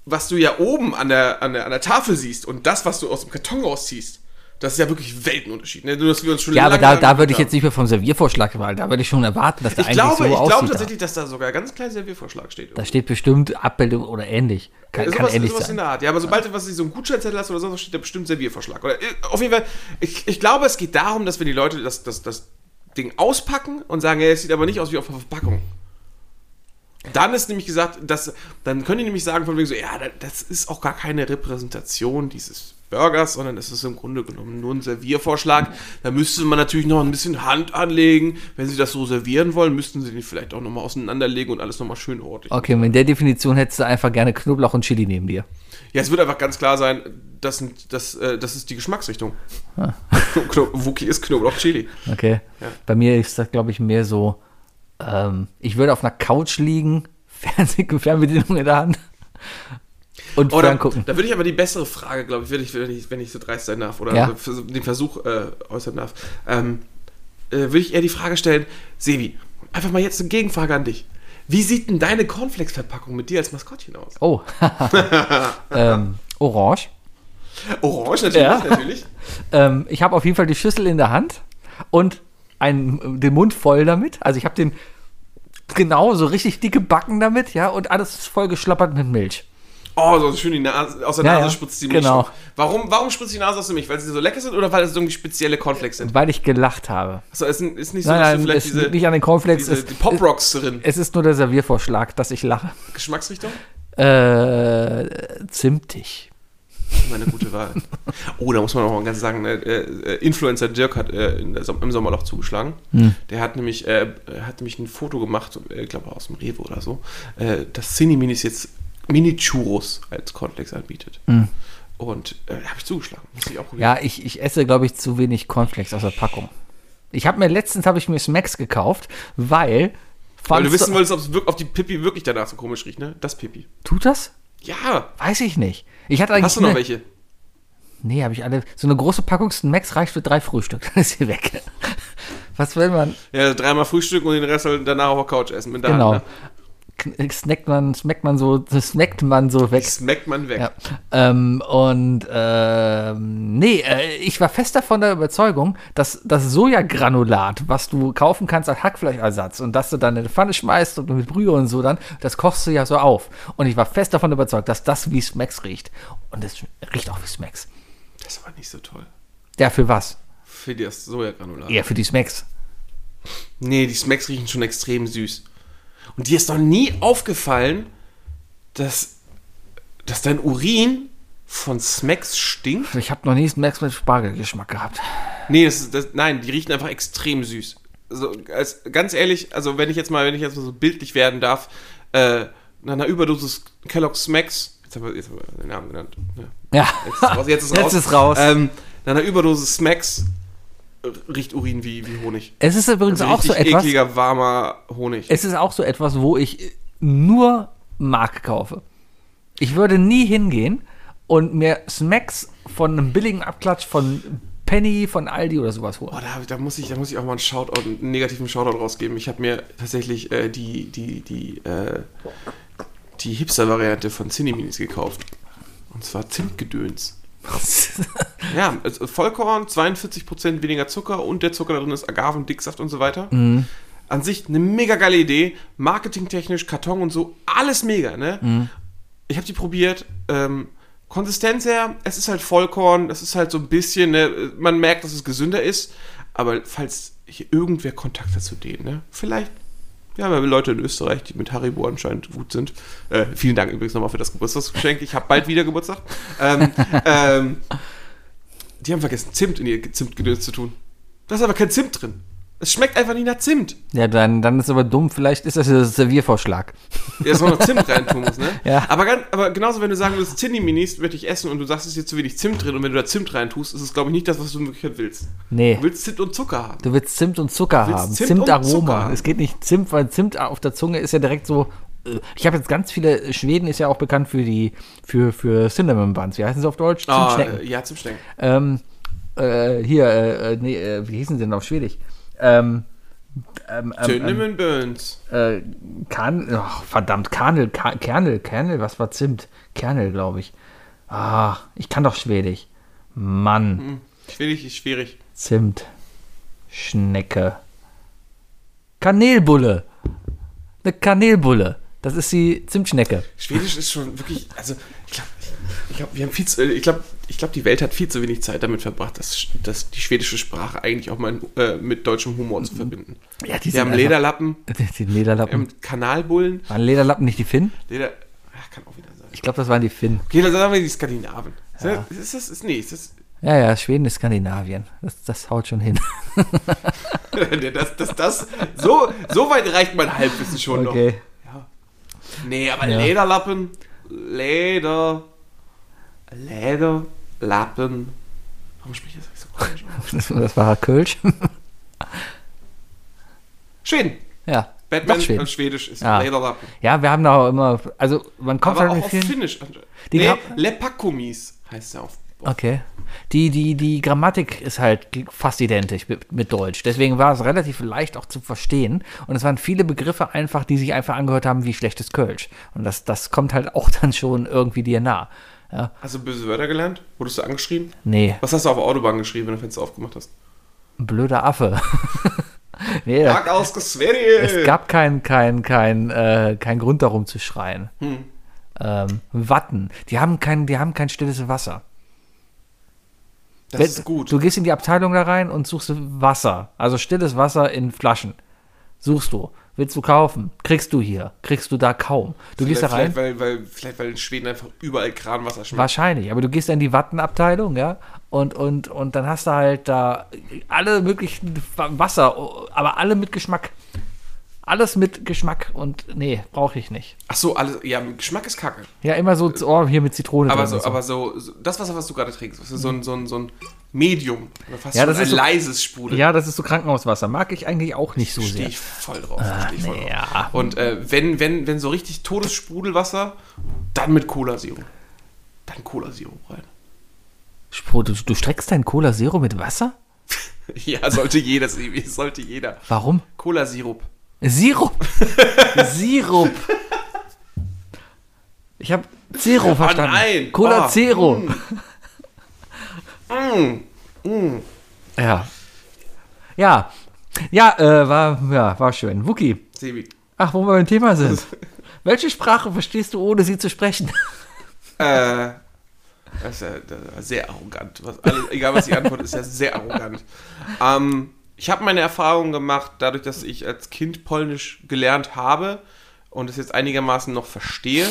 D: was du ja oben an der, an der, an der Tafel siehst und das, was du aus dem Karton rausziehst, Das ist ja wirklich Weltenunterschied. Ne? Du hast wir uns schon
B: Ja, aber
D: lange
B: da,
D: lang
B: da würde ich
D: haben.
B: jetzt nicht mehr vom Serviervorschlag, weil da würde ich schon erwarten, dass der
D: Ich
B: eigentlich
D: glaube,
B: so
D: ich
B: aussieht.
D: glaube
B: da.
D: tatsächlich, dass da sogar ganz klein Serviervorschlag steht.
B: Da steht bestimmt Abbildung oder ähnlich. Kann,
D: Ja,
B: kann
D: Äh, sowas,
B: ähnlich
D: sowas in
B: sein.
D: der Art. Ja, aber sobald du was so einen Gutscheinzettel hast oder sonst was, steht da bestimmt Serviervorschlag. Oder, äh, auf jeden Fall, ich, ich glaube, es geht darum, dass wenn die Leute das, das, das Ding auspacken und sagen, ja, es sieht aber nicht aus wie auf der Verpackung. Dann ist nämlich gesagt, dass, dann können die nämlich sagen, von wegen so, ja, da- das ist auch gar keine Repräsentation dieses Burgers, sondern es ist im Grunde genommen nur ein Serviervorschlag. Da müsste man natürlich noch ein bisschen Hand anlegen. Wenn sie das so servieren wollen, müssten sie den vielleicht auch nochmal auseinanderlegen und alles nochmal schön ordentlich
B: Okay, und in der Definition hättest du einfach gerne Knoblauch und Chili neben dir.
D: ja, es wird einfach ganz klar sein, das, sind, das, äh, das ist die Geschmacksrichtung.
B: Ah.
D: [LAUGHS] Kno Wookie ist Knoblauch Chili.
B: Okay. Bei mir ist das, glaube ich, mehr so, ähm, ich würde auf einer Couch liegen, [LAUGHS] Fernseh Fernbedienung in der Hand und
D: Oder,
B: fern gucken.
D: Da würde ich aber die bessere Frage, glaube ich, wenn ich, wenn ich, wenn ich so dreist sein darf oder
B: Ja.
D: vers- den Versuch äh, äußern darf, ähm, äh, würde ich eher die Frage stellen, Sebi, einfach mal jetzt eine Gegenfrage an dich. Wie sieht denn deine Cornflakes-Verpackung mit dir als Maskottchen aus?
B: Oh, [LAUGHS] ähm, orange.
D: Orange natürlich,
B: Ja.
D: natürlich.
B: Ähm, ich habe auf jeden Fall die Schüssel in der Hand und einen, den Mund voll damit. Also ich habe den genau so richtig dicke Backen damit, ja, und alles ist voll geschlappert mit Milch.
D: Oh, so schön die Nase, aus der
B: Ja,
D: Nase
B: ja,
D: spritzt die Milch.
B: genau.
D: noch. Warum, warum spritzt die Nase aus der Milch? Weil sie so lecker sind oder weil es irgendwie spezielle Cornflakes sind?
B: Weil ich gelacht habe.
D: Achso, es sind- ist nicht so,
B: Nein,
D: dass du
B: nein,
D: vielleicht
B: es
D: diese...
B: liegt nicht an den Cornflakes.
D: Diese,
B: es,
D: die Pop Rocks drin.
B: es ist nur der Serviervorschlag, dass ich lache.
D: Geschmacksrichtung?
B: Äh, zimtig.
D: Immer eine
B: [LAUGHS]
D: gute Wahl. Oh, da muss man auch mal ganz sagen, äh, äh, Influencer Dirk hat äh, in der Som im Sommerloch zugeschlagen.
B: Hm.
D: Der hat nämlich, äh, äh, hat nämlich ein Foto gemacht, äh, ich glaube aus dem Rewe oder so, äh, dass Cineminis jetzt Mini-Churros als Cornflakes anbietet. Und äh, habe ich zugeschlagen. Muss ich auch
B: Hm.
D: probieren.
B: Ja, ich, ich esse, glaube ich, zu wenig Cornflakes aus der Packung. Ich habe mir letztens habe ich mir Smacks gekauft, weil.
D: Weil du
B: fandst
D: wissen wolltest, ob es wirk- ob die Pipi wirklich danach so komisch riecht, ne? Das Pipi.
B: Tut das?
D: Ja!
B: Weiß ich nicht. Ich hatte eigentlich
D: Hast du noch
B: eine-
D: welche?
B: Nee, habe ich alle. So eine große Packung Smacks reicht für drei Frühstück. [LAUGHS] Dann ist sie weg. Was will man?
D: Ja, dreimal Frühstück und den Rest halt danach auf der Couch essen. Mit der
B: genau.
D: Hand, ne?
B: Kn- Snackt man, smackt man so, snackt man so weg.
D: Smackt man weg.
B: Ja. Ähm, und ähm, nee, äh, ich war fest davon der Überzeugung, dass das Sojagranulat, was du kaufen kannst als Hackfleischersatz und das du dann in die Pfanne schmeißt und mit Brühe und so dann, das kochst du ja so auf. Und ich war fest davon überzeugt, dass das wie Smacks riecht. Und es riecht auch wie Smacks.
D: Das ist aber nicht so toll.
B: Ja, für was?
D: Für das Sojagranulat.
B: Ja, für die Smacks.
D: Nee, die Smacks riechen schon extrem süß. Und dir ist noch nie aufgefallen, dass, dass dein Urin von Smacks stinkt?
B: Ich habe noch nie Smacks mit Spargelgeschmack gehabt.
D: Nee, das ist, das, nein, die riechen einfach extrem süß. Also, als, ganz ehrlich, also wenn ich jetzt mal, wenn ich jetzt mal so bildlich werden darf, äh, nach einer Überdosis Kellogg's Smacks, jetzt haben wir, jetzt haben wir den Namen genannt, ne?
B: Ja.
D: Jetzt ist raus. Jetzt ist
B: [LAUGHS]
D: raus.
B: Jetzt ist raus.
D: Ähm, nach einer Überdosis Smacks äh, riecht Urin wie, wie Honig.
B: es ist übrigens auch so etwas.
D: also ekliger, warmer Honig.
B: Es ist auch so etwas, wo ich nur Mark kaufe. Ich würde nie hingehen und mir Smacks von einem billigen Abklatsch von Penny, von Aldi oder sowas
D: Oh,
B: holen.
D: da, hab ich- da, muss ich, da muss ich auch mal einen Shoutout, einen negativen Shoutout rausgeben. Ich habe mir tatsächlich äh, die, die, die, äh, die Hipster-Variante von Cineminis gekauft. Und zwar Zimtgedöns. Ja, also Vollkorn, 42% weniger Zucker und der Zucker da drin ist Agaven, Dicksaft und so weiter. An sich eine mega geile Idee. Marketingtechnisch, Karton und so, alles mega, ne? Ich habe die probiert. Ähm, Konsistenz her, es ist halt Vollkorn, es ist halt so ein bisschen, ne, man merkt, dass es gesünder ist. Aber falls hier irgendwer Kontakt hat zu denen, ne? Vielleicht. Ja, wir haben Leute in Österreich, die mit Haribo anscheinend gut sind. Äh, vielen Dank übrigens nochmal für das Geburtstagsgeschenk. Ich habe bald wieder Geburtstag. Ähm, ähm, die haben vergessen, Zimt in ihr Zimtgedöns zu tun. Da ist aber kein Zimt drin. Es schmeckt einfach nicht nach Zimt.
B: [LAUGHS] Ja, dann, dann ist aber dumm. Vielleicht ist das der Serviervorschlag.
D: Ja, dass man noch Zimt rein tun muss, ne?
B: [LAUGHS] Ja.
D: Aber, ganz, aber genauso, wenn du sagen würdest, Zinni-Minis möchte ich essen und du sagst, es ist jetzt zu wenig Zimt drin und wenn du da Zimt rein tust, ist es, glaube ich, nicht das, was du in Wirklichkeit willst.
B: Nee.
D: Du willst Zimt und Zucker haben.
B: Du willst Zimt und Zucker
D: Willst
B: haben.
D: Zimt
B: Zimtaroma.
D: und Zucker haben.
B: Es geht nicht Zimt, weil Zimt auf der Zunge ist ja direkt so. äh, Ich habe jetzt ganz viele. äh, Schweden ist ja auch bekannt für die für für Cinnamon Buns. Wie heißen sie auf Deutsch?
D: Ah,
B: Zimtschnecken.
D: äh, ja, Zimtschnecken.
B: Ähm, äh, hier, äh, äh, nee, äh, wie hießen sie denn auf Schwedisch? Ähm, ähm, ähm,
D: Cinnamon Burns.
B: äh, kan ach, verdammt, Kanel, Ka Kernel, Kernel, was war Zimt? Kernel, glaube ich. Ah, ich kann doch Schwedisch. Mann.
D: Schwierig ist schwierig.
B: Zimt. Schnecke. Kanelbulle. Eine Kanelbulle. Das ist die Zimtschnecke.
D: Schwedisch ist schon wirklich, also ich glaube, ich glaub, wir haben viel zu, äh, ich glaube, ich glaub, die Welt hat viel zu wenig Zeit damit verbracht, dass, dass die schwedische Sprache eigentlich auch mal äh, mit deutschem Humor
B: Mhm.
D: zu verbinden.
B: Ja, die
D: Wir haben Lederlappen,
B: [LAUGHS] Die
D: wir haben
B: Lederlappen.
D: Kanalbullen,
B: Waren Lederlappen nicht die Finn?
D: Leder, ja, kann auch wieder sein.
B: Ich glaube, das waren die Finn.
D: Okay, dann sagen wir die Skandinaven. Ist das- Ist das, ist, nee, ist das, [LAUGHS]
B: Ja, ja, Schweden ist Skandinavien. Das, das haut schon hin.
D: das, das, das, so, so weit reicht mein Halbwissen schon noch.
B: Okay.
D: Nee, aber
B: Ja.
D: Lederlappen, Leder, Lederlappen. Warum spricht das so komisch?
B: [LAUGHS]
D: aus?
B: [LAUGHS] Das war Kölsch.
D: Schweden.
B: Ja.
D: Batman
B: Doch, Schweden.
D: und Schwedisch ist
B: Ja.
D: Lederlappen.
B: Ja, wir haben da auch immer. Also, man kommt
D: Aber
B: halt
D: auch
B: mit
D: auf
B: vielen.
D: Finnisch.
B: Die Ah.
D: nee,
B: gab-
D: Lepakomis heißt er auf.
B: Okay. Die, die, die Grammatik ist halt g- fast identisch mit, mit Deutsch. Deswegen war es relativ leicht auch zu verstehen. Und es waren viele Begriffe einfach, die sich einfach angehört haben wie schlechtes Kölsch. Und das, das kommt halt auch dann schon irgendwie dir nah.
D: Hast du böse Wörter gelernt? Wurdest du angeschrieben?
B: Nee,
D: Was hast du auf der Autobahn geschrieben, wenn du Fenster aufgemacht hast?
B: blöder Affe. [LAUGHS] nee, das,
D: Tag aus Sverige!
B: es gab keinen kein, kein, äh, kein Grund darum zu schreien. Ähm, Watten. Die haben, kein, die haben kein stilles Wasser.
D: das
B: Wenn-
D: ist gut.
B: Du gehst in die Abteilung da rein und suchst Wasser, also stilles Wasser in Flaschen. Suchst du. Willst du kaufen? Kriegst du hier. Kriegst du da kaum. Du gehst da rein.
D: vielleicht, Weil, weil, vielleicht, weil in Schweden einfach überall Kranwasser schmeckt.
B: Wahrscheinlich, aber du gehst da in die Wattenabteilung, ja, und, und, und dann hast du halt da alle möglichen Wasser, oh, aber alle mit Geschmack. Alles mit Geschmack und nee, brauche ich nicht.
D: Ach so, alles, ja, Geschmack ist kacke.
B: Ja, immer so, oh, hier mit Zitrone
D: Aber
B: drin
D: so,
B: und
D: aber so, so, das Wasser, was du gerade trinkst, was ist so ein, so ein, so ein Medium. Oder fast
B: Ja,
D: schon
B: das
D: ein
B: ist so-
D: leises Sprudel.
B: Ja, das ist so Krankenhauswasser. Mag ich eigentlich auch nicht so
D: Stehe
B: sehr. Ah,
D: ich voll drauf. Stehe ich voll drauf.
B: ja.
D: Und äh, wenn, wenn, wenn so richtig totes Sprudelwasser, dann mit Cola-Sirup. Dann Cola-Sirup rein.
B: Spro, du, du streckst dein Cola Zero mit Wasser?
D: [LAUGHS] Ja, sollte jeder, [LAUGHS] sollte jeder.
B: Warum?
D: Cola-Sirup.
B: Sirup. [LAUGHS] Sirup. Ich habe Zero verstanden.
D: Ah, nein.
B: Cola
D: Ah,
B: Zero. [LAUGHS]
D: Mm.
B: Ja. Ja. Ja, äh, war, ja, war schön. Wookie.
D: Sebi.
B: Ach, wo wir beim Thema sind. [LAUGHS] Welche Sprache verstehst du, ohne sie zu sprechen?
D: Äh, das ist ja das ist sehr arrogant. Was, alles, egal, was die Antwort ist, ja sehr arrogant. Ähm, ich habe meine Erfahrungen gemacht, dadurch, dass ich als Kind Polnisch gelernt habe und es jetzt einigermaßen noch verstehe,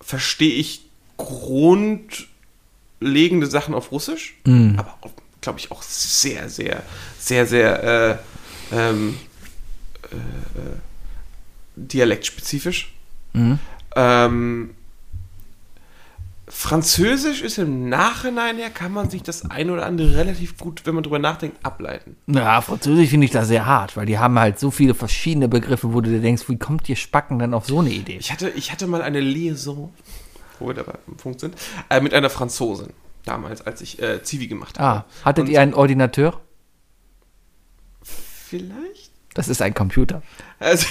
D: verstehe ich grundlegende Sachen auf Russisch, aber glaube ich auch sehr, sehr, sehr, sehr äh, ähm, äh, äh, dialektspezifisch. Ähm, Französisch ist im Nachhinein her, kann man sich das ein oder andere relativ gut, wenn man drüber nachdenkt, ableiten.
B: Na, Französisch finde ich da sehr hart, weil die haben halt so viele verschiedene Begriffe, wo du dir denkst, wie kommt ihr Spacken denn auf so eine Idee?
D: Ich hatte, ich hatte mal eine Liaison, wo wir dabei im Punkt sind, äh, mit einer Franzosin damals, als ich äh, Zivi gemacht
B: Ah,
D: habe.
B: hattet ihr einen Ordinateur?
D: Vielleicht?
B: Das ist ein Computer.
D: Also,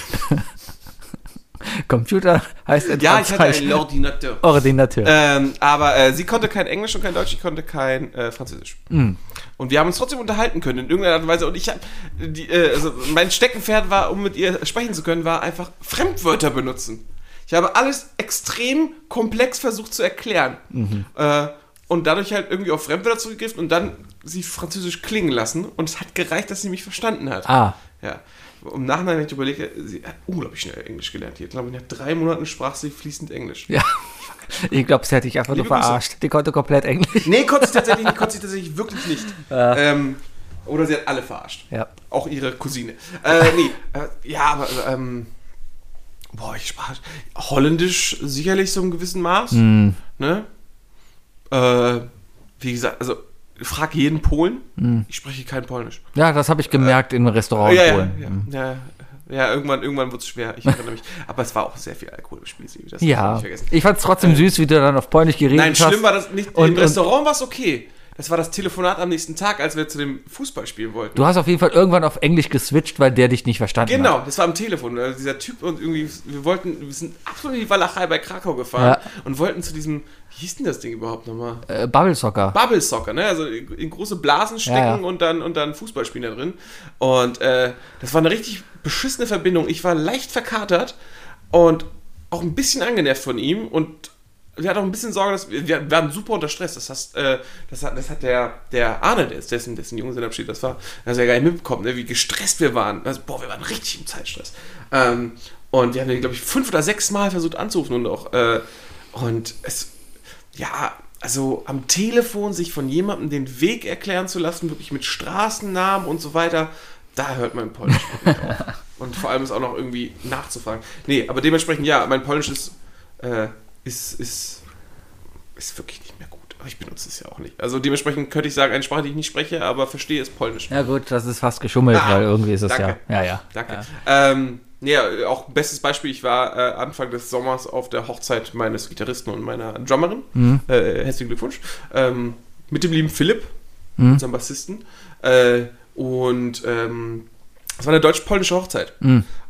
D: [LAUGHS]
B: Computer heißt in
D: ja, ich hatte
B: Frankreich
D: einen L'Ordinateur.
B: Ordinateur.
D: Ähm, aber äh, sie konnte kein Englisch und kein Deutsch, ich konnte kein äh, Französisch. Und wir haben uns trotzdem unterhalten können, in irgendeiner Art und Weise. Und ich habe, äh, also mein Steckenpferd war, um mit ihr sprechen zu können, war einfach Fremdwörter benutzen. Ich habe alles extrem komplex versucht zu erklären. Äh, und dadurch halt irgendwie auf Fremdwörter zurückgegriffen und dann sie Französisch klingen lassen. Und es hat gereicht, dass sie mich verstanden hat.
B: ah,
D: Ja. Im Nachhinein, wenn ich überlege, sie hat unglaublich schnell Englisch gelernt. Hier, glaube ich, nach drei Monaten sprach sie fließend Englisch.
B: ja. Ich glaube, sie hat dich einfach nur
D: Liebe Grüße.
B: verarscht. Die konnte komplett Englisch.
D: Nee, konnte sie tatsächlich nicht, konnte sie tatsächlich wirklich nicht. Ähm, oder sie hat alle verarscht.
B: Ja.
D: Auch ihre Cousine. Äh, nee, äh, ja, aber ähm, boah, ich sprach Holländisch sicherlich so im gewissen Maß.
B: Hm.
D: Ne? Äh, wie gesagt, also frag jeden Polen.
B: Hm.
D: Ich spreche kein Polnisch. Oh,
B: Ja, das habe ich gemerkt im Restaurant
D: ja,
B: in
D: ja,
B: Polen. Hm.
D: ja, ja, ja, irgendwann, irgendwann wird es schwer. Ich erinnere mich. Aber es war auch sehr viel Alkohol im Spiel, Sebi, das darfst du
B: Ja,
D: nicht vergessen. Äh.
B: ich fand es trotzdem süß, wie du dann auf Polnisch geredet
D: Nein,
B: hast.
D: schlimm war das nicht.
B: Und-
D: Im
B: und-
D: Restaurant war es okay. Es war das Telefonat am nächsten Tag, als wir zu dem Fußballspiel wollten.
B: Du hast auf jeden Fall irgendwann auf Englisch geswitcht, weil der dich nicht verstanden hat.
D: Genau, das war am Telefon. Also dieser Typ und irgendwie, wir wollten, wir sind absolut in die Walachei bei Krakau gefahren und wollten zu diesem, wie hieß denn das Ding überhaupt nochmal?
B: Äh, Bubble Soccer.
D: Bubble Soccer, ne? Also in große Blasen stecken
B: Ja, ja.
D: und dann und dann Fußball spielen da drin. Und äh, das war eine richtig beschissene Verbindung. Ich war leicht verkatert und auch ein bisschen angenervt von ihm und wir hatten auch ein bisschen Sorge, dass wir, wir waren super unter Stress. Das heißt, äh, das hat, das hat der, der Arne, der ist dessen, dessen Junggesellenabschied das war, das hat er gar nicht mitbekommen, ne, wie gestresst wir waren. Also, boah, wir waren richtig im Zeitstress. Ähm, und wir haben den, glaube ich, fünf oder sechs Mal versucht anzurufen und auch, äh, und es, ja, also am Telefon sich von jemandem den Weg erklären zu lassen, wirklich mit Straßennamen und so weiter, da hört mein Polnisch wirklich auf. Und vor allem ist auch noch irgendwie nachzufragen. Nee, aber dementsprechend, ja, mein Polnisch ist, äh, ist, ist, ist wirklich nicht mehr gut. Aber ich benutze es ja auch nicht. Also dementsprechend könnte ich sagen, eine Sprache, die ich nicht spreche, aber verstehe, ist Polnisch.
B: Ja gut, das ist fast geschummelt,
D: Ah,
B: weil irgendwie ist es
D: danke.
B: ja. Ja, ja. [LAUGHS]
D: Danke. Ähm, ja, auch bestes Beispiel, ich war äh, Anfang des Sommers auf der Hochzeit meines Gitarristen und meiner Drummerin. Äh, herzlichen Glückwunsch. Ähm, mit dem lieben Philipp, unserem Bassisten. Äh, und ähm, es war eine deutsch-polnische Hochzeit.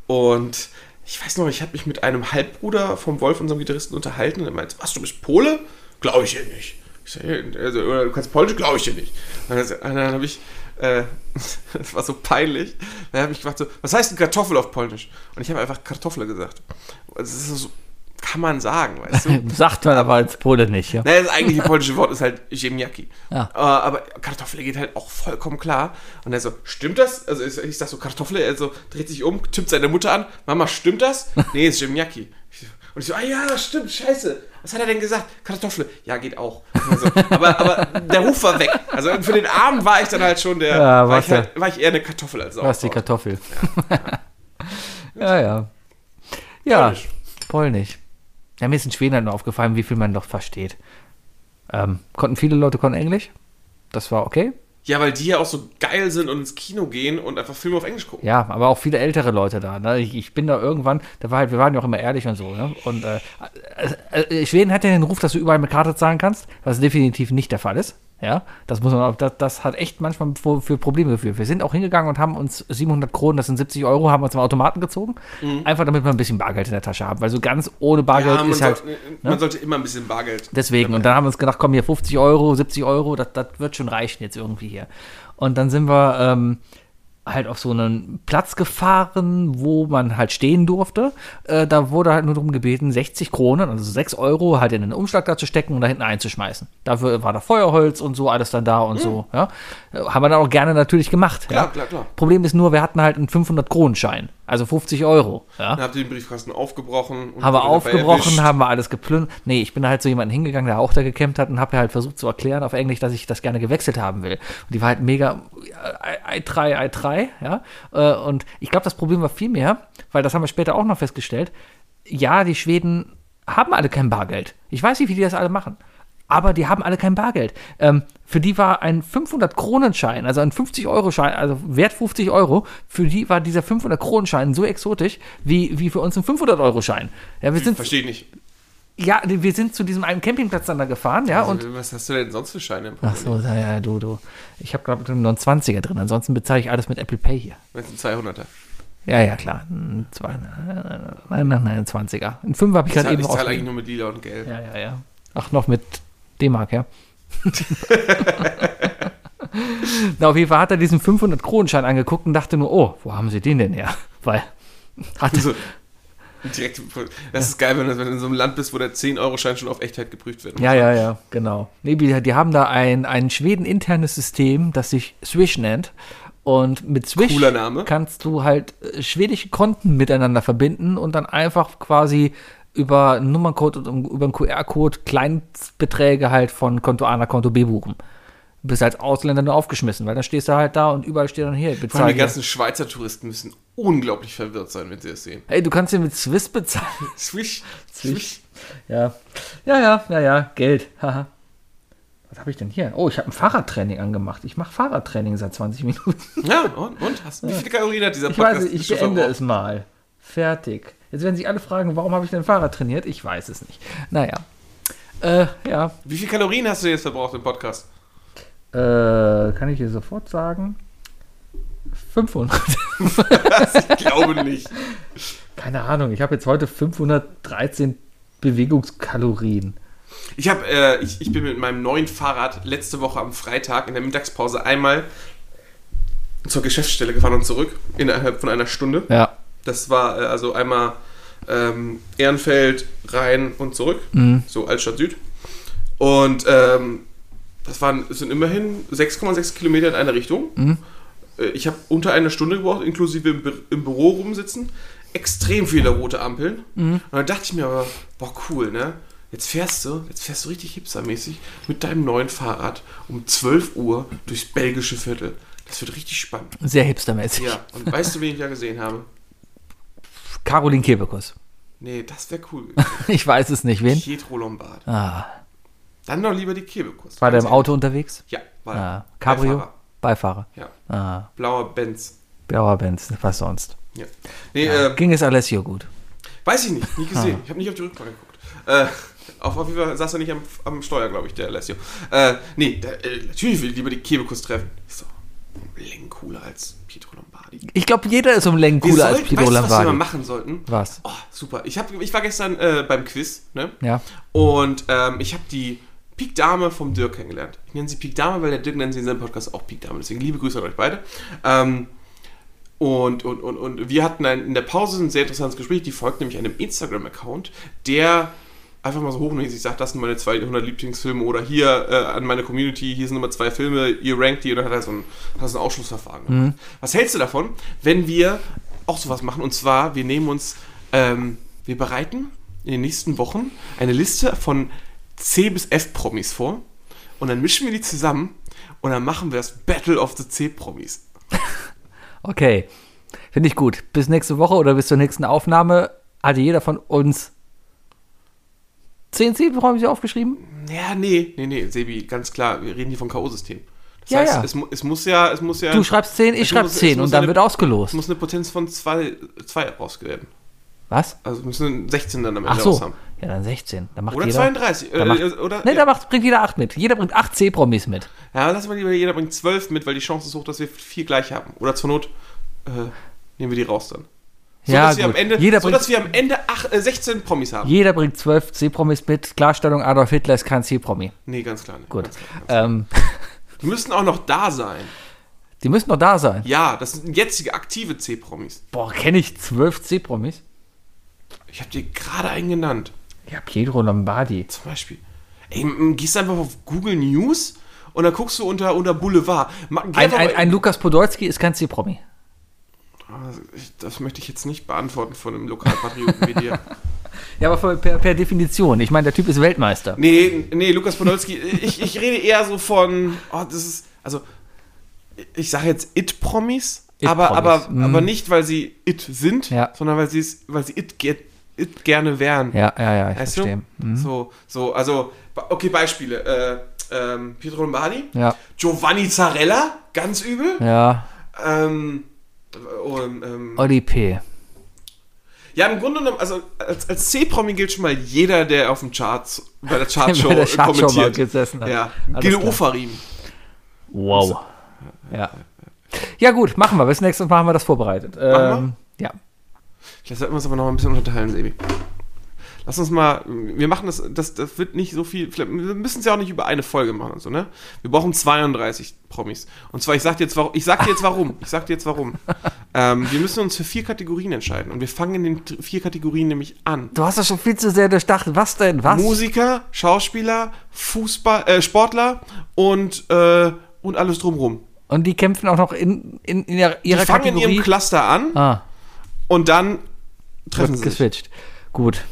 D: Und ich weiß noch, ich habe mich mit einem Halbbruder vom Wolf, unserem Gitarristen, unterhalten. Und er meinte, was, du bist Pole? Glaube ich dir nicht. Ich sag, also, oder du kannst Polnisch? Glaube ich dir nicht. Und dann, und dann habe ich, äh, [LAUGHS] das war so peinlich, dann habe ich gedacht, so, was heißt denn Kartoffel auf Polnisch? Und ich habe einfach Kartoffel gesagt. Also, das ist so, kann man sagen, weißt du?
B: Sagt man aber als Pole nicht, ja.
D: Naja,
B: [LAUGHS]
D: das eigentliche polnische Wort ist halt Ziemniaki.
B: Ja.
D: Äh, aber Kartoffel geht halt auch vollkommen klar. Und er so, stimmt das? Also ich, ich sag so, Kartoffel, er so, dreht sich um, tippt seine Mutter an. Mama,
B: [LAUGHS]
D: stimmt das? Nee, ist Ziemniaki. Ich so- Und ich so, ah ja, stimmt, scheiße. Was hat er denn gesagt? Kartoffel. Ja, geht auch. Und So, aber, aber der Ruf war weg. Also für den Abend war ich dann halt schon der,
B: Ja,
D: war,
B: was
D: ich halt, war ich eher eine Kartoffel als
B: Du hast die
D: Sauerkraut.
B: Kartoffel. [LAUGHS] Ja, ja. Ja,
D: Polnisch.
B: Polnisch. Ja, mir ist in Schweden halt nur aufgefallen, wie viel man doch versteht. Ähm, konnten viele Leute konnten Englisch. Das war okay.
D: Ja, weil die ja auch so geil sind und ins Kino gehen und einfach Filme auf Englisch gucken.
B: Ja, aber auch viele ältere Leute da. Ne? Ich, ich bin da irgendwann, da war halt, wir waren ja auch immer ehrlich und so. Ne? Und äh, äh, äh, Schweden hat ja den Ruf, dass du überall mit Karte zahlen kannst, was definitiv nicht der Fall ist. Ja, das muss man auch, das, das hat echt manchmal für, für Probleme geführt. Wir sind auch hingegangen und haben uns 700 Kronen, das sind 70 Euro, haben uns am Automaten gezogen, einfach damit wir ein bisschen Bargeld in der Tasche haben, weil so ganz ohne
D: Ja,
B: Bargeld
D: man,
B: ist halt.
D: sollte, man sollte immer ein bisschen Bargeld.
B: Deswegen. Und dann haben wir uns gedacht, komm hier 50 Euro, 70 Euro, das, das wird schon reichen jetzt irgendwie hier. Und dann sind wir ähm, halt auf so einen Platz gefahren, wo man halt stehen durfte. Äh, da wurde halt nur darum gebeten, 60 Kronen, also 6 Euro, halt in den Umschlag da zu stecken und da hinten einzuschmeißen. Dafür war da Feuerholz und so, alles dann da und so. Ja. Äh, Haben wir dann auch gerne natürlich gemacht.
D: Mhm. Klar,
B: ja.
D: klar, klar.
B: Problem ist nur, wir hatten halt einen 500-Kronen-Schein, also 50 Euro. Ja.
D: Dann habt ihr den Briefkasten aufgebrochen. und
B: Haben wir
D: dabei erwischt.
B: aufgebrochen, haben wir alles geplündert. Nee, ich bin halt zu jemandem hingegangen, der auch da gekämpft hat und habe halt versucht zu erklären auf Englisch, dass ich das gerne gewechselt haben will. Und die war halt mega äh, i3, i3, ja. Äh, Und ich glaube, das Problem war viel mehr, weil das haben wir später auch noch festgestellt. Ja, die Schweden haben alle kein Bargeld. Ich weiß nicht, wie die das alle machen. Aber die haben alle kein Bargeld. Ähm, für die war ein 500-Kronenschein, also ein 50-Euro-Schein, also wert 50 Euro, für die war dieser 500-Kronenschein so exotisch wie, wie für uns ein 500-Euro-Schein. Ja, wir sind,
D: Verstehe ich nicht.
B: ja, wir sind zu diesem einen Campingplatz dann da gefahren, ja, und.
D: Also, was hast du denn sonst für Scheine im
B: Ach
D: Portemonnaie?
B: so, ja, ja, du, du. Ich habe gerade nur einen 20er drin, ansonsten bezahle ich alles mit Apple Pay hier.
D: Wenn es ein 200er.
B: Ja, ja, klar. Ein zwei, nein, nein, nein, ein 20er. Ein 5 habe ich
D: Ich
B: gerade
D: zahle
B: eben
D: ich zahle eigentlich
B: ausgegeben.
D: nur mit Lila und Gelb.
B: Ja, ja, ja. Ach, noch mit D-Mark,
D: [LAUGHS]
B: ja. Na, auf jeden Fall hat er diesen 500-Kronenschein angeguckt und dachte nur, oh, wo haben sie den denn her? Weil, hat,
D: So, Also, direkt, das ist geil, wenn du, wenn du in so einem Land bist, wo der 10-Euro-Schein schon auf Echtheit geprüft wird.
B: ja, ja, ja, genau. Nee, die, die haben da ein, ein schweden-internes System, das sich Swish nennt. Und mit Swish
D: Cooler Name.
B: kannst du halt äh, schwedische Konten miteinander verbinden und dann einfach quasi über einen Nummerncode und um- über einen QR-Code Kleinstbeträge halt von Konto A nach Konto B buchen. Du bist als Ausländer nur aufgeschmissen, weil dann stehst du halt da und überall steht dann hier,
D: Vor allem die
B: bezahlen.
D: ganzen Schweizer Touristen müssen unglaublich verwirrt sein, wenn sie das sehen.
B: Ey, du kannst hier mit Swiss bezahlen.
D: Swish,
B: Swish. Ja. Ja, ja, ja, ja, Geld. Haha. Was habe ich denn hier? Oh, ich habe ein Fahrradtraining angemacht. Ich mache Fahrradtraining seit 20 Minuten.
D: [LAUGHS] Ja, und? und? Hast, wie viele Kalorien hat dieser
B: Ich weiß,
D: Podcast?
B: es, ich
D: schon
B: beende
D: verbraucht?
B: es mal. Fertig. Jetzt werden sich alle fragen, warum habe ich denn Fahrrad trainiert? Ich weiß es nicht. Naja. Äh, ja,
D: Wie viele Kalorien hast du jetzt verbraucht im Podcast? [LAUGHS]
B: Äh, kann ich dir sofort sagen? 500.
D: Ich glaube nicht.
B: [LAUGHS] Keine Ahnung, ich habe jetzt heute 513 Bewegungskalorien.
D: Ich, hab, äh, ich, ich bin mit meinem neuen Fahrrad letzte Woche am Freitag in der Mittagspause einmal zur Geschäftsstelle gefahren und zurück innerhalb von einer Stunde.
B: Ja.
D: Das war äh, also einmal ähm, Ehrenfeld, Rhein und zurück, so Altstadt Süd. Und ähm, das waren, es sind immerhin 6,6 Kilometer in eine Richtung. Äh, Ich habe unter einer Stunde gebraucht, inklusive im, Bü im Büro rumsitzen. Extrem viele rote Ampeln. Und da dachte ich mir aber, boah, cool, ne? Jetzt fährst du, jetzt fährst du richtig hipstermäßig mit deinem neuen Fahrrad um 12 Uhr durchs belgische Viertel. Das wird
B: [LAUGHS]
D: richtig spannend.
B: Sehr hipstermäßig.
D: Ja, und weißt du, wen ich da gesehen habe?
B: Caroline Kebekus.
D: Nee, das wäre cool. gewesen.
B: Ich weiß es nicht, wen.
D: Pietro Lombard.
B: Ah,
D: Dann doch lieber die Kebekus.
B: war der im Auto unterwegs?
D: Ja, war der.
B: Ah, Cabrio?
D: Beifahrer.
B: Beifahrer.
D: Ja,
B: Ah,
D: blauer Benz.
B: blauer Benz, was sonst.
D: Ja. Nee, äh,
B: Ging es Alessio gut?
D: weiß ich nicht, nie
B: Ah.
D: gesehen. Ich habe nicht auf die Rückbank geguckt. Äh, auf, auf jeden Fall saß er nicht am, am Steuer, glaube ich, der Alessio. Äh, nee, der, äh, natürlich will ich lieber die Kebekus treffen. Ist doch ein Längen cooler als Pietro Lombardi.
B: Ich glaube, jeder ist um Längen cooler als
D: sollten-
B: Pietro
D: weißt du, Was wir mal
B: Lombardi.
D: machen sollten?
B: Was?
D: Oh, super. Ich, hab, ich war gestern äh, beim Quiz, ne?
B: Ja.
D: Und ähm, ich habe die Pik Dame vom Dirk kennengelernt. Ich nenne sie Pik Dame, weil der Dirk nennt sie in seinem Podcast auch Pik Dame. Deswegen liebe Grüße an euch beide. Ähm, und, und, und, und wir hatten ein, in der Pause ein sehr interessantes Gespräch. Die folgt nämlich einem Instagram-Account, der einfach mal so hochmäßig sagt, das sind meine 200 Lieblingsfilme oder hier äh, an meine Community, hier sind immer zwei Filme, ihr rankt die und dann hat er so ein, hat so ein Ausschlussverfahren gemacht. Was hältst du davon, wenn wir auch sowas machen? Und zwar, wir nehmen uns, ähm, wir bereiten in den nächsten Wochen eine Liste von C bis F Promis vor und dann mischen wir die zusammen und dann machen wir das Battle of the C Promis.
B: Okay. Finde ich gut. Bis nächste Woche oder bis zur nächsten Aufnahme hatte jeder von uns 10 Zielpromis aufgeschrieben?
D: Ja, nee, nee, nee, Sebi, ganz klar, wir reden hier vom K.O.-System. Das
B: Ja,
D: heißt,
B: ja.
D: Es, mu- es muss ja, es muss ja.
B: Du schreibst 10, ich
D: es
B: schreibe
D: muss- es
B: 10
D: muss
B: und dann
D: eine-
B: wird
D: Es
B: ausgelost.
D: muss eine Potenz von 2 zwei, zwei rausgewerten.
B: Was?
D: Also müssen 16 dann am Ende
B: Ach so.
D: raus haben.
B: Ja, dann 16. Dann macht
D: Oder
B: jeder,
D: 32. Äh,
B: Dann macht,
D: oder,
B: nee,
D: ja.
B: da macht, bringt jeder 8 mit. Jeder bringt 8 C-Promis mit.
D: ja, lass mal lieber jeder bringt 12 mit, weil die Chance ist hoch, dass wir vier gleich haben. Oder zur Not äh, nehmen wir die raus dann. So,
B: ja,
D: dass, wir am
B: gut.
D: Ende,
B: jeder,
D: so dass
B: bringt,
D: wir am Ende ach- äh, 16 Promis haben.
B: jeder bringt 12 C-Promis mit. Klarstellung, Adolf Hitler ist kein C-Promi.
D: Nee, ganz klar. Nicht.
B: Gut.
D: Ganz klar.
B: Ähm,
D: Die müssen auch noch da sein.
B: die müssen noch da sein.
D: Ja, das sind jetzige aktive C-Promis.
B: Boah, kenne ich 12 C-Promis?
D: Ich habe dir gerade einen genannt.
B: Ja, Pietro Lombardi.
D: Zum Beispiel. Ey, m- gehst einfach auf Google News und dann guckst du unter, unter Boulevard. Ma- geh
B: Ein,
D: einfach
B: ein,
D: mal-
B: ein Lukas Podolski ist kein C-Promi.
D: Ah, ich- Das möchte ich jetzt nicht beantworten von einem Lokalpatrioten wie dir.
B: Ja, aber für- per, per Definition. Ich meine, der Typ ist Weltmeister.
D: [LAUGHS] Nee, nee, Lukas Podolski, ich, ich rede eher so von, oh, das ist, also, ich sage jetzt It-Promis, aber,
B: It-Promis, Mhm.
D: aber, aber nicht, weil sie It sind,
B: Ja.
D: sondern weil sie es, weil sie It, ge- it gerne wären.
B: Ja, ja, ja, ich
D: Weißt
B: verstehe.
D: du? So, so, also, ba- okay, Beispiele. Äh, ähm, Pietro Lombardi,
B: Ja,
D: Giovanni Zarella, ganz übel.
B: ja.
D: Ähm, und, ähm,
B: Oli P.
D: ja, im Grunde genommen, also als, als C-Promi gilt schon mal jeder, der auf dem Charts, bei der
B: [LAUGHS]
D: Chartshow
B: Bei der
D: äh,
B: Chartshow mal
D: kommentiert.
B: gesessen hat.
D: Ja,
B: Alles
D: Gil
B: klar.
D: Ofarim.
B: Wow. Ja. Ja, gut, machen wir. Bis nächstes Mal haben wir das vorbereitet.
D: Machen
B: wir? Ja.
D: Vielleicht sollten wir uns aber noch mal ein bisschen unterteilen, Sebi. Lass uns mal, wir machen das, das, das wird nicht so viel, vielleicht, wir müssen es ja auch nicht über eine Folge machen und so, ne? Wir brauchen 32 Promis. Und zwar, ich sag dir jetzt, warum, ich sag dir jetzt warum, ich sag dir
B: [LAUGHS]
D: jetzt warum. Ähm, wir müssen uns für vier Kategorien entscheiden und wir fangen in den t- vier Kategorien nämlich an.
B: Du hast das schon viel zu sehr durchdacht. Was denn? Was?
D: Musiker, Schauspieler, Fußball, äh, Sportler und, äh, und alles drumrum.
B: Und die kämpfen auch noch in, in, in ihrer,
D: Die
B: ihrer
D: fangen
B: Kategorie.
D: in ihrem Cluster an
B: ah,
D: und dann
B: wird
D: treffen sie sich.
B: geswitcht. Gut.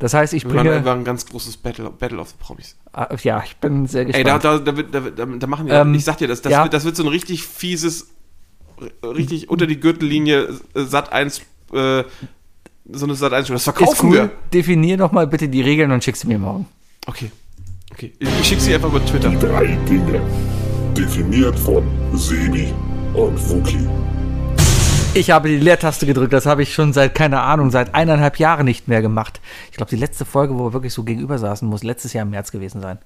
B: Das heißt, ich
D: Wir machen
B: bringe.
D: ein ganz großes Battle, Battle of the Promis.
B: Ah, Ja, ich bin sehr
D: Ey,
B: gespannt.
D: da, da, da, wird- da, wird- da, da machen die,
B: Ähm,
D: ich sag dir, das, das,
B: ja.
D: wird, das wird so ein richtig fieses, r- richtig unter die Gürtellinie äh, Sat 1, äh, so eine Sat 1 Das
B: ist
D: verkaufen
B: cool.
D: wir.
B: Definier noch mal bitte die Regeln und schick sie mir morgen.
D: Okay. Okay. Ich schick sie einfach über Twitter.
F: Drei Dinge. Definiert von Sebi und Fuki.
B: Ich habe die Leertaste gedrückt. Das habe ich schon seit, keine Ahnung, seit eineinhalb Jahren nicht mehr gemacht. Ich glaube, die letzte Folge, wo wir wirklich so gegenüber saßen, muss letztes Jahr im März gewesen sein.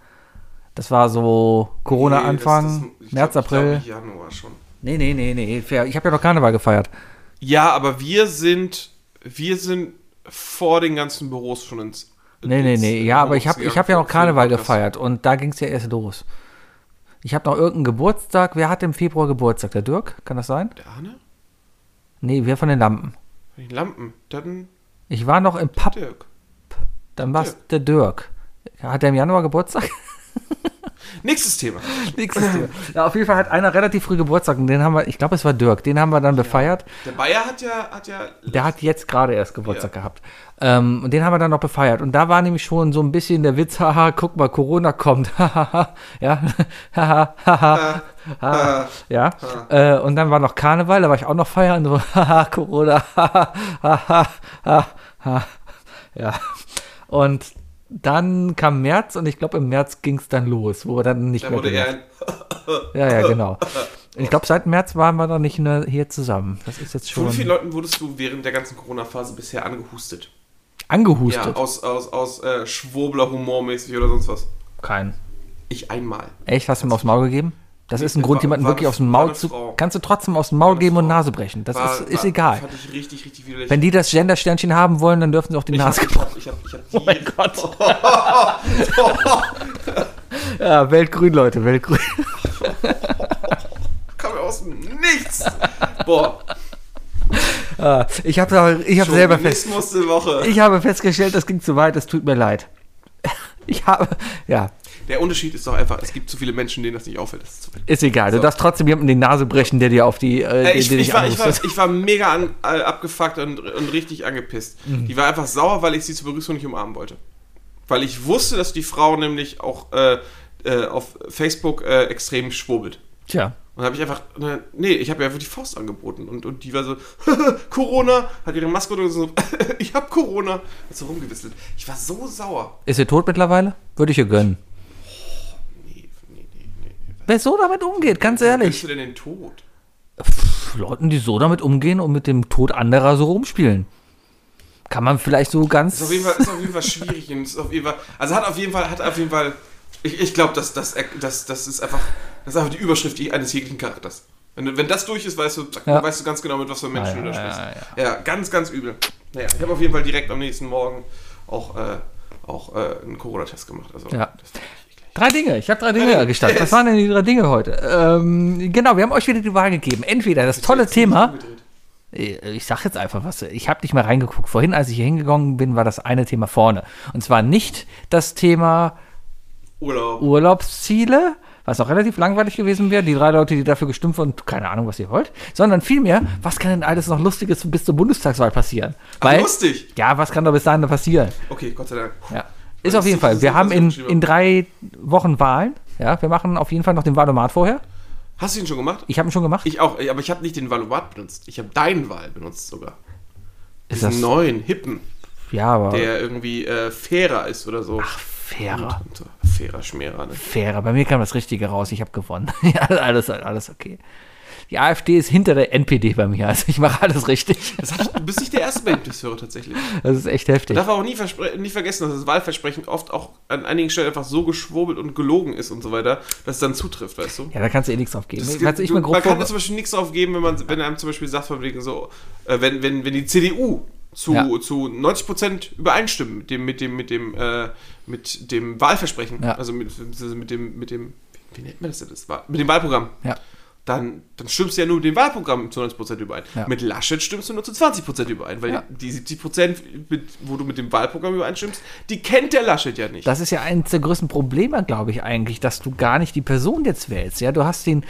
B: Das war so Corona-Anfang,
D: das- das- ich
B: März,
D: glaub, ich glaub,
B: April.
D: Januar schon.
B: nee, nee, nee, nee. fair. Ich habe ja noch Karneval gefeiert.
D: Ja, aber wir sind, wir sind vor den ganzen Büros schon ins.
B: Nee, nee,
D: ins- äh,
B: nee. Ja, aber ich habe
D: gegangen
B: ich hab ja
D: für-
B: noch
D: für den
B: Karneval
D: Podcast.
B: gefeiert und da ging es ja erst los. Ich habe noch irgendeinen Geburtstag. Wer hat im Februar Geburtstag? Der Dirk? Kann das sein?
D: Der Arne?
B: Nee, wer von den Lampen?
D: ne? Die Lampen. Dann
B: Ich war noch im Pub,
D: Dirk.
B: dann war es der Dirk. Hat er im Januar Geburtstag?
D: Nächstes Thema.
B: Nächstes Jahr. Ja, auf jeden Fall hat einer relativ früh Geburtstag und den haben wir, ich glaube, es war Dirk, den haben wir dann befeiert.
D: Der Bayer hat ja, hat ja
B: Der hat jetzt gerade erst Geburtstag gehabt. Ähm, und den haben wir dann noch befeiert. Und da war nämlich schon so ein bisschen der Witz, [LAUGHS] haha, guck mal, Corona kommt. [LAUGHS] hahaha,
D: [LAUGHS]
B: ja, haha, haha, haha, [LAUGHS] ja. Äh, und dann war noch Karneval, da war ich auch noch feiern. So, [LAUGHS] haha, Corona, [LAUGHS] haha, haha, haha, ja. Und dann kam März und ich glaube, im März ging es dann los, wo wir dann nicht
D: da
B: mehr
D: wurde
B: gemacht
D: er ein.
B: ja,
D: [LAUGHS]
B: ja, genau. Und Ich glaube, seit März waren wir noch nicht ne- hier zusammen. Das ist jetzt
D: Von
B: schon
D: wie vielen Leuten wurdest du während der ganzen Corona-Phase bisher angehustet?
B: angehustet.
D: Ja, aus, aus, aus äh, Schwurbler-Humor mäßig oder sonst was.
B: Kein.
D: Ich einmal.
B: Echt, hast du ihm aufs Maul gegeben? Das ist ein
D: war-
B: Grund, jemanden
D: war
B: wirklich
D: eine-
B: aufs
D: war
B: Maul
D: eine
B: zu.
D: Frau.
B: Kannst du trotzdem aufs Maul geben und
D: Frau.
B: Nase brechen. Das
D: War-
B: ist, ist
D: war-
B: egal.
D: Fand ich richtig, richtig widerlich.
B: Wenn die das Gender-Sternchen haben wollen, dann dürfen sie auch die
D: ich hab,
B: Nase
D: ich hab,
B: [LAUGHS]
D: ich hab, ich hab die, oh mein [LAUGHS] Gott.
B: Ja, Weltgrün, Leute, Weltgrün.
D: Kam mir aus dem Nichts. Boah.
B: Ich habe ich hab selber fest.
D: Chauvinismus der Woche.
B: Ich habe festgestellt, das ging zu weit, es tut mir leid. [LAUGHS] Ich habe, ja,
D: Der Unterschied ist doch einfach, es gibt zu viele Menschen, denen das nicht auffällt. Das ist zu viel.
B: ist egal. Du darfst trotzdem jemanden die Nase brechen, der dir auf die, äh,
D: Äh,
B: den-
D: ich,
B: den
D: ich, war, ich, war,
B: anhustet.
D: ich war mega an, äh, abgefuckt und, und richtig angepisst.
B: Mhm.
D: Die war einfach sauer, weil ich sie zur Begrüßung nicht umarmen wollte. Weil ich wusste, dass die Frau nämlich auch äh, äh, auf Facebook äh, extrem schwurbelt.
B: Tja.
D: Und habe ich einfach, ne, nee, ich habe ihr einfach die Faust angeboten. Und, und die war so, [LAUGHS] Corona, hat ihre Maske und so, [LAUGHS] ich habe Corona. Hat so rumgewitzelt. Ich war so sauer.
B: Ist sie tot mittlerweile? Würde ich ihr gönnen.
D: Nee, nee, nee, nee.
B: Wer so damit umgeht, ganz
D: Bist
B: ehrlich.
D: du denn den Tod?
B: Leuten, die so damit umgehen und mit dem Tod anderer so rumspielen. Kann man vielleicht so ganz.
D: Ist auf jeden Fall, ist auf jeden Fall schwierig. und ist auf jeden Fall, also hat auf jeden Fall, hat auf jeden Fall, ich, ich glaube, das, das, das, das ist einfach, das ist einfach die Überschrift eines jeglichen Charakters. Wenn, du- wenn das durch ist, weißt du, zack,
B: Ja. Ah,
D: weißt du ganz genau, mit was für Menschen du da sprichst.
B: ja,
D: Ja, ganz, ganz übel. Naja, ich habe auf jeden Fall direkt am nächsten Morgen auch, äh, auch äh, einen Corona-Test gemacht. Also,
B: Ja.
D: das war echt eklig.
B: Drei Dinge, ich habe drei
D: Äh,
B: Dinge gestartet. Was waren denn die drei Dinge heute? Ähm, genau, wir haben euch wieder die Wahl gegeben. Entweder das tolle Thema,
D: Umgedreht.
B: Äh, ich sag jetzt einfach was, ich habe nicht mal reingeguckt. Vorhin, als ich hier hingegangen bin, war das eine Thema vorne. Und zwar nicht das Thema
D: Urlaub.
B: Urlaubsziele, was auch relativ langweilig gewesen wäre, die drei Leute, die dafür gestimmt wurden, keine Ahnung, was ihr wollt, sondern vielmehr, was kann denn alles noch Lustiges bis zur Bundestagswahl passieren? Weil,
D: lustig.
B: Ja, was kann da bis dahin noch passieren?
D: Okay, Gott sei Dank.
B: Ja. Ist
D: Das
B: auf jeden
D: ist-
B: Fall.
D: das
B: Wir
D: ist
B: haben in,
D: das
B: in drei Wochen Wahlen. Ja, wir machen auf jeden Fall noch den Wahlomat vorher.
D: Hast du ihn schon gemacht?
B: Ich habe ihn schon gemacht.
D: Ich auch, aber ich habe nicht den Valomat benutzt. Ich habe deinen Wahl benutzt sogar.
B: ist
D: Diesen
B: das
D: neuen, hippen.
B: ja, aber
D: der irgendwie äh, fairer ist oder so. Ach,
B: äh, fairer.
D: Fairer Schmärer, ne?
B: Fairer. Bei mir kam das Richtige raus. Ich habe gewonnen. [LAUGHS] ja, alles, alles okay. Die AfD ist hinter der NPD bei mir. Also ich mache alles richtig.
D: Das hat, du bist nicht der erste beim das höre tatsächlich.
B: Das ist echt heftig.
D: Darf auch nie, verspre- nie vergessen, dass das Wahlversprechen oft auch an einigen Stellen einfach so geschwurbelt und gelogen ist und so weiter, dass es dann zutrifft, weißt du?
B: Ja, da kannst du eh nichts drauf geben.
D: Das
B: Weißt du, ich
D: du,
B: bin
D: man
B: grob
D: kann
B: vor,
D: da zum Beispiel nichts drauf geben, wenn, man, wenn einem zum Beispiel sagt, von wegen so, äh, wenn, wenn, wenn die CDU zu,
B: Ja.
D: zu 90% übereinstimmen mit dem, mit dem, mit dem, äh, mit dem Wahlversprechen,
B: Ja.
D: also mit, mit dem, mit dem, wie nennt man das denn? Das Wahl- Mit dem Wahlprogramm.
B: Ja.
D: Dann, dann stimmst du ja nur mit dem Wahlprogramm zu 90% überein.
B: Ja.
D: Mit Laschet stimmst du nur zu 20% überein, weil
B: Ja.
D: die 70%, mit, wo du mit dem Wahlprogramm übereinstimmst, die kennt der Laschet ja nicht.
B: Das ist ja eines der größten Probleme, glaube ich, eigentlich, dass du gar nicht die Person jetzt wählst. Ja, du hast den.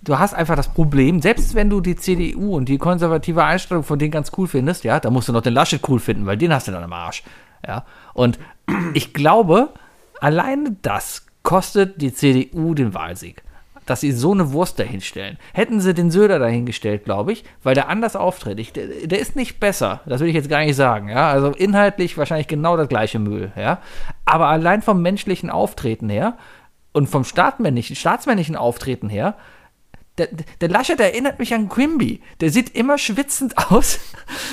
B: Du hast einfach das Problem, selbst wenn du die CDU und die konservative Einstellung von denen ganz cool findest, ja, da musst du noch den Laschet cool finden, weil den hast du dann am Arsch. Ja. Und ich glaube, alleine das kostet die CDU den Wahlsieg. Dass sie so eine Wurst dahinstellen. Hätten sie den Söder dahingestellt, glaube ich, weil der anders auftritt. Ich, der, der ist nicht besser, das will ich jetzt gar nicht sagen. Ja? Also inhaltlich wahrscheinlich genau das gleiche Müll. Ja? Aber allein vom menschlichen Auftreten her und vom staatsmännlichen, staatsmännlichen Auftreten her, der, der Laschet der erinnert mich an Quimby. Der sieht immer [LAUGHS] schwitzend aus,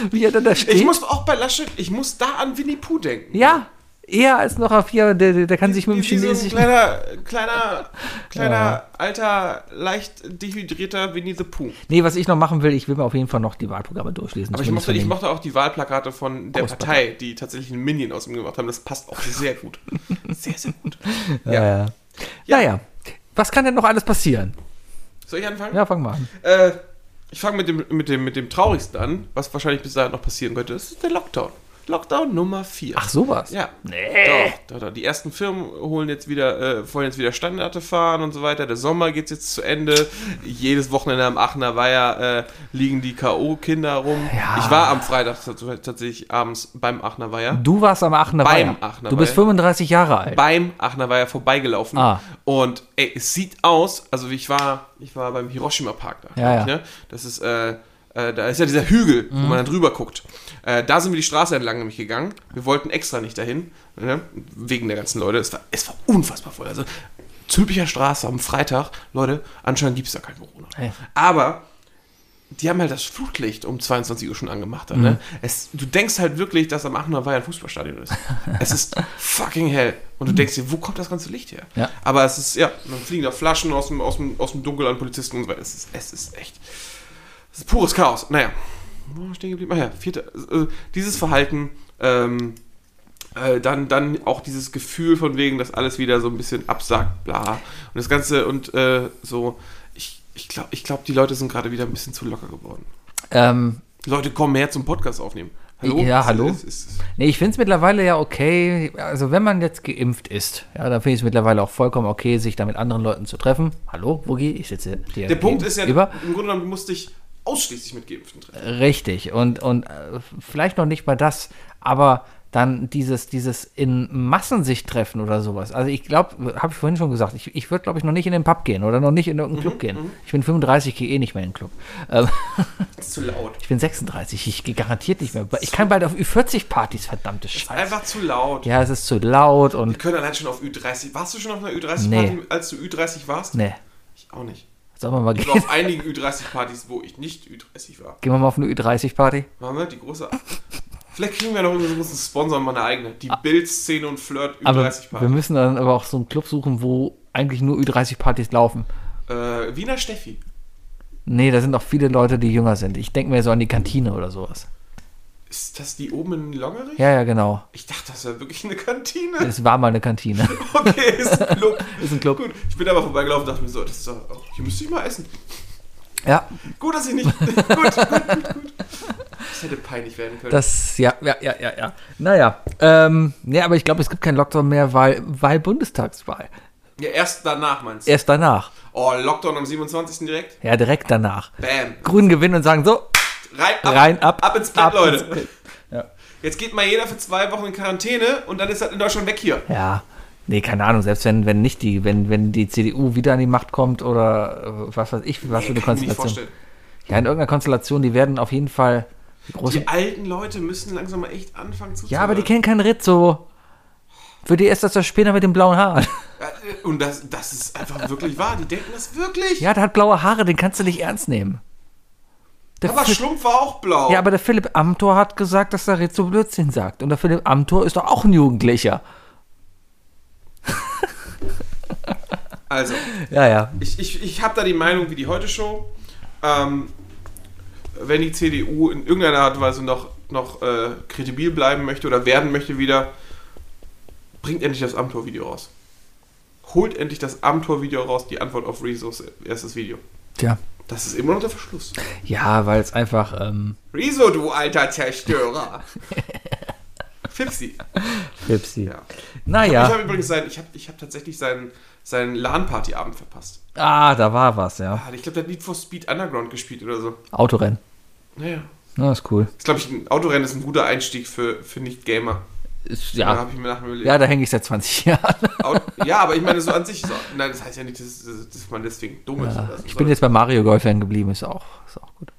B: wie er dann da steht.
D: ich muss auch bei Laschet, ich muss da an Winnie Pooh denken.
B: ja, eher als noch A4, der, der, der kann sich mit dem
D: Wie so ein
B: chinesischen.
D: kleiner,
B: [LAUGHS]
D: kleiner, kleiner, alter, leicht dehydrierter Winnie the Pooh.
B: nee, was ich noch machen will, ich will mir auf jeden Fall noch die Wahlprogramme durchlesen.
D: Aber ich
B: zumindest
D: mochte, ich
B: von
D: mochte auch die Wahlplakate von der
B: Großpartei.
D: Partei, die tatsächlich einen Minion aus ihm gemacht haben. Das passt auch
B: [LAUGHS]
D: sehr gut. Sehr, sehr gut.
B: denen. Ja, ja. Naja, was kann denn noch alles passieren?
D: Soll ich anfangen?
B: Ja, fang mal an.
D: Äh, ich fange mit dem, mit, dem, mit dem traurigsten an, was wahrscheinlich bis dahin noch passieren könnte. Das ist der Lockdown. Lockdown Nummer 4.
B: Ach, sowas.
D: Ja. Nee. Doch, doch, doch. Die ersten Firmen holen jetzt wieder, äh, wollen jetzt wieder Standarte fahren und so weiter. Der Sommer geht jetzt zu Ende. Jedes Wochenende am Aachener Weiher äh, liegen die K.O.-Kinder rum.
B: Ja.
D: Ich war am Freitag tats- tatsächlich abends beim Aachener Weiher.
B: Du warst am Aachener
D: Beim
B: Weiher.
D: Aachener
B: Du bist
D: Weiher.
B: 35 Jahre alt.
D: Beim Aachener Weiher vorbeigelaufen.
B: Ah.
D: Und ey, es sieht aus, also ich war, ich war beim Hiroshima Park da.
B: Ja, Mhm.
D: glaub ich,
B: ja.
D: Ne? Das ist, äh, äh, da ist ja dieser Hügel, wo man dann drüber guckt. Äh, da sind wir die Straße entlang nämlich gegangen. Wir wollten extra nicht dahin, ne? wegen der ganzen Leute. Es war, es war unfassbar voll. Also, Zülpicher Straße am Freitag, Leute, anscheinend gibt es da kein Corona.
B: Hey.
D: Aber die haben halt das Flutlicht um 22 Uhr schon angemacht. Dann, ne? es, du denkst halt wirklich, dass am Aachener Weiher ein Fußballstadion ist. es ist fucking hell. Und du denkst dir, wo kommt das ganze Licht her?
B: Ja.
D: Aber es ist, ja, dann fliegen da Flaschen aus dem, aus dem, aus dem Dunkel an Polizisten und so weiter. Es ist, es ist echt. Es ist pures Chaos. Naja. Wo war ich stehen geblieben? Ah ja, vierte, äh, dieses Verhalten, ähm, äh, dann, dann auch dieses Gefühl von wegen, dass alles wieder so ein bisschen absagt, bla. Und das Ganze und äh, so, ich, ich glaube, ich glaub, die Leute sind gerade wieder ein bisschen zu locker geworden.
B: Ähm,
D: Leute kommen her zum Podcast aufnehmen.
B: Ja,
D: Es-
B: hallo?
D: es- es-
B: nee, ich finde es mittlerweile ja okay. Also, wenn man jetzt geimpft ist, ja, dann finde ich es mittlerweile auch vollkommen okay, sich da mit anderen Leuten zu treffen. Hallo, Woogie, ich sitze dir.
D: der Punkt ist ja,
B: Über.
D: im Grunde genommen musste ich ausschließlich mit Geimpften treffen.
B: Richtig. Und, und äh, vielleicht noch nicht mal das, aber dann dieses, dieses in Massen sich treffen oder sowas. Also ich glaube, habe ich vorhin schon gesagt, ich, ich würde, glaube ich, noch nicht in den Pub gehen oder noch nicht in
D: Mhm,
B: irgendeinen Club gehen. Ich bin 35, gehe eh nicht mehr in den Club. Ähm, [LAUGHS]
D: Das ist zu laut.
B: ich bin 36, ich gehe garantiert nicht mehr. Ich kann bald auf Ü40-Partys, verdammte Scheiße.
D: Einfach zu laut.
B: Ja, es ist zu laut
D: Wir
B: und
D: können allein schon auf Ü30. Warst du schon auf einer Ü30-Party,
B: Nee.
D: als du Ü30 warst?
B: ne,
D: Ich auch nicht.
B: sollen wir mal
D: Ich war
B: gehen?
D: auf einigen Ü30-Partys, wo ich nicht Ü30 war.
B: Gehen wir mal auf eine Ü30-Party?
D: Machen wir die große. Vielleicht kriegen wir noch irgendwie so einen Sponsor mal eine eigene. Die Bildszene und Flirt
B: Ah. Aber wir
D: Ü30-Party.
B: müssen dann aber auch so einen Club suchen, wo eigentlich nur Ü30-Partys laufen.
D: Äh, Wiener Steffi.
B: Nee, da sind auch viele Leute, die jünger sind. Ich denke mir so an die Kantine oder sowas.
D: Ist das die oben in Longerich?
B: Ja, ja, genau.
D: Ich dachte, das wäre wirklich eine Kantine.
B: Es war mal eine Kantine.
D: [LAUGHS] Okay, ist
B: [LAUGHS]
D: ein Club. ist
B: ein Club.
D: Gut, ich bin aber vorbeigelaufen und dachte mir so, das ist doch, oh, hier müsste ich mal essen.
B: [LAUGHS] Ja,
D: Gut, dass ich nicht. [LAUGHS] gut, gut, gut, gut. Das hätte peinlich werden können.
B: das, ja, ja, ja, ja, ja. Naja, ähm, nee, aber ich glaube, es gibt keinen Lockdown mehr, weil, weil Bundestagswahl.
D: ja, erst danach meinst du.
B: Erst danach.
D: Oh, Lockdown am 27. direkt.
B: Ja, direkt danach.
D: Bam.
B: Grün gewinnen und sagen so,
D: Rein ab,
B: Rein, ab,
D: ab ins Bett,
B: ab
D: Leute.
B: ins Bett.
D: Jetzt geht mal jeder für zwei Wochen in Quarantäne und dann ist das in Deutschland weg hier.
B: ja, nee, keine Ahnung, selbst wenn, wenn nicht die, wenn, wenn die CDU wieder an die Macht kommt oder äh, was weiß ich, was für eine
D: Kann ich mir
B: Konstellation.
D: nicht vorstellen.
B: Ja, in irgendeiner Konstellation, die werden auf jeden Fall die großen
D: Die alten Leute müssen langsam mal echt anfangen zu
B: Ja, aber die kennen keinen Rizzo. Für die ist das der Spinner mit den blauen Haaren.
D: Äh, Und das, das ist einfach wirklich wahr. Die denken das
B: [LAUGHS]
D: wirklich.
B: Ja, der hat blaue Haare, den kannst du nicht ernst nehmen. Der
D: aber
B: Fi-
D: Schlumpf war auch blau.
B: ja, aber der Philipp Amthor hat gesagt, dass der Rizzo Blödsinn sagt. Und der Philipp Amthor ist doch auch ein Jugendlicher.
D: also,
B: Ja, ja.
D: ich, ich, ich habe da die Meinung wie die Heute-Show. Ähm, wenn die CDU in irgendeiner Art und Weise noch, noch äh, kredibil bleiben möchte oder werden möchte wieder, bringt endlich das Amtor-Video raus. Holt endlich das Amtor-Video raus, die Antwort auf Rezos erstes Video.
B: Tja.
D: Das ist immer noch der Verschluss.
B: Ja, weil es einfach, ähm,
D: Rezo, du alter Zerstörer. Fipsi.
B: Pipsi.
D: Ja. Ich
B: Naja.
D: habe übrigens seinen, ich habe ich hab tatsächlich seinen, seinen LAN-Party-Abend verpasst.
B: Ah, da war was, ja.
D: Ah, Ich glaube, der hat Need for Speed Underground gespielt oder so.
B: Autorennen.
D: Naja.
B: Na, ist cool.
D: Ist, glaube ich, ein Autorennen ist ein guter Einstieg für, für Nicht-Gamer.
B: Ist,
D: Da
B: ja.
D: habe ich mir nachher überlegt.
B: Ja, da hänge ich seit 20 [LAUGHS] Jahren.
D: Au- ja, aber ich meine, so an sich. So, nein, das heißt ja nicht, dass, dass dass man deswegen dumm ist. oder so,
B: Ich bin jetzt bei Mario Golf hängen geblieben, ist auch, ist auch gut.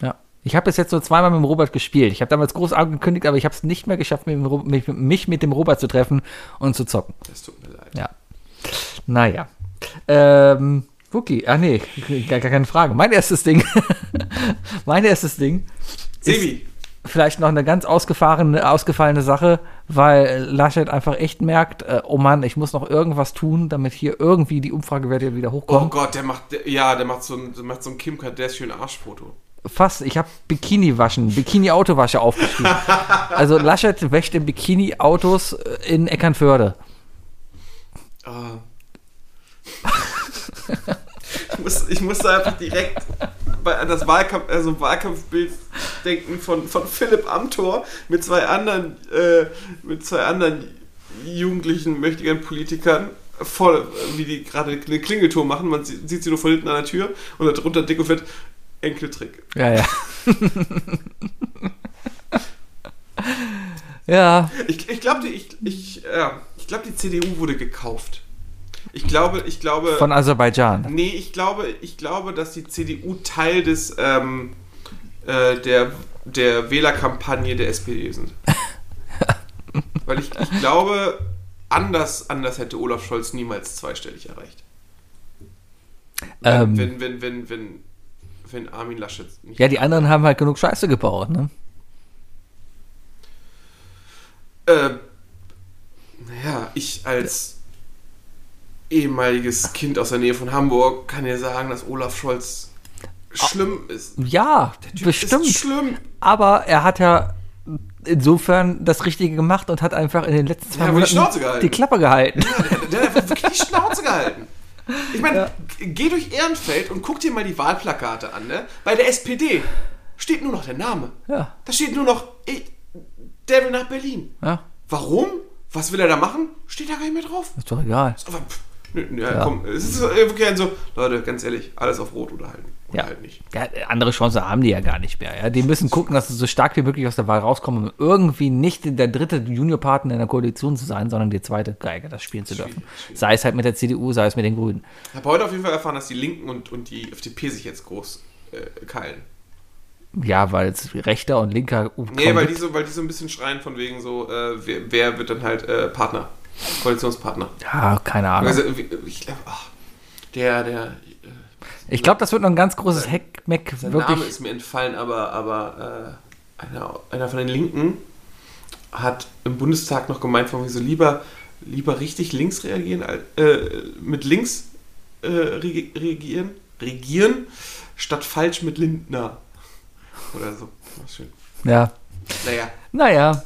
B: Ja. Ich habe bis jetzt nur zweimal mit dem Robert gespielt. Ich habe damals groß angekündigt, aber ich habe es nicht mehr geschafft, mit dem, Ro- mich, mich mit dem Robert zu treffen und zu zocken.
D: Das tut mir leid.
B: Ja. Naja. Ähm, Wookie, ah nee, [LAUGHS] gar, gar keine Frage. Mein erstes Ding. mein erstes Ding.
D: Sebi,
B: vielleicht noch eine ganz ausgefahrene, ausgefallene Sache, weil Laschet einfach echt merkt, äh, oh Mann, ich muss noch irgendwas tun, damit hier irgendwie die Umfragewerte wieder
D: Oh
B: hochkommen.
D: Gott, der macht, der, ja, der macht so ein, der macht so ein Kim Kardashian Arschfoto.
B: Fast, ich habe Bikini waschen, Bikini Autowasche
D: [LAUGHS]
B: aufgeschrieben. also Laschet wäscht im Bikini Autos äh, in Eckernförde.
D: Ah. ich, muss, ich musste einfach direkt bei, an das Wahlkampf, also Wahlkampfbild denken von, von Philipp Amthor mit zwei anderen, äh, mit zwei anderen jugendlichen, mächtigen Politikern. Voll, äh, wie die gerade eine Klingeltour machen. Man sieht, sieht sie nur von hinten an der Tür und darunter dick und fett Enkeltrick.
B: Ja, ja. [LAUGHS] ja,
D: Ich, ich glaube, die, ich, ich, ja, ich glaub, die CDU wurde gekauft. Ich glaube, ich glaube.
B: von Aserbaidschan.
D: Nee, ich glaube, ich glaube, dass die CDU Teil des ähm, äh, der, der Wählerkampagne der SPD
B: [LAUGHS]
D: sind. Weil ich, ich glaube, anders, anders hätte Olaf Scholz niemals zweistellig erreicht. Wenn,
B: Ähm.
D: wenn, wenn, wenn, wenn, wenn Armin Laschet nicht.
B: Ja, die anderen haben halt genug Scheiße gebaut, ne?
D: Äh, naja, ich als ehemaliges Kind aus der Nähe von Hamburg kann ja sagen, dass Olaf Scholz schlimm ist.
B: Ja,
D: Ist
B: Ah, bestimmt.
D: schlimm.
B: Aber er hat ja insofern das Richtige gemacht und hat einfach in den letzten zwei
D: Ja, aber die Schnauze
B: Monaten
D: gehalten.
B: die Klappe
D: [LAUGHS]
B: gehalten.
D: Der hat einfach wirklich die Schnauze gehalten. Ich meine, g- geh durch Ehrenfeld und guck dir mal die Wahlplakate an. Ne? Bei der SPD steht nur noch der Name.
B: Ja.
D: Da steht nur noch, ich, der will nach Berlin.
B: Ja,
D: Warum? Was will er da machen? Steht da gar nicht mehr drauf.
B: ist doch egal.
D: Aber pff, nö, nö, ja. komm, es ist äh, wirklich ein so, Leute, ganz ehrlich, alles auf Rot oder halten. Oder
B: Ja.
D: halt nicht.
B: Ja, andere Chance haben die ja gar nicht mehr. Ja? Die müssen gucken, dass sie so stark wie möglich aus der Wahl rauskommen, um irgendwie nicht der dritte Juniorpartner in der Koalition zu sein, sondern die zweite Geige, das spielen zu dürfen. Sei es halt mit der CDU, sei es mit den Grünen.
D: Ich habe heute auf jeden Fall erfahren, dass die Linken und, und die FDP sich jetzt groß äh, keilen.
B: Ja, weil es rechter und linker.
D: Nee, weil die, so, weil die so ein bisschen schreien von wegen so, äh, wer, wer wird dann halt äh, Partner, Koalitionspartner.
B: Ja, keine Ahnung.
D: Also, wie- ich glaube, ach, der, der, äh,
B: Ich glaube, das wird noch ein ganz großes Heckmeck.
D: der
B: Wirklich.
D: Name ist mir entfallen, aber, aber äh, einer, einer von den Linken hat im Bundestag noch gemeint, von wegen so lieber, lieber richtig links reagieren, als- äh, mit links äh, reg- regieren, regieren, statt falsch mit Lindner. Oder so. War schön.
B: ja.
D: Naja,
B: Naja.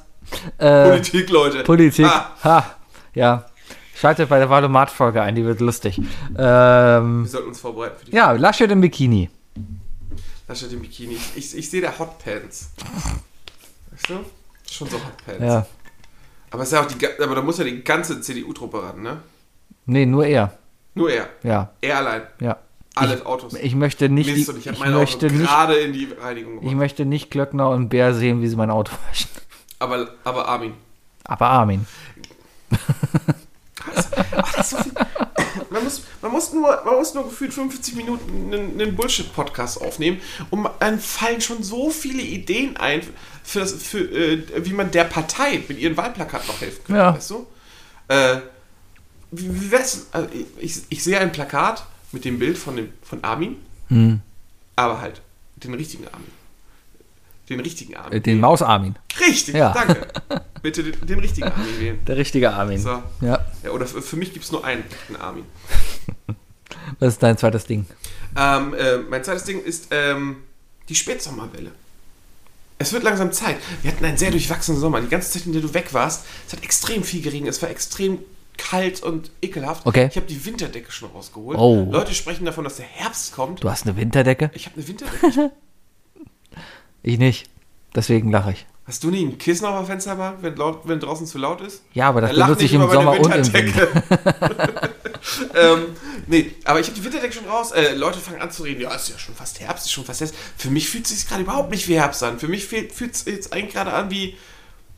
B: Äh,
D: Politik, Leute.
B: Politik.
D: Ah,
B: Ha. Ja. Schaltet bei der Valomat-Folge ein, die wird lustig. Ähm,
D: wir sollten uns vorbereiten für die
B: ja, Laschet im Bikini.
D: Laschet im Bikini. Ich, ich sehe da Hotpants. Weißt du? Schon so Hotpants.
B: Ja.
D: Aber, es ist ja auch die, ga- aber da muss ja die ganze CDU-Truppe ran, ne?
B: Nee, nur er.
D: Nur er.
B: Ja,
D: Er allein.
B: ja.
D: Alle Autos.
B: Ich möchte nicht,
D: Mist,
B: die-
D: und ich habe
B: ich
D: meine Autos
B: möchte nicht,
D: gerade in die Reinigung
B: ich
D: gebracht.
B: möchte nicht Glöckner und Bär sehen, wie sie mein Auto [LAUGHS] waschen.
D: Aber, aber Armin.
B: Aber Armin.
D: Ach, das ist so viel. [COUGHS] Man muss, man, muss nur, man muss nur gefühlt 50 Minuten einen, einen Bullshit-Podcast aufnehmen und dann fallen schon so viele Ideen ein, für das, für, äh, wie man der Partei mit ihren Wahlplakaten noch helfen könnte,
B: Ja.
D: weißt du? Äh, wie, wie wär's, also ich, ich sehe ein Plakat mit dem Bild von, dem, von Armin,
B: Hm.
D: aber halt den richtigen Armin. Den richtigen
B: Äh,
D: Armin.
B: Den Maus-Armin.
D: Richtig,
B: Ja. [LAUGHS]
D: danke. Bitte den, den richtigen Armin wählen.
B: Der richtige Armin.
D: So.
B: Ja,
D: Ja, oder für, für mich gibt es nur einen, einen Armin.
B: das ist dein zweites Ding.
D: Ähm, äh, mein zweites Ding ist ähm, die Spätsommerwelle. Es wird langsam Zeit. Wir hatten
B: Mhm.
D: einen sehr durchwachsenen Sommer. Die ganze Zeit, in der du weg warst, es hat extrem viel geregnet. Es war extrem kalt und ekelhaft.
B: Okay.
D: Ich habe die Winterdecke schon rausgeholt.
B: Oh.
D: Leute sprechen davon, dass der Herbst kommt.
B: Du hast eine Winterdecke?
D: Ich habe eine Winterdecke. Ich-
B: Ich nicht. Deswegen lache ich.
D: Hast du nie ein Kissen auf der Fensterbank, wenn, laut, wenn draußen zu laut ist?
B: Ja, aber das
D: Dann lach
B: benutze
D: nicht
B: ich im
D: über meine
B: Sommer und im Winter.
D: Winterdecke.
B: [LAUGHS]
D: [LAUGHS] ähm, nee, aber ich habe die Winterdecke schon raus. Äh, Leute fangen an zu reden, ja, ist ja schon fast Herbst, ist schon fast Herbst. Für mich fühlt es sich gerade überhaupt nicht wie Herbst an. Für mich fühlt es jetzt eigentlich gerade an wie,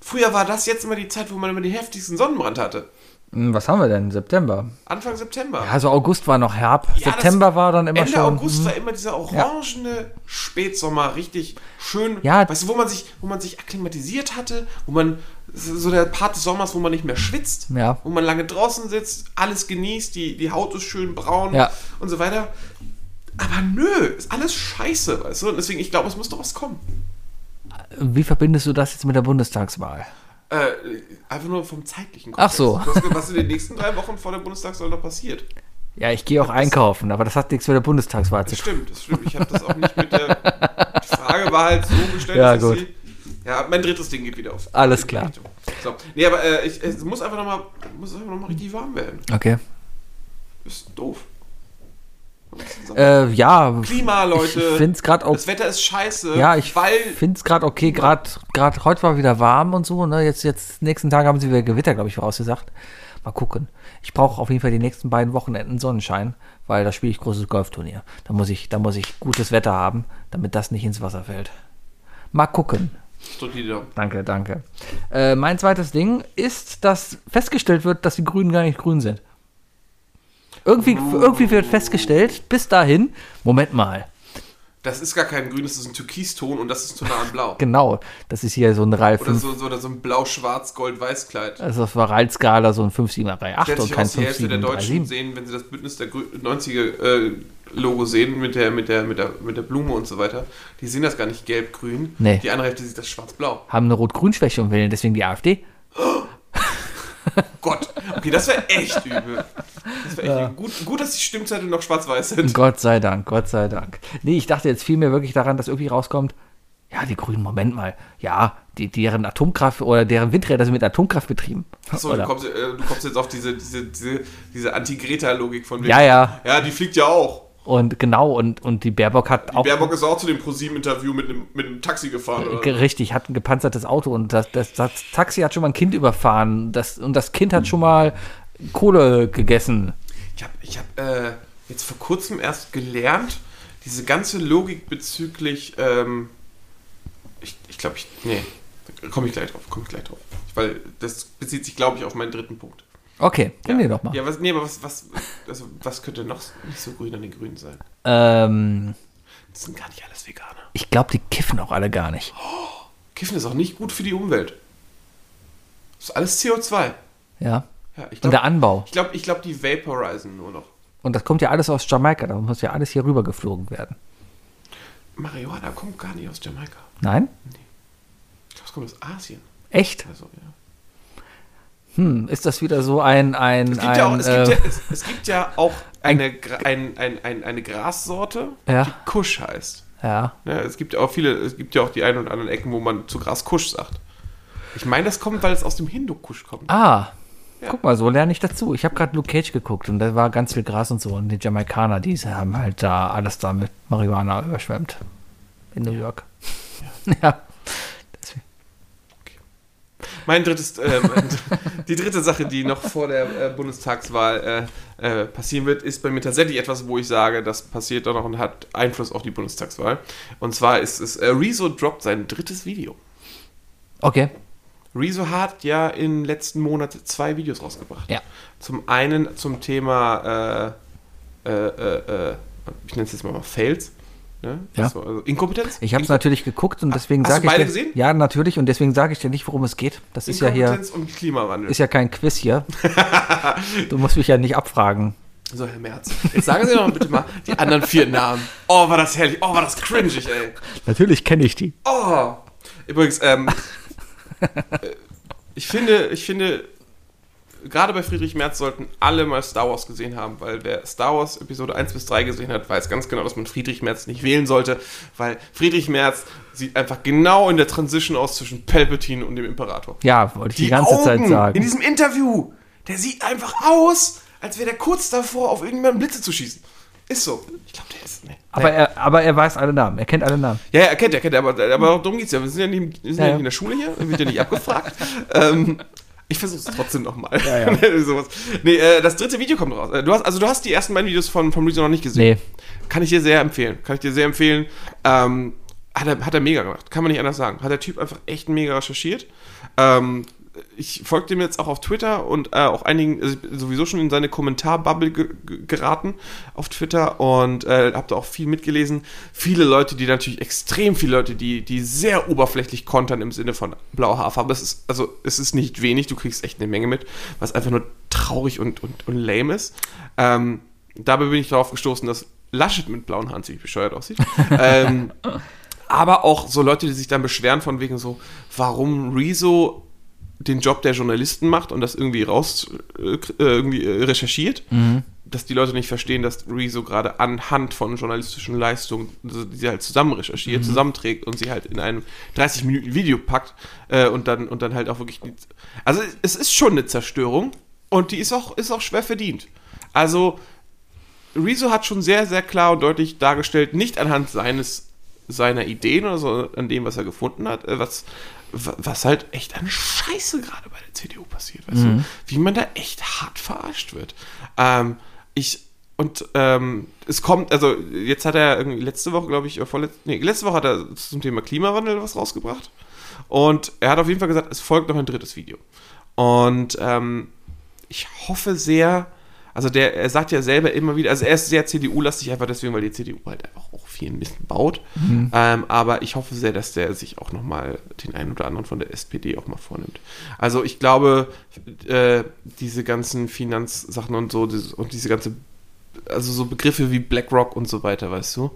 D: früher war das jetzt immer die Zeit, wo man immer den heftigsten Sonnenbrand hatte.
B: Hm, Was haben wir denn? September?
D: Anfang September.
B: Also August war noch herb.
D: Ja, das-
B: September war dann immer
D: Ende
B: schon. hm.
D: August war immer dieser orangene Spätsommer, richtig schön.
B: Ja.
D: Weißt du, wo man sich, wo man sich akklimatisiert hatte, wo man so der Part des Sommers, wo man nicht mehr schwitzt,
B: Ja.
D: wo man lange draußen sitzt, alles genießt, die, die Haut ist schön braun
B: Ja.
D: und so weiter. Aber nö, ist alles scheiße, weißt du? Und deswegen, ich glaube, es muss doch was kommen.
B: Wie verbindest du das jetzt mit der Bundestagswahl?
D: Äh, einfach nur vom zeitlichen
B: Ach so.
D: Was, was in den nächsten drei Wochen vor der Bundestagswahl noch passiert.
B: Ja, ich gehe auch einkaufen, aber das hat nichts mit der Bundestagswahl zu
D: Das
B: tun.
D: stimmt, das stimmt. Ich habe das auch nicht
B: [LAUGHS]
D: mit der. Die Frage war halt so gestellt,
B: Ja,
D: dass
B: gut.
D: ich sie. Ja, mein drittes Ding geht wieder auf.
B: Alles
D: die
B: klar.
D: Richtung. So. Nee, aber äh, ich, es muss einfach nochmal muss einfach noch mal richtig warm werden.
B: Okay.
D: Ist doof.
B: Äh, ja.
D: Klima, Leute.
B: Ich find's grad auch-
D: Das Wetter ist scheiße.
B: Ja, ich
D: Ähm, Weil.
B: finde es gerade okay. Gerade grad heute war wieder warm und so. Ne? Jetzt, jetzt nächsten Tag haben sie wieder Gewitter, glaube ich, vorausgesagt. Mal gucken. Ich brauche auf jeden Fall die nächsten beiden Wochenenden Sonnenschein, weil da spiele ich großes Golfturnier. Da muss ich, da muss ich gutes Wetter haben, damit das nicht ins Wasser fällt. Mal gucken.
D: Drück die Daumen.
B: Danke, danke. Äh, mein zweites Ding ist, dass festgestellt wird, dass die Grünen gar nicht grün sind. Irgendwie, irgendwie wird festgestellt, bis dahin, Moment mal,
D: Das ist gar kein grün, das ist ein Türkiston und das ist total ein Blau.
B: genau, das ist hier so ein Ralf
D: Oder
B: 5,
D: so, so, oder so ein Blau-Schwarz-Gold-Weiß-Kleid.
B: also auf der Ralf-Skala so ein 5, 7, 3, 8
D: Stellt
B: und
D: sich
B: kein
D: aus, die
B: 5,
D: Hälfte der
B: 7, 3,
D: Deutschen
B: 7.
D: sehen, wenn sie das Bündnis der Grü- 90er-Logo sehen, mit der, mit, der, mit, der, mit der Blume und so weiter, die sehen das gar nicht gelb-grün.
B: Nee.
D: Die andere Hälfte sieht das schwarz-blau.
B: Haben eine Rot-Grün-Schwäche und wählen deswegen die AfD.
D: Oh Gott, okay, das wäre echt übel. Das wär echt übel. gut, gut, dass die Stimmzettel noch schwarz-weiß sind.
B: Gott sei Dank, Gott sei Dank. Nee, ich dachte jetzt vielmehr wirklich daran, dass irgendwie rauskommt, ja, die Grünen, Moment mal, ja, die, deren Atomkraft oder deren Windräder sind mit Atomkraft betrieben.
D: Achso, du
B: Oder-
D: kommst, äh, du kommst jetzt auf diese, diese, diese, diese Anti-Greta-Logik von wegen.
B: Ja, ja.
D: Ja, die fliegt ja auch.
B: Und genau, und, und die Baerbock hat
D: Die
B: auch
D: Baerbock ist auch zu dem ProSieben-Interview mit einem, mit einem Taxi gefahren. Oder?
B: ge- richtig, hat ein gepanzertes Auto und das, das, das Taxi hat schon mal ein Kind überfahren das, und das Kind hat schon mal Kohle gegessen.
D: Ich habe ich hab, äh, jetzt vor kurzem erst gelernt, diese ganze Logik bezüglich, ähm, ich, ich glaube, ich, nee, komme ich gleich drauf, komme ich gleich drauf. Weil das bezieht sich, glaube ich, auf meinen dritten Punkt.
B: Okay, nimm dir doch mal.
D: Ja, was, nee, aber was, was, also, was könnte noch nicht so grün an den Grünen sein?
B: Ähm,
D: Das sind gar nicht alles Veganer.
B: ich glaube, die kiffen auch alle gar nicht.
D: Kiffen ist auch nicht gut für die Umwelt. Das ist alles CO2.
B: Ja.
D: Ja, ich
B: Und der
D: glaube,
B: Anbau.
D: ich glaube, ich glaub, die vaporisen nur noch.
B: Und das kommt ja alles aus Jamaika, da muss ja alles hier rüber geflogen werden.
D: Marihuana kommt gar nicht aus Jamaika.
B: Nein?
D: Ich glaube, es kommt aus Asien.
B: Echt?
D: Also, ja.
B: Hm, ist das wieder so ein. ein,
D: Also- Es gibt,
B: ein
D: ja, auch, es,
B: äh,
D: gibt ja, es, es gibt ja
B: [LAUGHS]
D: auch eine, Gra- ein, ein, ein, eine Grassorte,
B: Ja.
D: die Kusch heißt.
B: ja.
D: Ja, es gibt ja auch viele, es gibt ja auch die ein und anderen Ecken, wo man zu Gras Kusch sagt. Ich meine, das kommt, weil es aus dem Hindukusch kommt.
B: Ah, guck mal, so lerne ich dazu. Ich habe gerade Luke Cage geguckt und da war ganz viel Gras und so. Und die Jamaikaner, die haben halt da alles da mit Marihuana überschwemmt. In New York. [LAUGHS] Ja. Deswegen.
D: Mein drittes, äh,
B: [LAUGHS]
D: mein, die dritte Sache, die noch vor der äh, Bundestagswahl äh, äh, passieren wird, ist bei mir tatsächlich etwas, wo ich sage, das passiert auch noch und hat Einfluss auf die Bundestagswahl. Und zwar ist es, äh, Rezo droppt sein drittes Video.
B: Okay.
D: Rezo hat ja im letzten Monat zwei Videos rausgebracht.
B: Ja.
D: Zum einen zum Thema, äh, äh, äh, äh, ich nenne es jetzt mal, mal Fails. Ne?
B: Ja.
D: Also, also Inkompetenz?
B: Ich habe es
D: Inkom-
B: natürlich geguckt und deswegen
D: hast du
B: sage ich.
D: beide
B: dir,
D: gesehen?
B: Ja, natürlich. Und deswegen sage ich dir nicht, worum es geht. Das ist ja hier.
D: Inkompetenz und Klimawandel.
B: Ist ja kein Quiz hier. du musst mich ja nicht abfragen.
D: so, Herr Merz. Jetzt sagen Sie doch bitte mal die anderen vier Namen. Oh, war das herrlich. Oh, war das cringig, ey.
B: Natürlich kenne ich die.
D: Oh. Übrigens,
B: [LAUGHS]
D: ähm, äh, ich finde, ich finde, gerade bei Friedrich Merz sollten alle mal Star Wars gesehen haben, weil wer Star Wars Episode 1 bis 3 gesehen hat, weiß ganz genau, dass man Friedrich Merz nicht wählen sollte, weil Friedrich Merz sieht einfach genau in der Transition aus zwischen Palpatine und dem Imperator.
B: Ja, wollte ich die, ganze
D: Augen
B: Zeit
D: in
B: sagen.
D: diesem Interview, der sieht einfach aus, als wäre der kurz davor, auf irgendjemanden Blitze zu schießen. Ist so. Ich glaube, der ist. Nee.
B: Aber er, aber er weiß alle Namen. Er kennt alle Namen.
D: Ja, ja, er kennt, er kennt, aber, aber darum geht's ja. Wir sind ja nicht, wir sind ja.
B: Hm. Ja, ja.
D: nicht in der Schule hier, wir wird ja nicht
B: [LAUGHS]
D: abgefragt. ähm, ich versuch's trotzdem nochmal. Ja, [LAUGHS] Sowas. Nee, äh, das dritte Video kommt raus. Äh, Du hast, also du hast die ersten beiden Videos von, von Reason noch nicht gesehen.
B: Nee.
D: Kann ich dir sehr empfehlen. Kann ich dir sehr empfehlen. Ähm, hat, er, hat er mega gemacht. Kann man nicht anders sagen. Hat der Typ einfach echt mega recherchiert. Ähm, ich folge dem jetzt auch auf Twitter und äh, auch einigen also ich bin sowieso schon in seine Kommentarbubble ge ge- geraten auf Twitter und äh, habe da auch viel mitgelesen. Viele Leute, die natürlich extrem viele Leute, die, die sehr oberflächlich kontern im Sinne von blauer Haarfarbe. Es ist, also es ist nicht wenig, du kriegst echt eine Menge mit, was einfach nur traurig und, und, und lame ist. Ähm, dabei bin ich darauf gestoßen, dass Laschet mit blauen Haaren ziemlich bescheuert aussieht. [LAUGHS] ähm, aber auch so Leute, die sich dann beschweren von wegen so, warum Rezo den Job der Journalisten macht und das irgendwie raus äh, k- äh, irgendwie äh, recherchiert, dass die Leute nicht verstehen, dass Rezo gerade anhand von journalistischen Leistungen, also die sie halt zusammen recherchiert, zusammenträgt und sie halt in einem 30 Minuten Video packt äh, und dann und dann halt auch wirklich die, also es ist schon eine Zerstörung und die ist auch ist auch schwer verdient. Also Rezo hat schon sehr, sehr klar und deutlich dargestellt, nicht anhand seines, seiner Ideen oder so, an dem, was er gefunden hat, äh, was, wa- was halt echt an Scheiße gerade bei der CDU passiert, weißt du? Wie man da echt hart verarscht wird. Ähm, ich, und ähm, es kommt, also jetzt hat er irgendwie letzte Woche, glaube ich, oder vorletzte, nee, letzte Woche hat er zum Thema Klimawandel was rausgebracht. Und er hat auf jeden Fall gesagt, es folgt noch ein drittes Video. Und ähm, ich hoffe sehr, also der, er sagt ja selber immer wieder, also er ist sehr CDU-lastig, einfach deswegen, weil die CDU halt einfach auch viel Mist baut. Ähm, aber ich hoffe sehr, dass der sich auch nochmal den einen oder anderen von der SPD auch mal vornimmt. Also ich glaube, äh, diese ganzen Finanzsachen und so dieses, und diese ganze also so Begriffe wie BlackRock und so weiter, weißt du?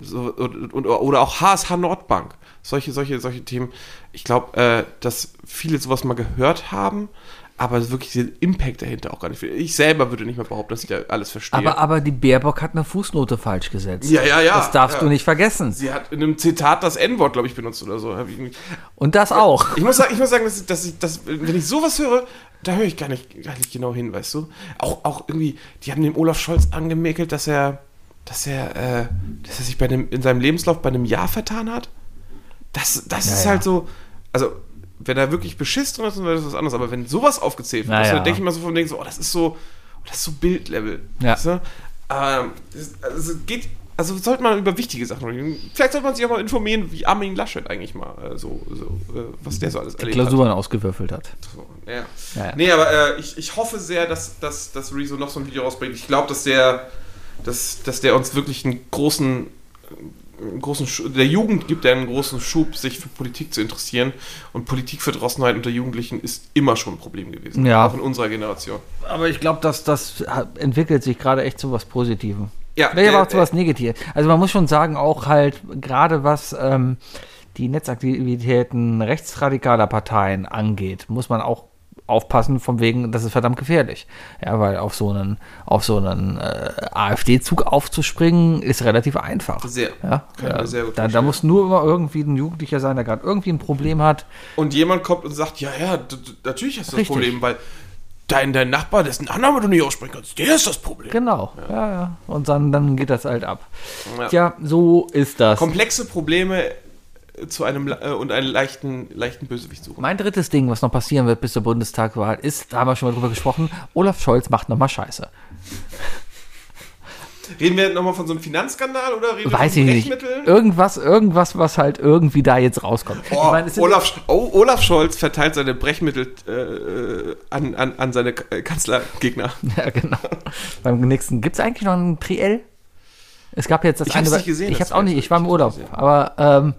D: So, und, und, oder auch HSH Nordbank. Solche, solche, solche Themen. Ich glaube, äh, dass viele sowas mal gehört haben, aber wirklich den Impact dahinter auch gar nicht. Ich selber würde nicht mehr behaupten, dass ich da alles verstehe.
B: Aber, aber die Baerbock hat eine Fußnote falsch gesetzt.
D: Ja, ja, ja.
B: Das darfst
D: Ja.
B: du nicht vergessen.
D: Sie hat in einem Zitat das N-Wort, glaube ich, benutzt oder so. Hab ich irgendwie-
B: Und das auch.
D: Ich muss sagen, ich muss sagen dass, ich- dass ich, dass, wenn ich sowas höre, da höre ich gar nicht, gar nicht genau hin, weißt du? Auch, auch irgendwie, die haben dem Olaf Scholz angemäkelt, dass er, dass er, äh, dass er sich bei dem, in seinem Lebenslauf bei einem Jahr vertan hat. Das, das ist
B: ja.
D: halt so, also, wenn er wirklich beschiss drin ist, dann wäre das was anderes. Aber wenn sowas aufgezählt wird,
B: Na
D: weißt du,
B: ja.
D: dann denke ich mal so von Dingen so, oh, das ist so, das ist so Bildlevel.
B: Ja.
D: Weißt du? Ähm, das, also es geht, also sollte man über wichtige Sachen reden. Vielleicht sollte man sich auch mal informieren, wie Armin Laschet eigentlich mal äh, so, so äh, was der so alles erlebt hat.
B: Klausuren ausgewürfelt hat.
D: So, ja.
B: Ja, ja.
D: Nee, aber äh, ich, ich hoffe sehr, dass, dass, dass Rezo noch so ein Video rausbringt. Ich glaube, dass der, dass, dass der uns wirklich einen großen, einen großen Schu- der Jugend gibt der einen großen Schub, sich für Politik zu interessieren. Und Politikverdrossenheit unter Jugendlichen ist immer schon ein Problem gewesen.
B: Ja.
D: Auch in unserer Generation.
B: Aber ich glaube, dass das ha- entwickelt sich gerade echt zu was Positivem.
D: Ja,
B: Nee, aber auch
D: äh,
B: zu was Negatives. Also man muss schon sagen, auch halt gerade was ähm, die Netzaktivitäten rechtsradikaler Parteien angeht, muss man auch aufpassen, von wegen, das ist verdammt gefährlich. Ja, weil auf so einen, auf so einen äh, AfD-Zug aufzuspringen, ist relativ einfach.
D: Sehr.
B: Ja,
D: Kann ich mir
B: ja.
D: sehr gut
B: da, da
D: vorstellen.
B: muss nur immer irgendwie ein Jugendlicher sein, der gerade irgendwie ein Problem hat.
D: Und jemand kommt und sagt, ja, ja, d- d- natürlich hast du das
B: Richtig.
D: Problem, weil dein, dein Nachbar, dessen Annahme du nicht aussprechen kannst, der ist das Problem.
B: Genau, ja, ja. Und dann, dann geht das halt ab.
D: Ja.
B: Ja. Tja, so ist das.
D: Komplexe Probleme zu einem le- äh, und einen leichten, leichten Bösewicht suchen.
B: Mein drittes Ding, was noch passieren wird bis zur Bundestagwahl, ist, da haben wir schon mal drüber gesprochen, Olaf Scholz macht nochmal Scheiße.
D: Reden wir nochmal von so einem Finanzskandal oder reden
B: Weiß
D: wir
B: ich
D: von
B: nicht. Irgendwas, irgendwas, was halt irgendwie da jetzt rauskommt.
D: Oh,
B: ich meine, es sind-
D: Olaf, Sch- oh, Olaf Scholz verteilt seine Brechmittel äh, äh, an, an, an seine K- äh, Kanzlergegner.
B: [LAUGHS] Ja, genau. Beim nächsten, gibt es eigentlich noch ein Triell? Es gab jetzt das
D: Ich
B: eine.
D: hab's nicht gesehen,
B: Ich
D: das
B: hab's auch nicht, ich war im
D: Triell.
B: Urlaub. Aber ähm,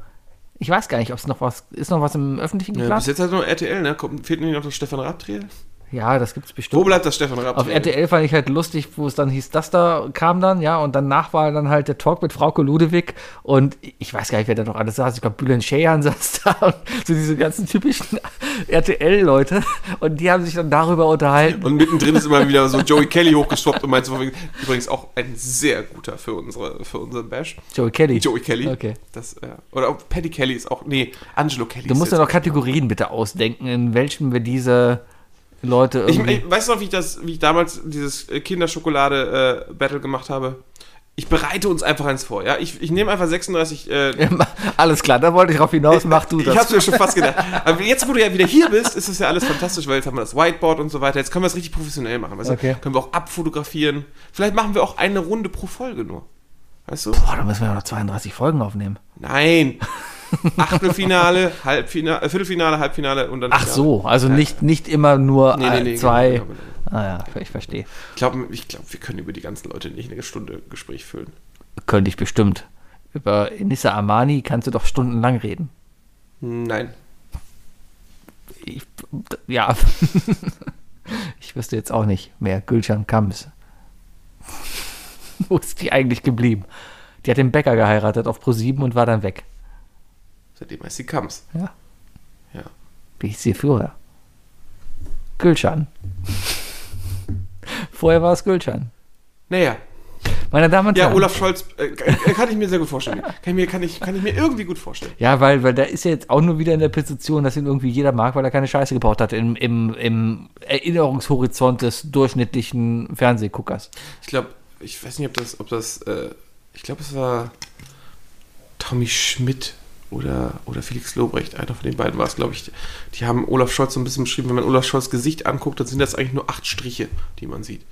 B: ich weiß gar nicht, ob es noch was, ist noch was im Öffentlichen
D: Ja, bis
B: geplant?
D: jetzt hat nur RTL, ne? Kommt, fehlt nur noch das Stefan Raab-Triel?
B: Ja, das gibt's
D: Wo
B: bestimmt.
D: bleibt das Stefan Raab?
B: Auf RTL fand ich halt lustig, wo es dann hieß, das da kam dann, ja, und danach war dann halt der Talk mit Frauke Ludewig und ich weiß gar nicht, wer da noch alles saß. Ich glaube, Bülent Schähan [LAUGHS] saß da und so diese ganzen typischen [LAUGHS] RTL-Leute und die haben sich dann darüber unterhalten.
D: Und mittendrin ist immer wieder so Joey Kelly hochgeschwappt und meint so, von wegen- übrigens auch ein sehr guter für, unsere, für unseren Bash.
B: Joey Kelly.
D: Joey Kelly.
B: Okay.
D: Das, äh, oder auch Paddy Kelly ist auch, nee, Angelo Kelly
B: Du
D: ist
B: musst ja
D: jetzt-
B: noch Kategorien bitte ausdenken, in welchen wir diese Leute
D: Ich,
B: irgendwie.
D: ich weiß noch, wie ich das, wie ich damals dieses äh, Kinderschokolade-Battle gemacht habe. Ich bereite uns einfach eins vor, ja. Ich, ich nehme einfach 36. Äh,
B: [LAUGHS] Alles klar, da wollte ich drauf hinaus, mach du
D: ich
B: das.
D: hab's mir schon fast gedacht. Aber jetzt, wo du ja wieder hier bist, ist das ja alles fantastisch, weil jetzt haben wir das Whiteboard und so weiter. Jetzt können wir es richtig professionell machen. Weißt
B: Okay.
D: du? Können wir auch abfotografieren. Vielleicht machen wir auch eine Runde pro Folge nur. Weißt du?
B: Boah, da müssen wir ja noch 32 Folgen aufnehmen.
D: Nein. Achtelfinale, Halbfinale, äh, Viertelfinale, Halbfinale und dann.
B: Ach
D: Finale.
B: so, also nicht, nicht immer nur
D: Nee, nee, nee,
B: äh, zwei.
D: genau, genau, genau.
B: Ah ja, ich verstehe.
D: Ich glaube, ich glaub, wir können über die ganzen Leute nicht eine Stunde Gespräch füllen.
B: Könnte ich bestimmt. Über Nissa Armani kannst du doch stundenlang reden.
D: Nein.
B: Ich, ja. [LAUGHS] ich wüsste jetzt auch nicht mehr. Gülcan [LAUGHS] Kams. Wo ist die eigentlich geblieben? Die hat den Bäcker geheiratet auf Pro7 und war dann weg.
D: Seitdem heißt sie Kams.
B: Ja.
D: Ja.
B: Wie hieß sie früher? Gülschan. [LAUGHS] Vorher war es Gülschan.
D: Naja.
B: Meine Damen und
D: Ja,
B: Herren.
D: Olaf Scholz äh, kann kann ich mir sehr gut vorstellen. Kann ich mir, kann ich, kann ich mir irgendwie gut vorstellen.
B: Ja, weil, weil da ist ja jetzt auch nur wieder in der Petition, dass ihn irgendwie jeder mag, weil er keine Scheiße gebaut hat im, im, im Erinnerungshorizont des durchschnittlichen Fernsehguckers.
D: Ich glaube, ich weiß nicht, ob das, ob das, äh, ich glaube, es war Tommy Schmidt oder, oder Felix Lobrecht, einer von den beiden war es, glaube ich. Die haben Olaf Scholz so ein bisschen beschrieben, wenn man Olaf Scholz Gesicht anguckt, dann sind das eigentlich nur acht Striche, die man sieht.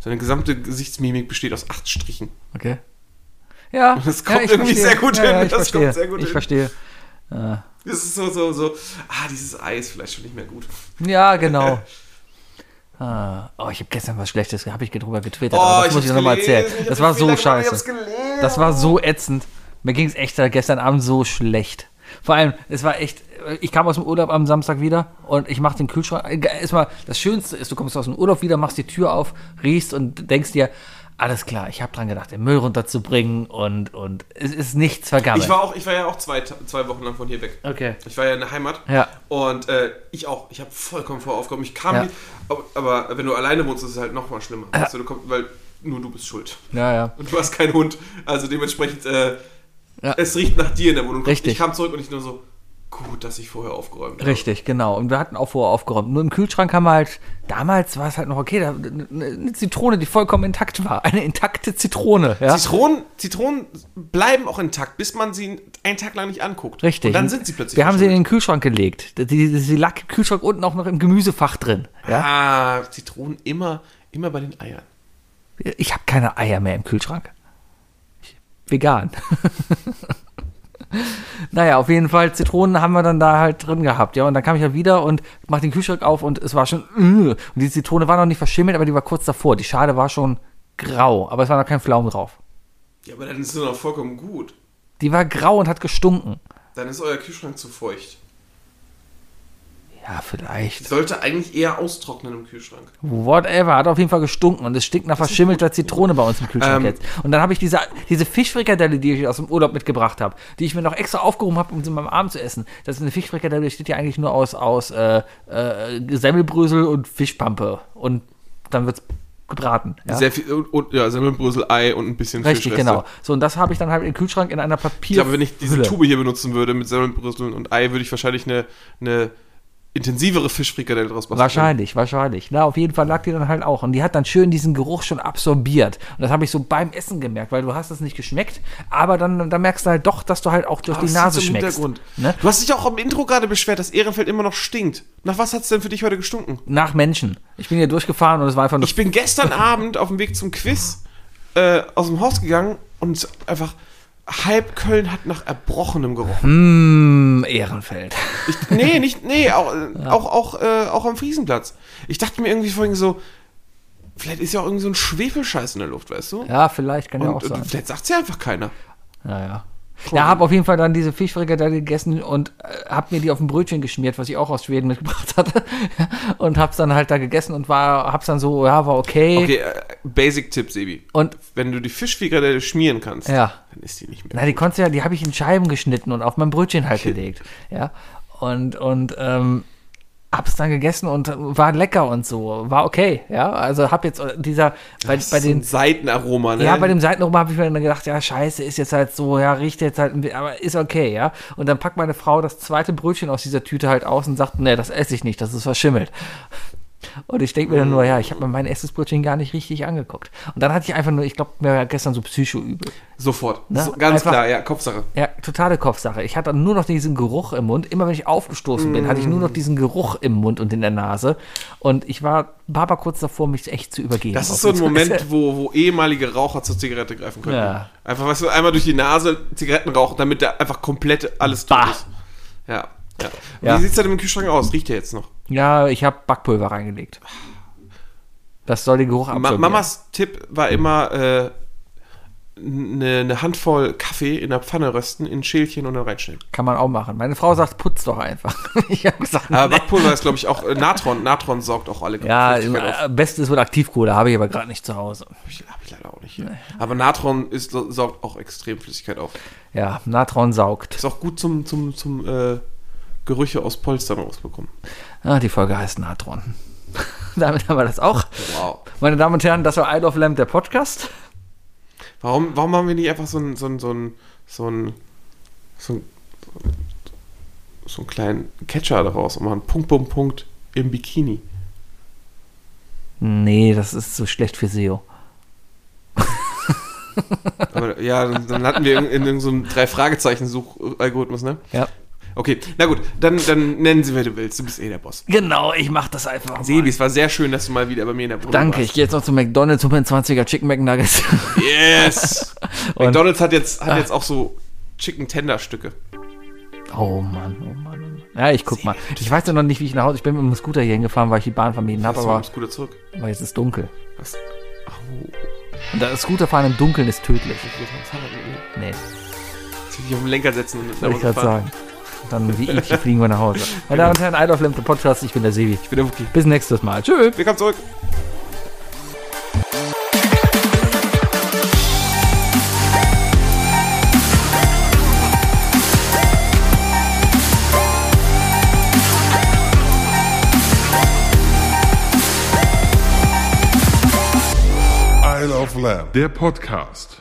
D: Seine gesamte Gesichtsmimik besteht aus acht Strichen.
B: Okay. Ja.
D: Das kommt
B: ja, ich
D: irgendwie sehr gut
B: ja, Ja,
D: hin,
B: ich
D: das
B: verstehe.
D: kommt sehr gut
B: ich
D: hin.
B: verstehe.
D: Das ist so, so, so, ah, dieses Eis vielleicht schon nicht mehr gut.
B: Ja, genau. ah, oh, ich habe gestern was Schlechtes, habe ich drüber getwittert,
D: Oh,
B: aber das
D: ich
B: muss ich
D: hab's
B: nochmal
D: gelesen,
B: erzählen.
D: ich
B: Das
D: hab's
B: war
D: gelesen,
B: so
D: aber ich hab's
B: scheiße.
D: gelesen.
B: Das war so ätzend. Mir ging es echt seit gestern Abend so schlecht. Vor allem, es war echt, ich kam aus dem Urlaub am Samstag wieder und ich mach den Kühlschrank. Erstmal, das Schönste ist, du kommst aus dem Urlaub wieder, machst die Tür auf, riechst und denkst dir, alles klar, ich habe dran gedacht, den Müll runterzubringen und, und es ist nichts vergammelt.
D: Ich war, auch, ich war ja auch zwei, Ta- zwei Wochen lang von hier weg.
B: okay.
D: Ich war ja in der Heimat.
B: Ja.
D: Und äh, ich auch. Ich habe vollkommen voraufgehoben. Ich kam
B: Ja.
D: nicht. Aber, aber wenn du alleine wohnst, ist es halt nochmal schlimmer. Also, du kommst, weil nur du bist schuld.
B: Ja, ja.
D: Und du hast keinen Hund. Also dementsprechend, äh,
B: Ja.
D: es riecht nach dir in der Wohnung.
B: Richtig.
D: Ich kam zurück und ich nur so, gut, dass ich vorher aufgeräumt habe.
B: Richtig, genau. Und wir hatten auch vorher aufgeräumt. Nur im Kühlschrank haben wir halt, damals war es halt noch okay, da, eine Zitrone, die vollkommen intakt war. Eine intakte Zitrone. Ja?
D: Zitronen, Zitronen bleiben auch intakt, bis man sie einen Tag lang nicht anguckt.
B: Richtig.
D: Und dann sind sie plötzlich.
B: Wir haben sie in
D: verschwunden.
B: den Kühlschrank gelegt. Die, die, sie lag im Kühlschrank unten auch noch im Gemüsefach drin. Ja?
D: Ah, Zitronen immer, immer bei den Eiern.
B: Ich habe keine Eier mehr im Kühlschrank. Ich, vegan. [LAUGHS] naja, auf jeden Fall, Zitronen haben wir dann da halt drin gehabt. Ja, und dann kam ich ja wieder und mach den Kühlschrank auf und es war schon. äh. Und die Zitrone war noch nicht verschimmelt, aber die war kurz davor. Die Schale war schon grau, aber es war noch kein Pflaumen drauf.
D: Ja, aber dann ist es doch vollkommen gut.
B: Die war grau und hat gestunken.
D: Dann ist euer Kühlschrank zu feucht.
B: Ja, vielleicht.
D: Sollte eigentlich eher austrocknen im Kühlschrank.
B: Whatever, hat auf jeden Fall gestunken und es stinkt nach verschimmelter Zitrone bei uns im Kühlschrank
D: Ähm.
B: jetzt. Und dann habe ich diese, diese Fischfrikadelle, die ich aus dem Urlaub mitgebracht habe, die ich mir noch extra aufgehoben habe, um sie beim Abend zu essen. Das ist eine Fischfrikadelle, die steht ja eigentlich nur aus, aus äh, äh, Semmelbrösel und Fischpampe. Und dann wird's gebraten. Ja?
D: Sehr viel, und, und, ja, Semmelbrösel, Ei und ein bisschen
B: Richtig,
D: Fischreste.
B: genau. So, und das habe ich dann halt im Kühlschrank in einer Papier.
D: Ich glaube, wenn ich diese
B: Hülle.
D: Tube hier benutzen würde mit Semmelbröseln und Ei, würde ich wahrscheinlich eine, eine intensivere Fischfrikadelle draus basteln.
B: Wahrscheinlich, wahrscheinlich. Na, auf jeden Fall lag die dann halt auch. Und die hat dann schön diesen Geruch schon absorbiert. Und das habe ich so beim Essen gemerkt, weil du hast es nicht geschmeckt, aber dann, dann merkst du halt doch, dass du halt auch durch
D: Ah,
B: die
D: das
B: Nase
D: ist im
B: schmeckst.
D: Hintergrund.
B: Ne?
D: Du hast dich auch im Intro gerade beschwert, dass Ehrenfeld immer noch stinkt. Nach was hat es denn für dich heute gestunken?
B: Nach Menschen. Ich bin hier durchgefahren und es war einfach nur.
D: Ich
B: [LAUGHS]
D: bin gestern Abend auf dem Weg zum Quiz äh, aus dem Haus gegangen und einfach halb Köln hat nach Erbrochenem gerochen.
B: Mm, Ehrenfeld. [LAUGHS]
D: Ich, nee, nicht, nee, auch, äh, auch, auch, äh, auch am Friesenplatz. Ich dachte mir irgendwie vorhin so, vielleicht ist ja auch irgendwie so ein Schwefelscheiß in der Luft, weißt du?
B: Ja, vielleicht kann ja auch
D: Und,
B: sein.
D: und vielleicht sagt es ja einfach keiner.
B: Naja. Ja, habe auf jeden Fall dann diese Fischfrikadelle gegessen und äh, habe mir die auf ein Brötchen geschmiert, was ich auch aus Schweden [LAUGHS] mitgebracht hatte. und hab's dann halt da gegessen und war, hab's dann so, ja, war okay.
D: Okay, äh, Basic-Tipp, Sebi.
B: Und
D: Wenn du die Fischfrikadelle schmieren kannst,
B: Ja.
D: dann ist die nicht mehr.
B: Na, die konntest du ja, die habe ich in Scheiben geschnitten und auf mein Brötchen halt gelegt. Ja. Und, und ähm, hab's dann gegessen und war lecker und so. War okay, ja. Also hab jetzt dieser, bei,
D: Das ist
B: bei
D: so ein
B: den.
D: Seitenaroma, ne?
B: Ja, bei dem Seitenaroma habe ich mir dann gedacht, ja, scheiße, ist jetzt halt so, ja, riecht jetzt halt, ein bi- aber ist okay, ja. Und dann packt meine Frau das zweite Brötchen aus dieser Tüte halt aus und sagt, nee, das esse ich nicht, das ist verschimmelt. Und ich denke mir dann nur, ja, ich habe mir mein erstes Brötchen gar nicht richtig angeguckt. Und dann hatte ich einfach nur, ich glaube, mir war gestern so Psycho-Übel.
D: Sofort.
B: Ne?
D: So, ganz
B: Einfach-
D: klar, ja, Kopfsache.
B: Ja, totale Kopfsache. Ich hatte nur noch diesen Geruch im Mund. Immer wenn ich aufgestoßen bin, hatte ich nur
D: Mm.
B: noch diesen Geruch im Mund und in der Nase. Und ich war Baba kurz davor, mich echt zu übergeben.
D: Das
B: Auf
D: ist so ein
B: die [LAUGHS] Toilette.
D: Moment, wo, wo ehemalige Raucher zur Zigarette greifen können.
B: Ja.
D: Einfach, weißt du, einmal durch die Nase Zigaretten rauchen, damit da einfach komplett alles
B: Bah.
D: durch ist. Ja. ja.
B: Ja.
D: Wie sieht es denn im Kühlschrank aus? Riecht der jetzt noch?
B: Ja, ich habe Backpulver reingelegt. Das soll den Geruch
D: Ma
B: absorbieren.
D: Mamas Tipp war immer, äh, eine, eine Handvoll Kaffee in der Pfanne rösten, in Schälchen und dann
B: [LAUGHS]
D: reinschneiden.
B: Kann man auch machen. Meine Frau sagt, putz doch einfach. [LAUGHS] Ich habe gesagt,
D: Aber
B: nee.
D: Backpulver ist, glaube ich, auch äh, Natron. Natron saugt auch alle
B: ja,
D: Feuchtigkeit auf.
B: äh, beste ist wohl Aktivkohle, habe ich aber gerade nicht zu Hause.
D: Hab ich leider auch nicht hier. Aber Natron ist, saugt auch extrem Flüssigkeit auf.
B: Ja, Natron saugt.
D: Ist auch gut zum, zum, zum äh, Gerüche aus Polstern rausbekommen.
B: Ah, die Folge heißt Natron. [LAUGHS] Damit haben wir das auch.
D: Wow.
B: Meine Damen und Herren, das war Isle of Lamb, der Podcast.
D: Warum, warum haben wir nicht einfach so einen so einen- so einen- so einen- so einen- so einen kleinen Catcher daraus und machen Punkt, Punkt, Punkt im Bikini?
B: Nee, das ist so schlecht für E SEO. [LAUGHS]
D: Aber, ja, dann, dann landen wir in, in irgendeinem Drei-Fragezeichen-Suchalgorithmus, ne?
B: Ja.
D: Okay, na gut, dann, dann nennen sie, wer du willst. Du bist eh der Boss.
B: Genau, ich mache das einfach. mal.
D: Sebi, es war sehr schön, dass du mal wieder bei mir in der Bude
B: Danke, ich
D: warst.
B: gehe jetzt noch zu McDonalds und mir einen 20er Chicken
D: [LAUGHS]
B: McNuggets. [LAUGHS]
D: Yes! McDonalds hat jetzt,
B: Ah.
D: hat jetzt auch so Chicken Tender-Stücke.
B: Oh Mann, oh Mann. oh Mann. Ja, ich guck mal. Ich weiß ja noch nicht, wie ich nach Hause. Ich bin mit dem Scooter hier hingefahren, weil ich die Bahn vermieden habe,
D: Das war
B: aber
D: gut zurück.
B: weil es ist dunkel.
D: Was?
B: Und das Scooterfahren im Dunkeln ist tödlich.
D: Ich will das Fahrrad mitnehmen.
B: Nee,
D: Jetzt will ich auf den Lenker setzen und nach
B: würde
D: Hause
B: ich gerade
D: fahren.
B: sagen. Dann wie ich fliegen wir nach
D: [LAUGHS]
B: Hause. Meine Damen und Herren, Idle of Lamp, der Podcast. Ich bin der Sebi.
D: Ich bin der Wookie.
B: Bis nächstes Mal. Tschüss.
D: Willkommen zurück.
C: Isle of Lamb, der Podcast.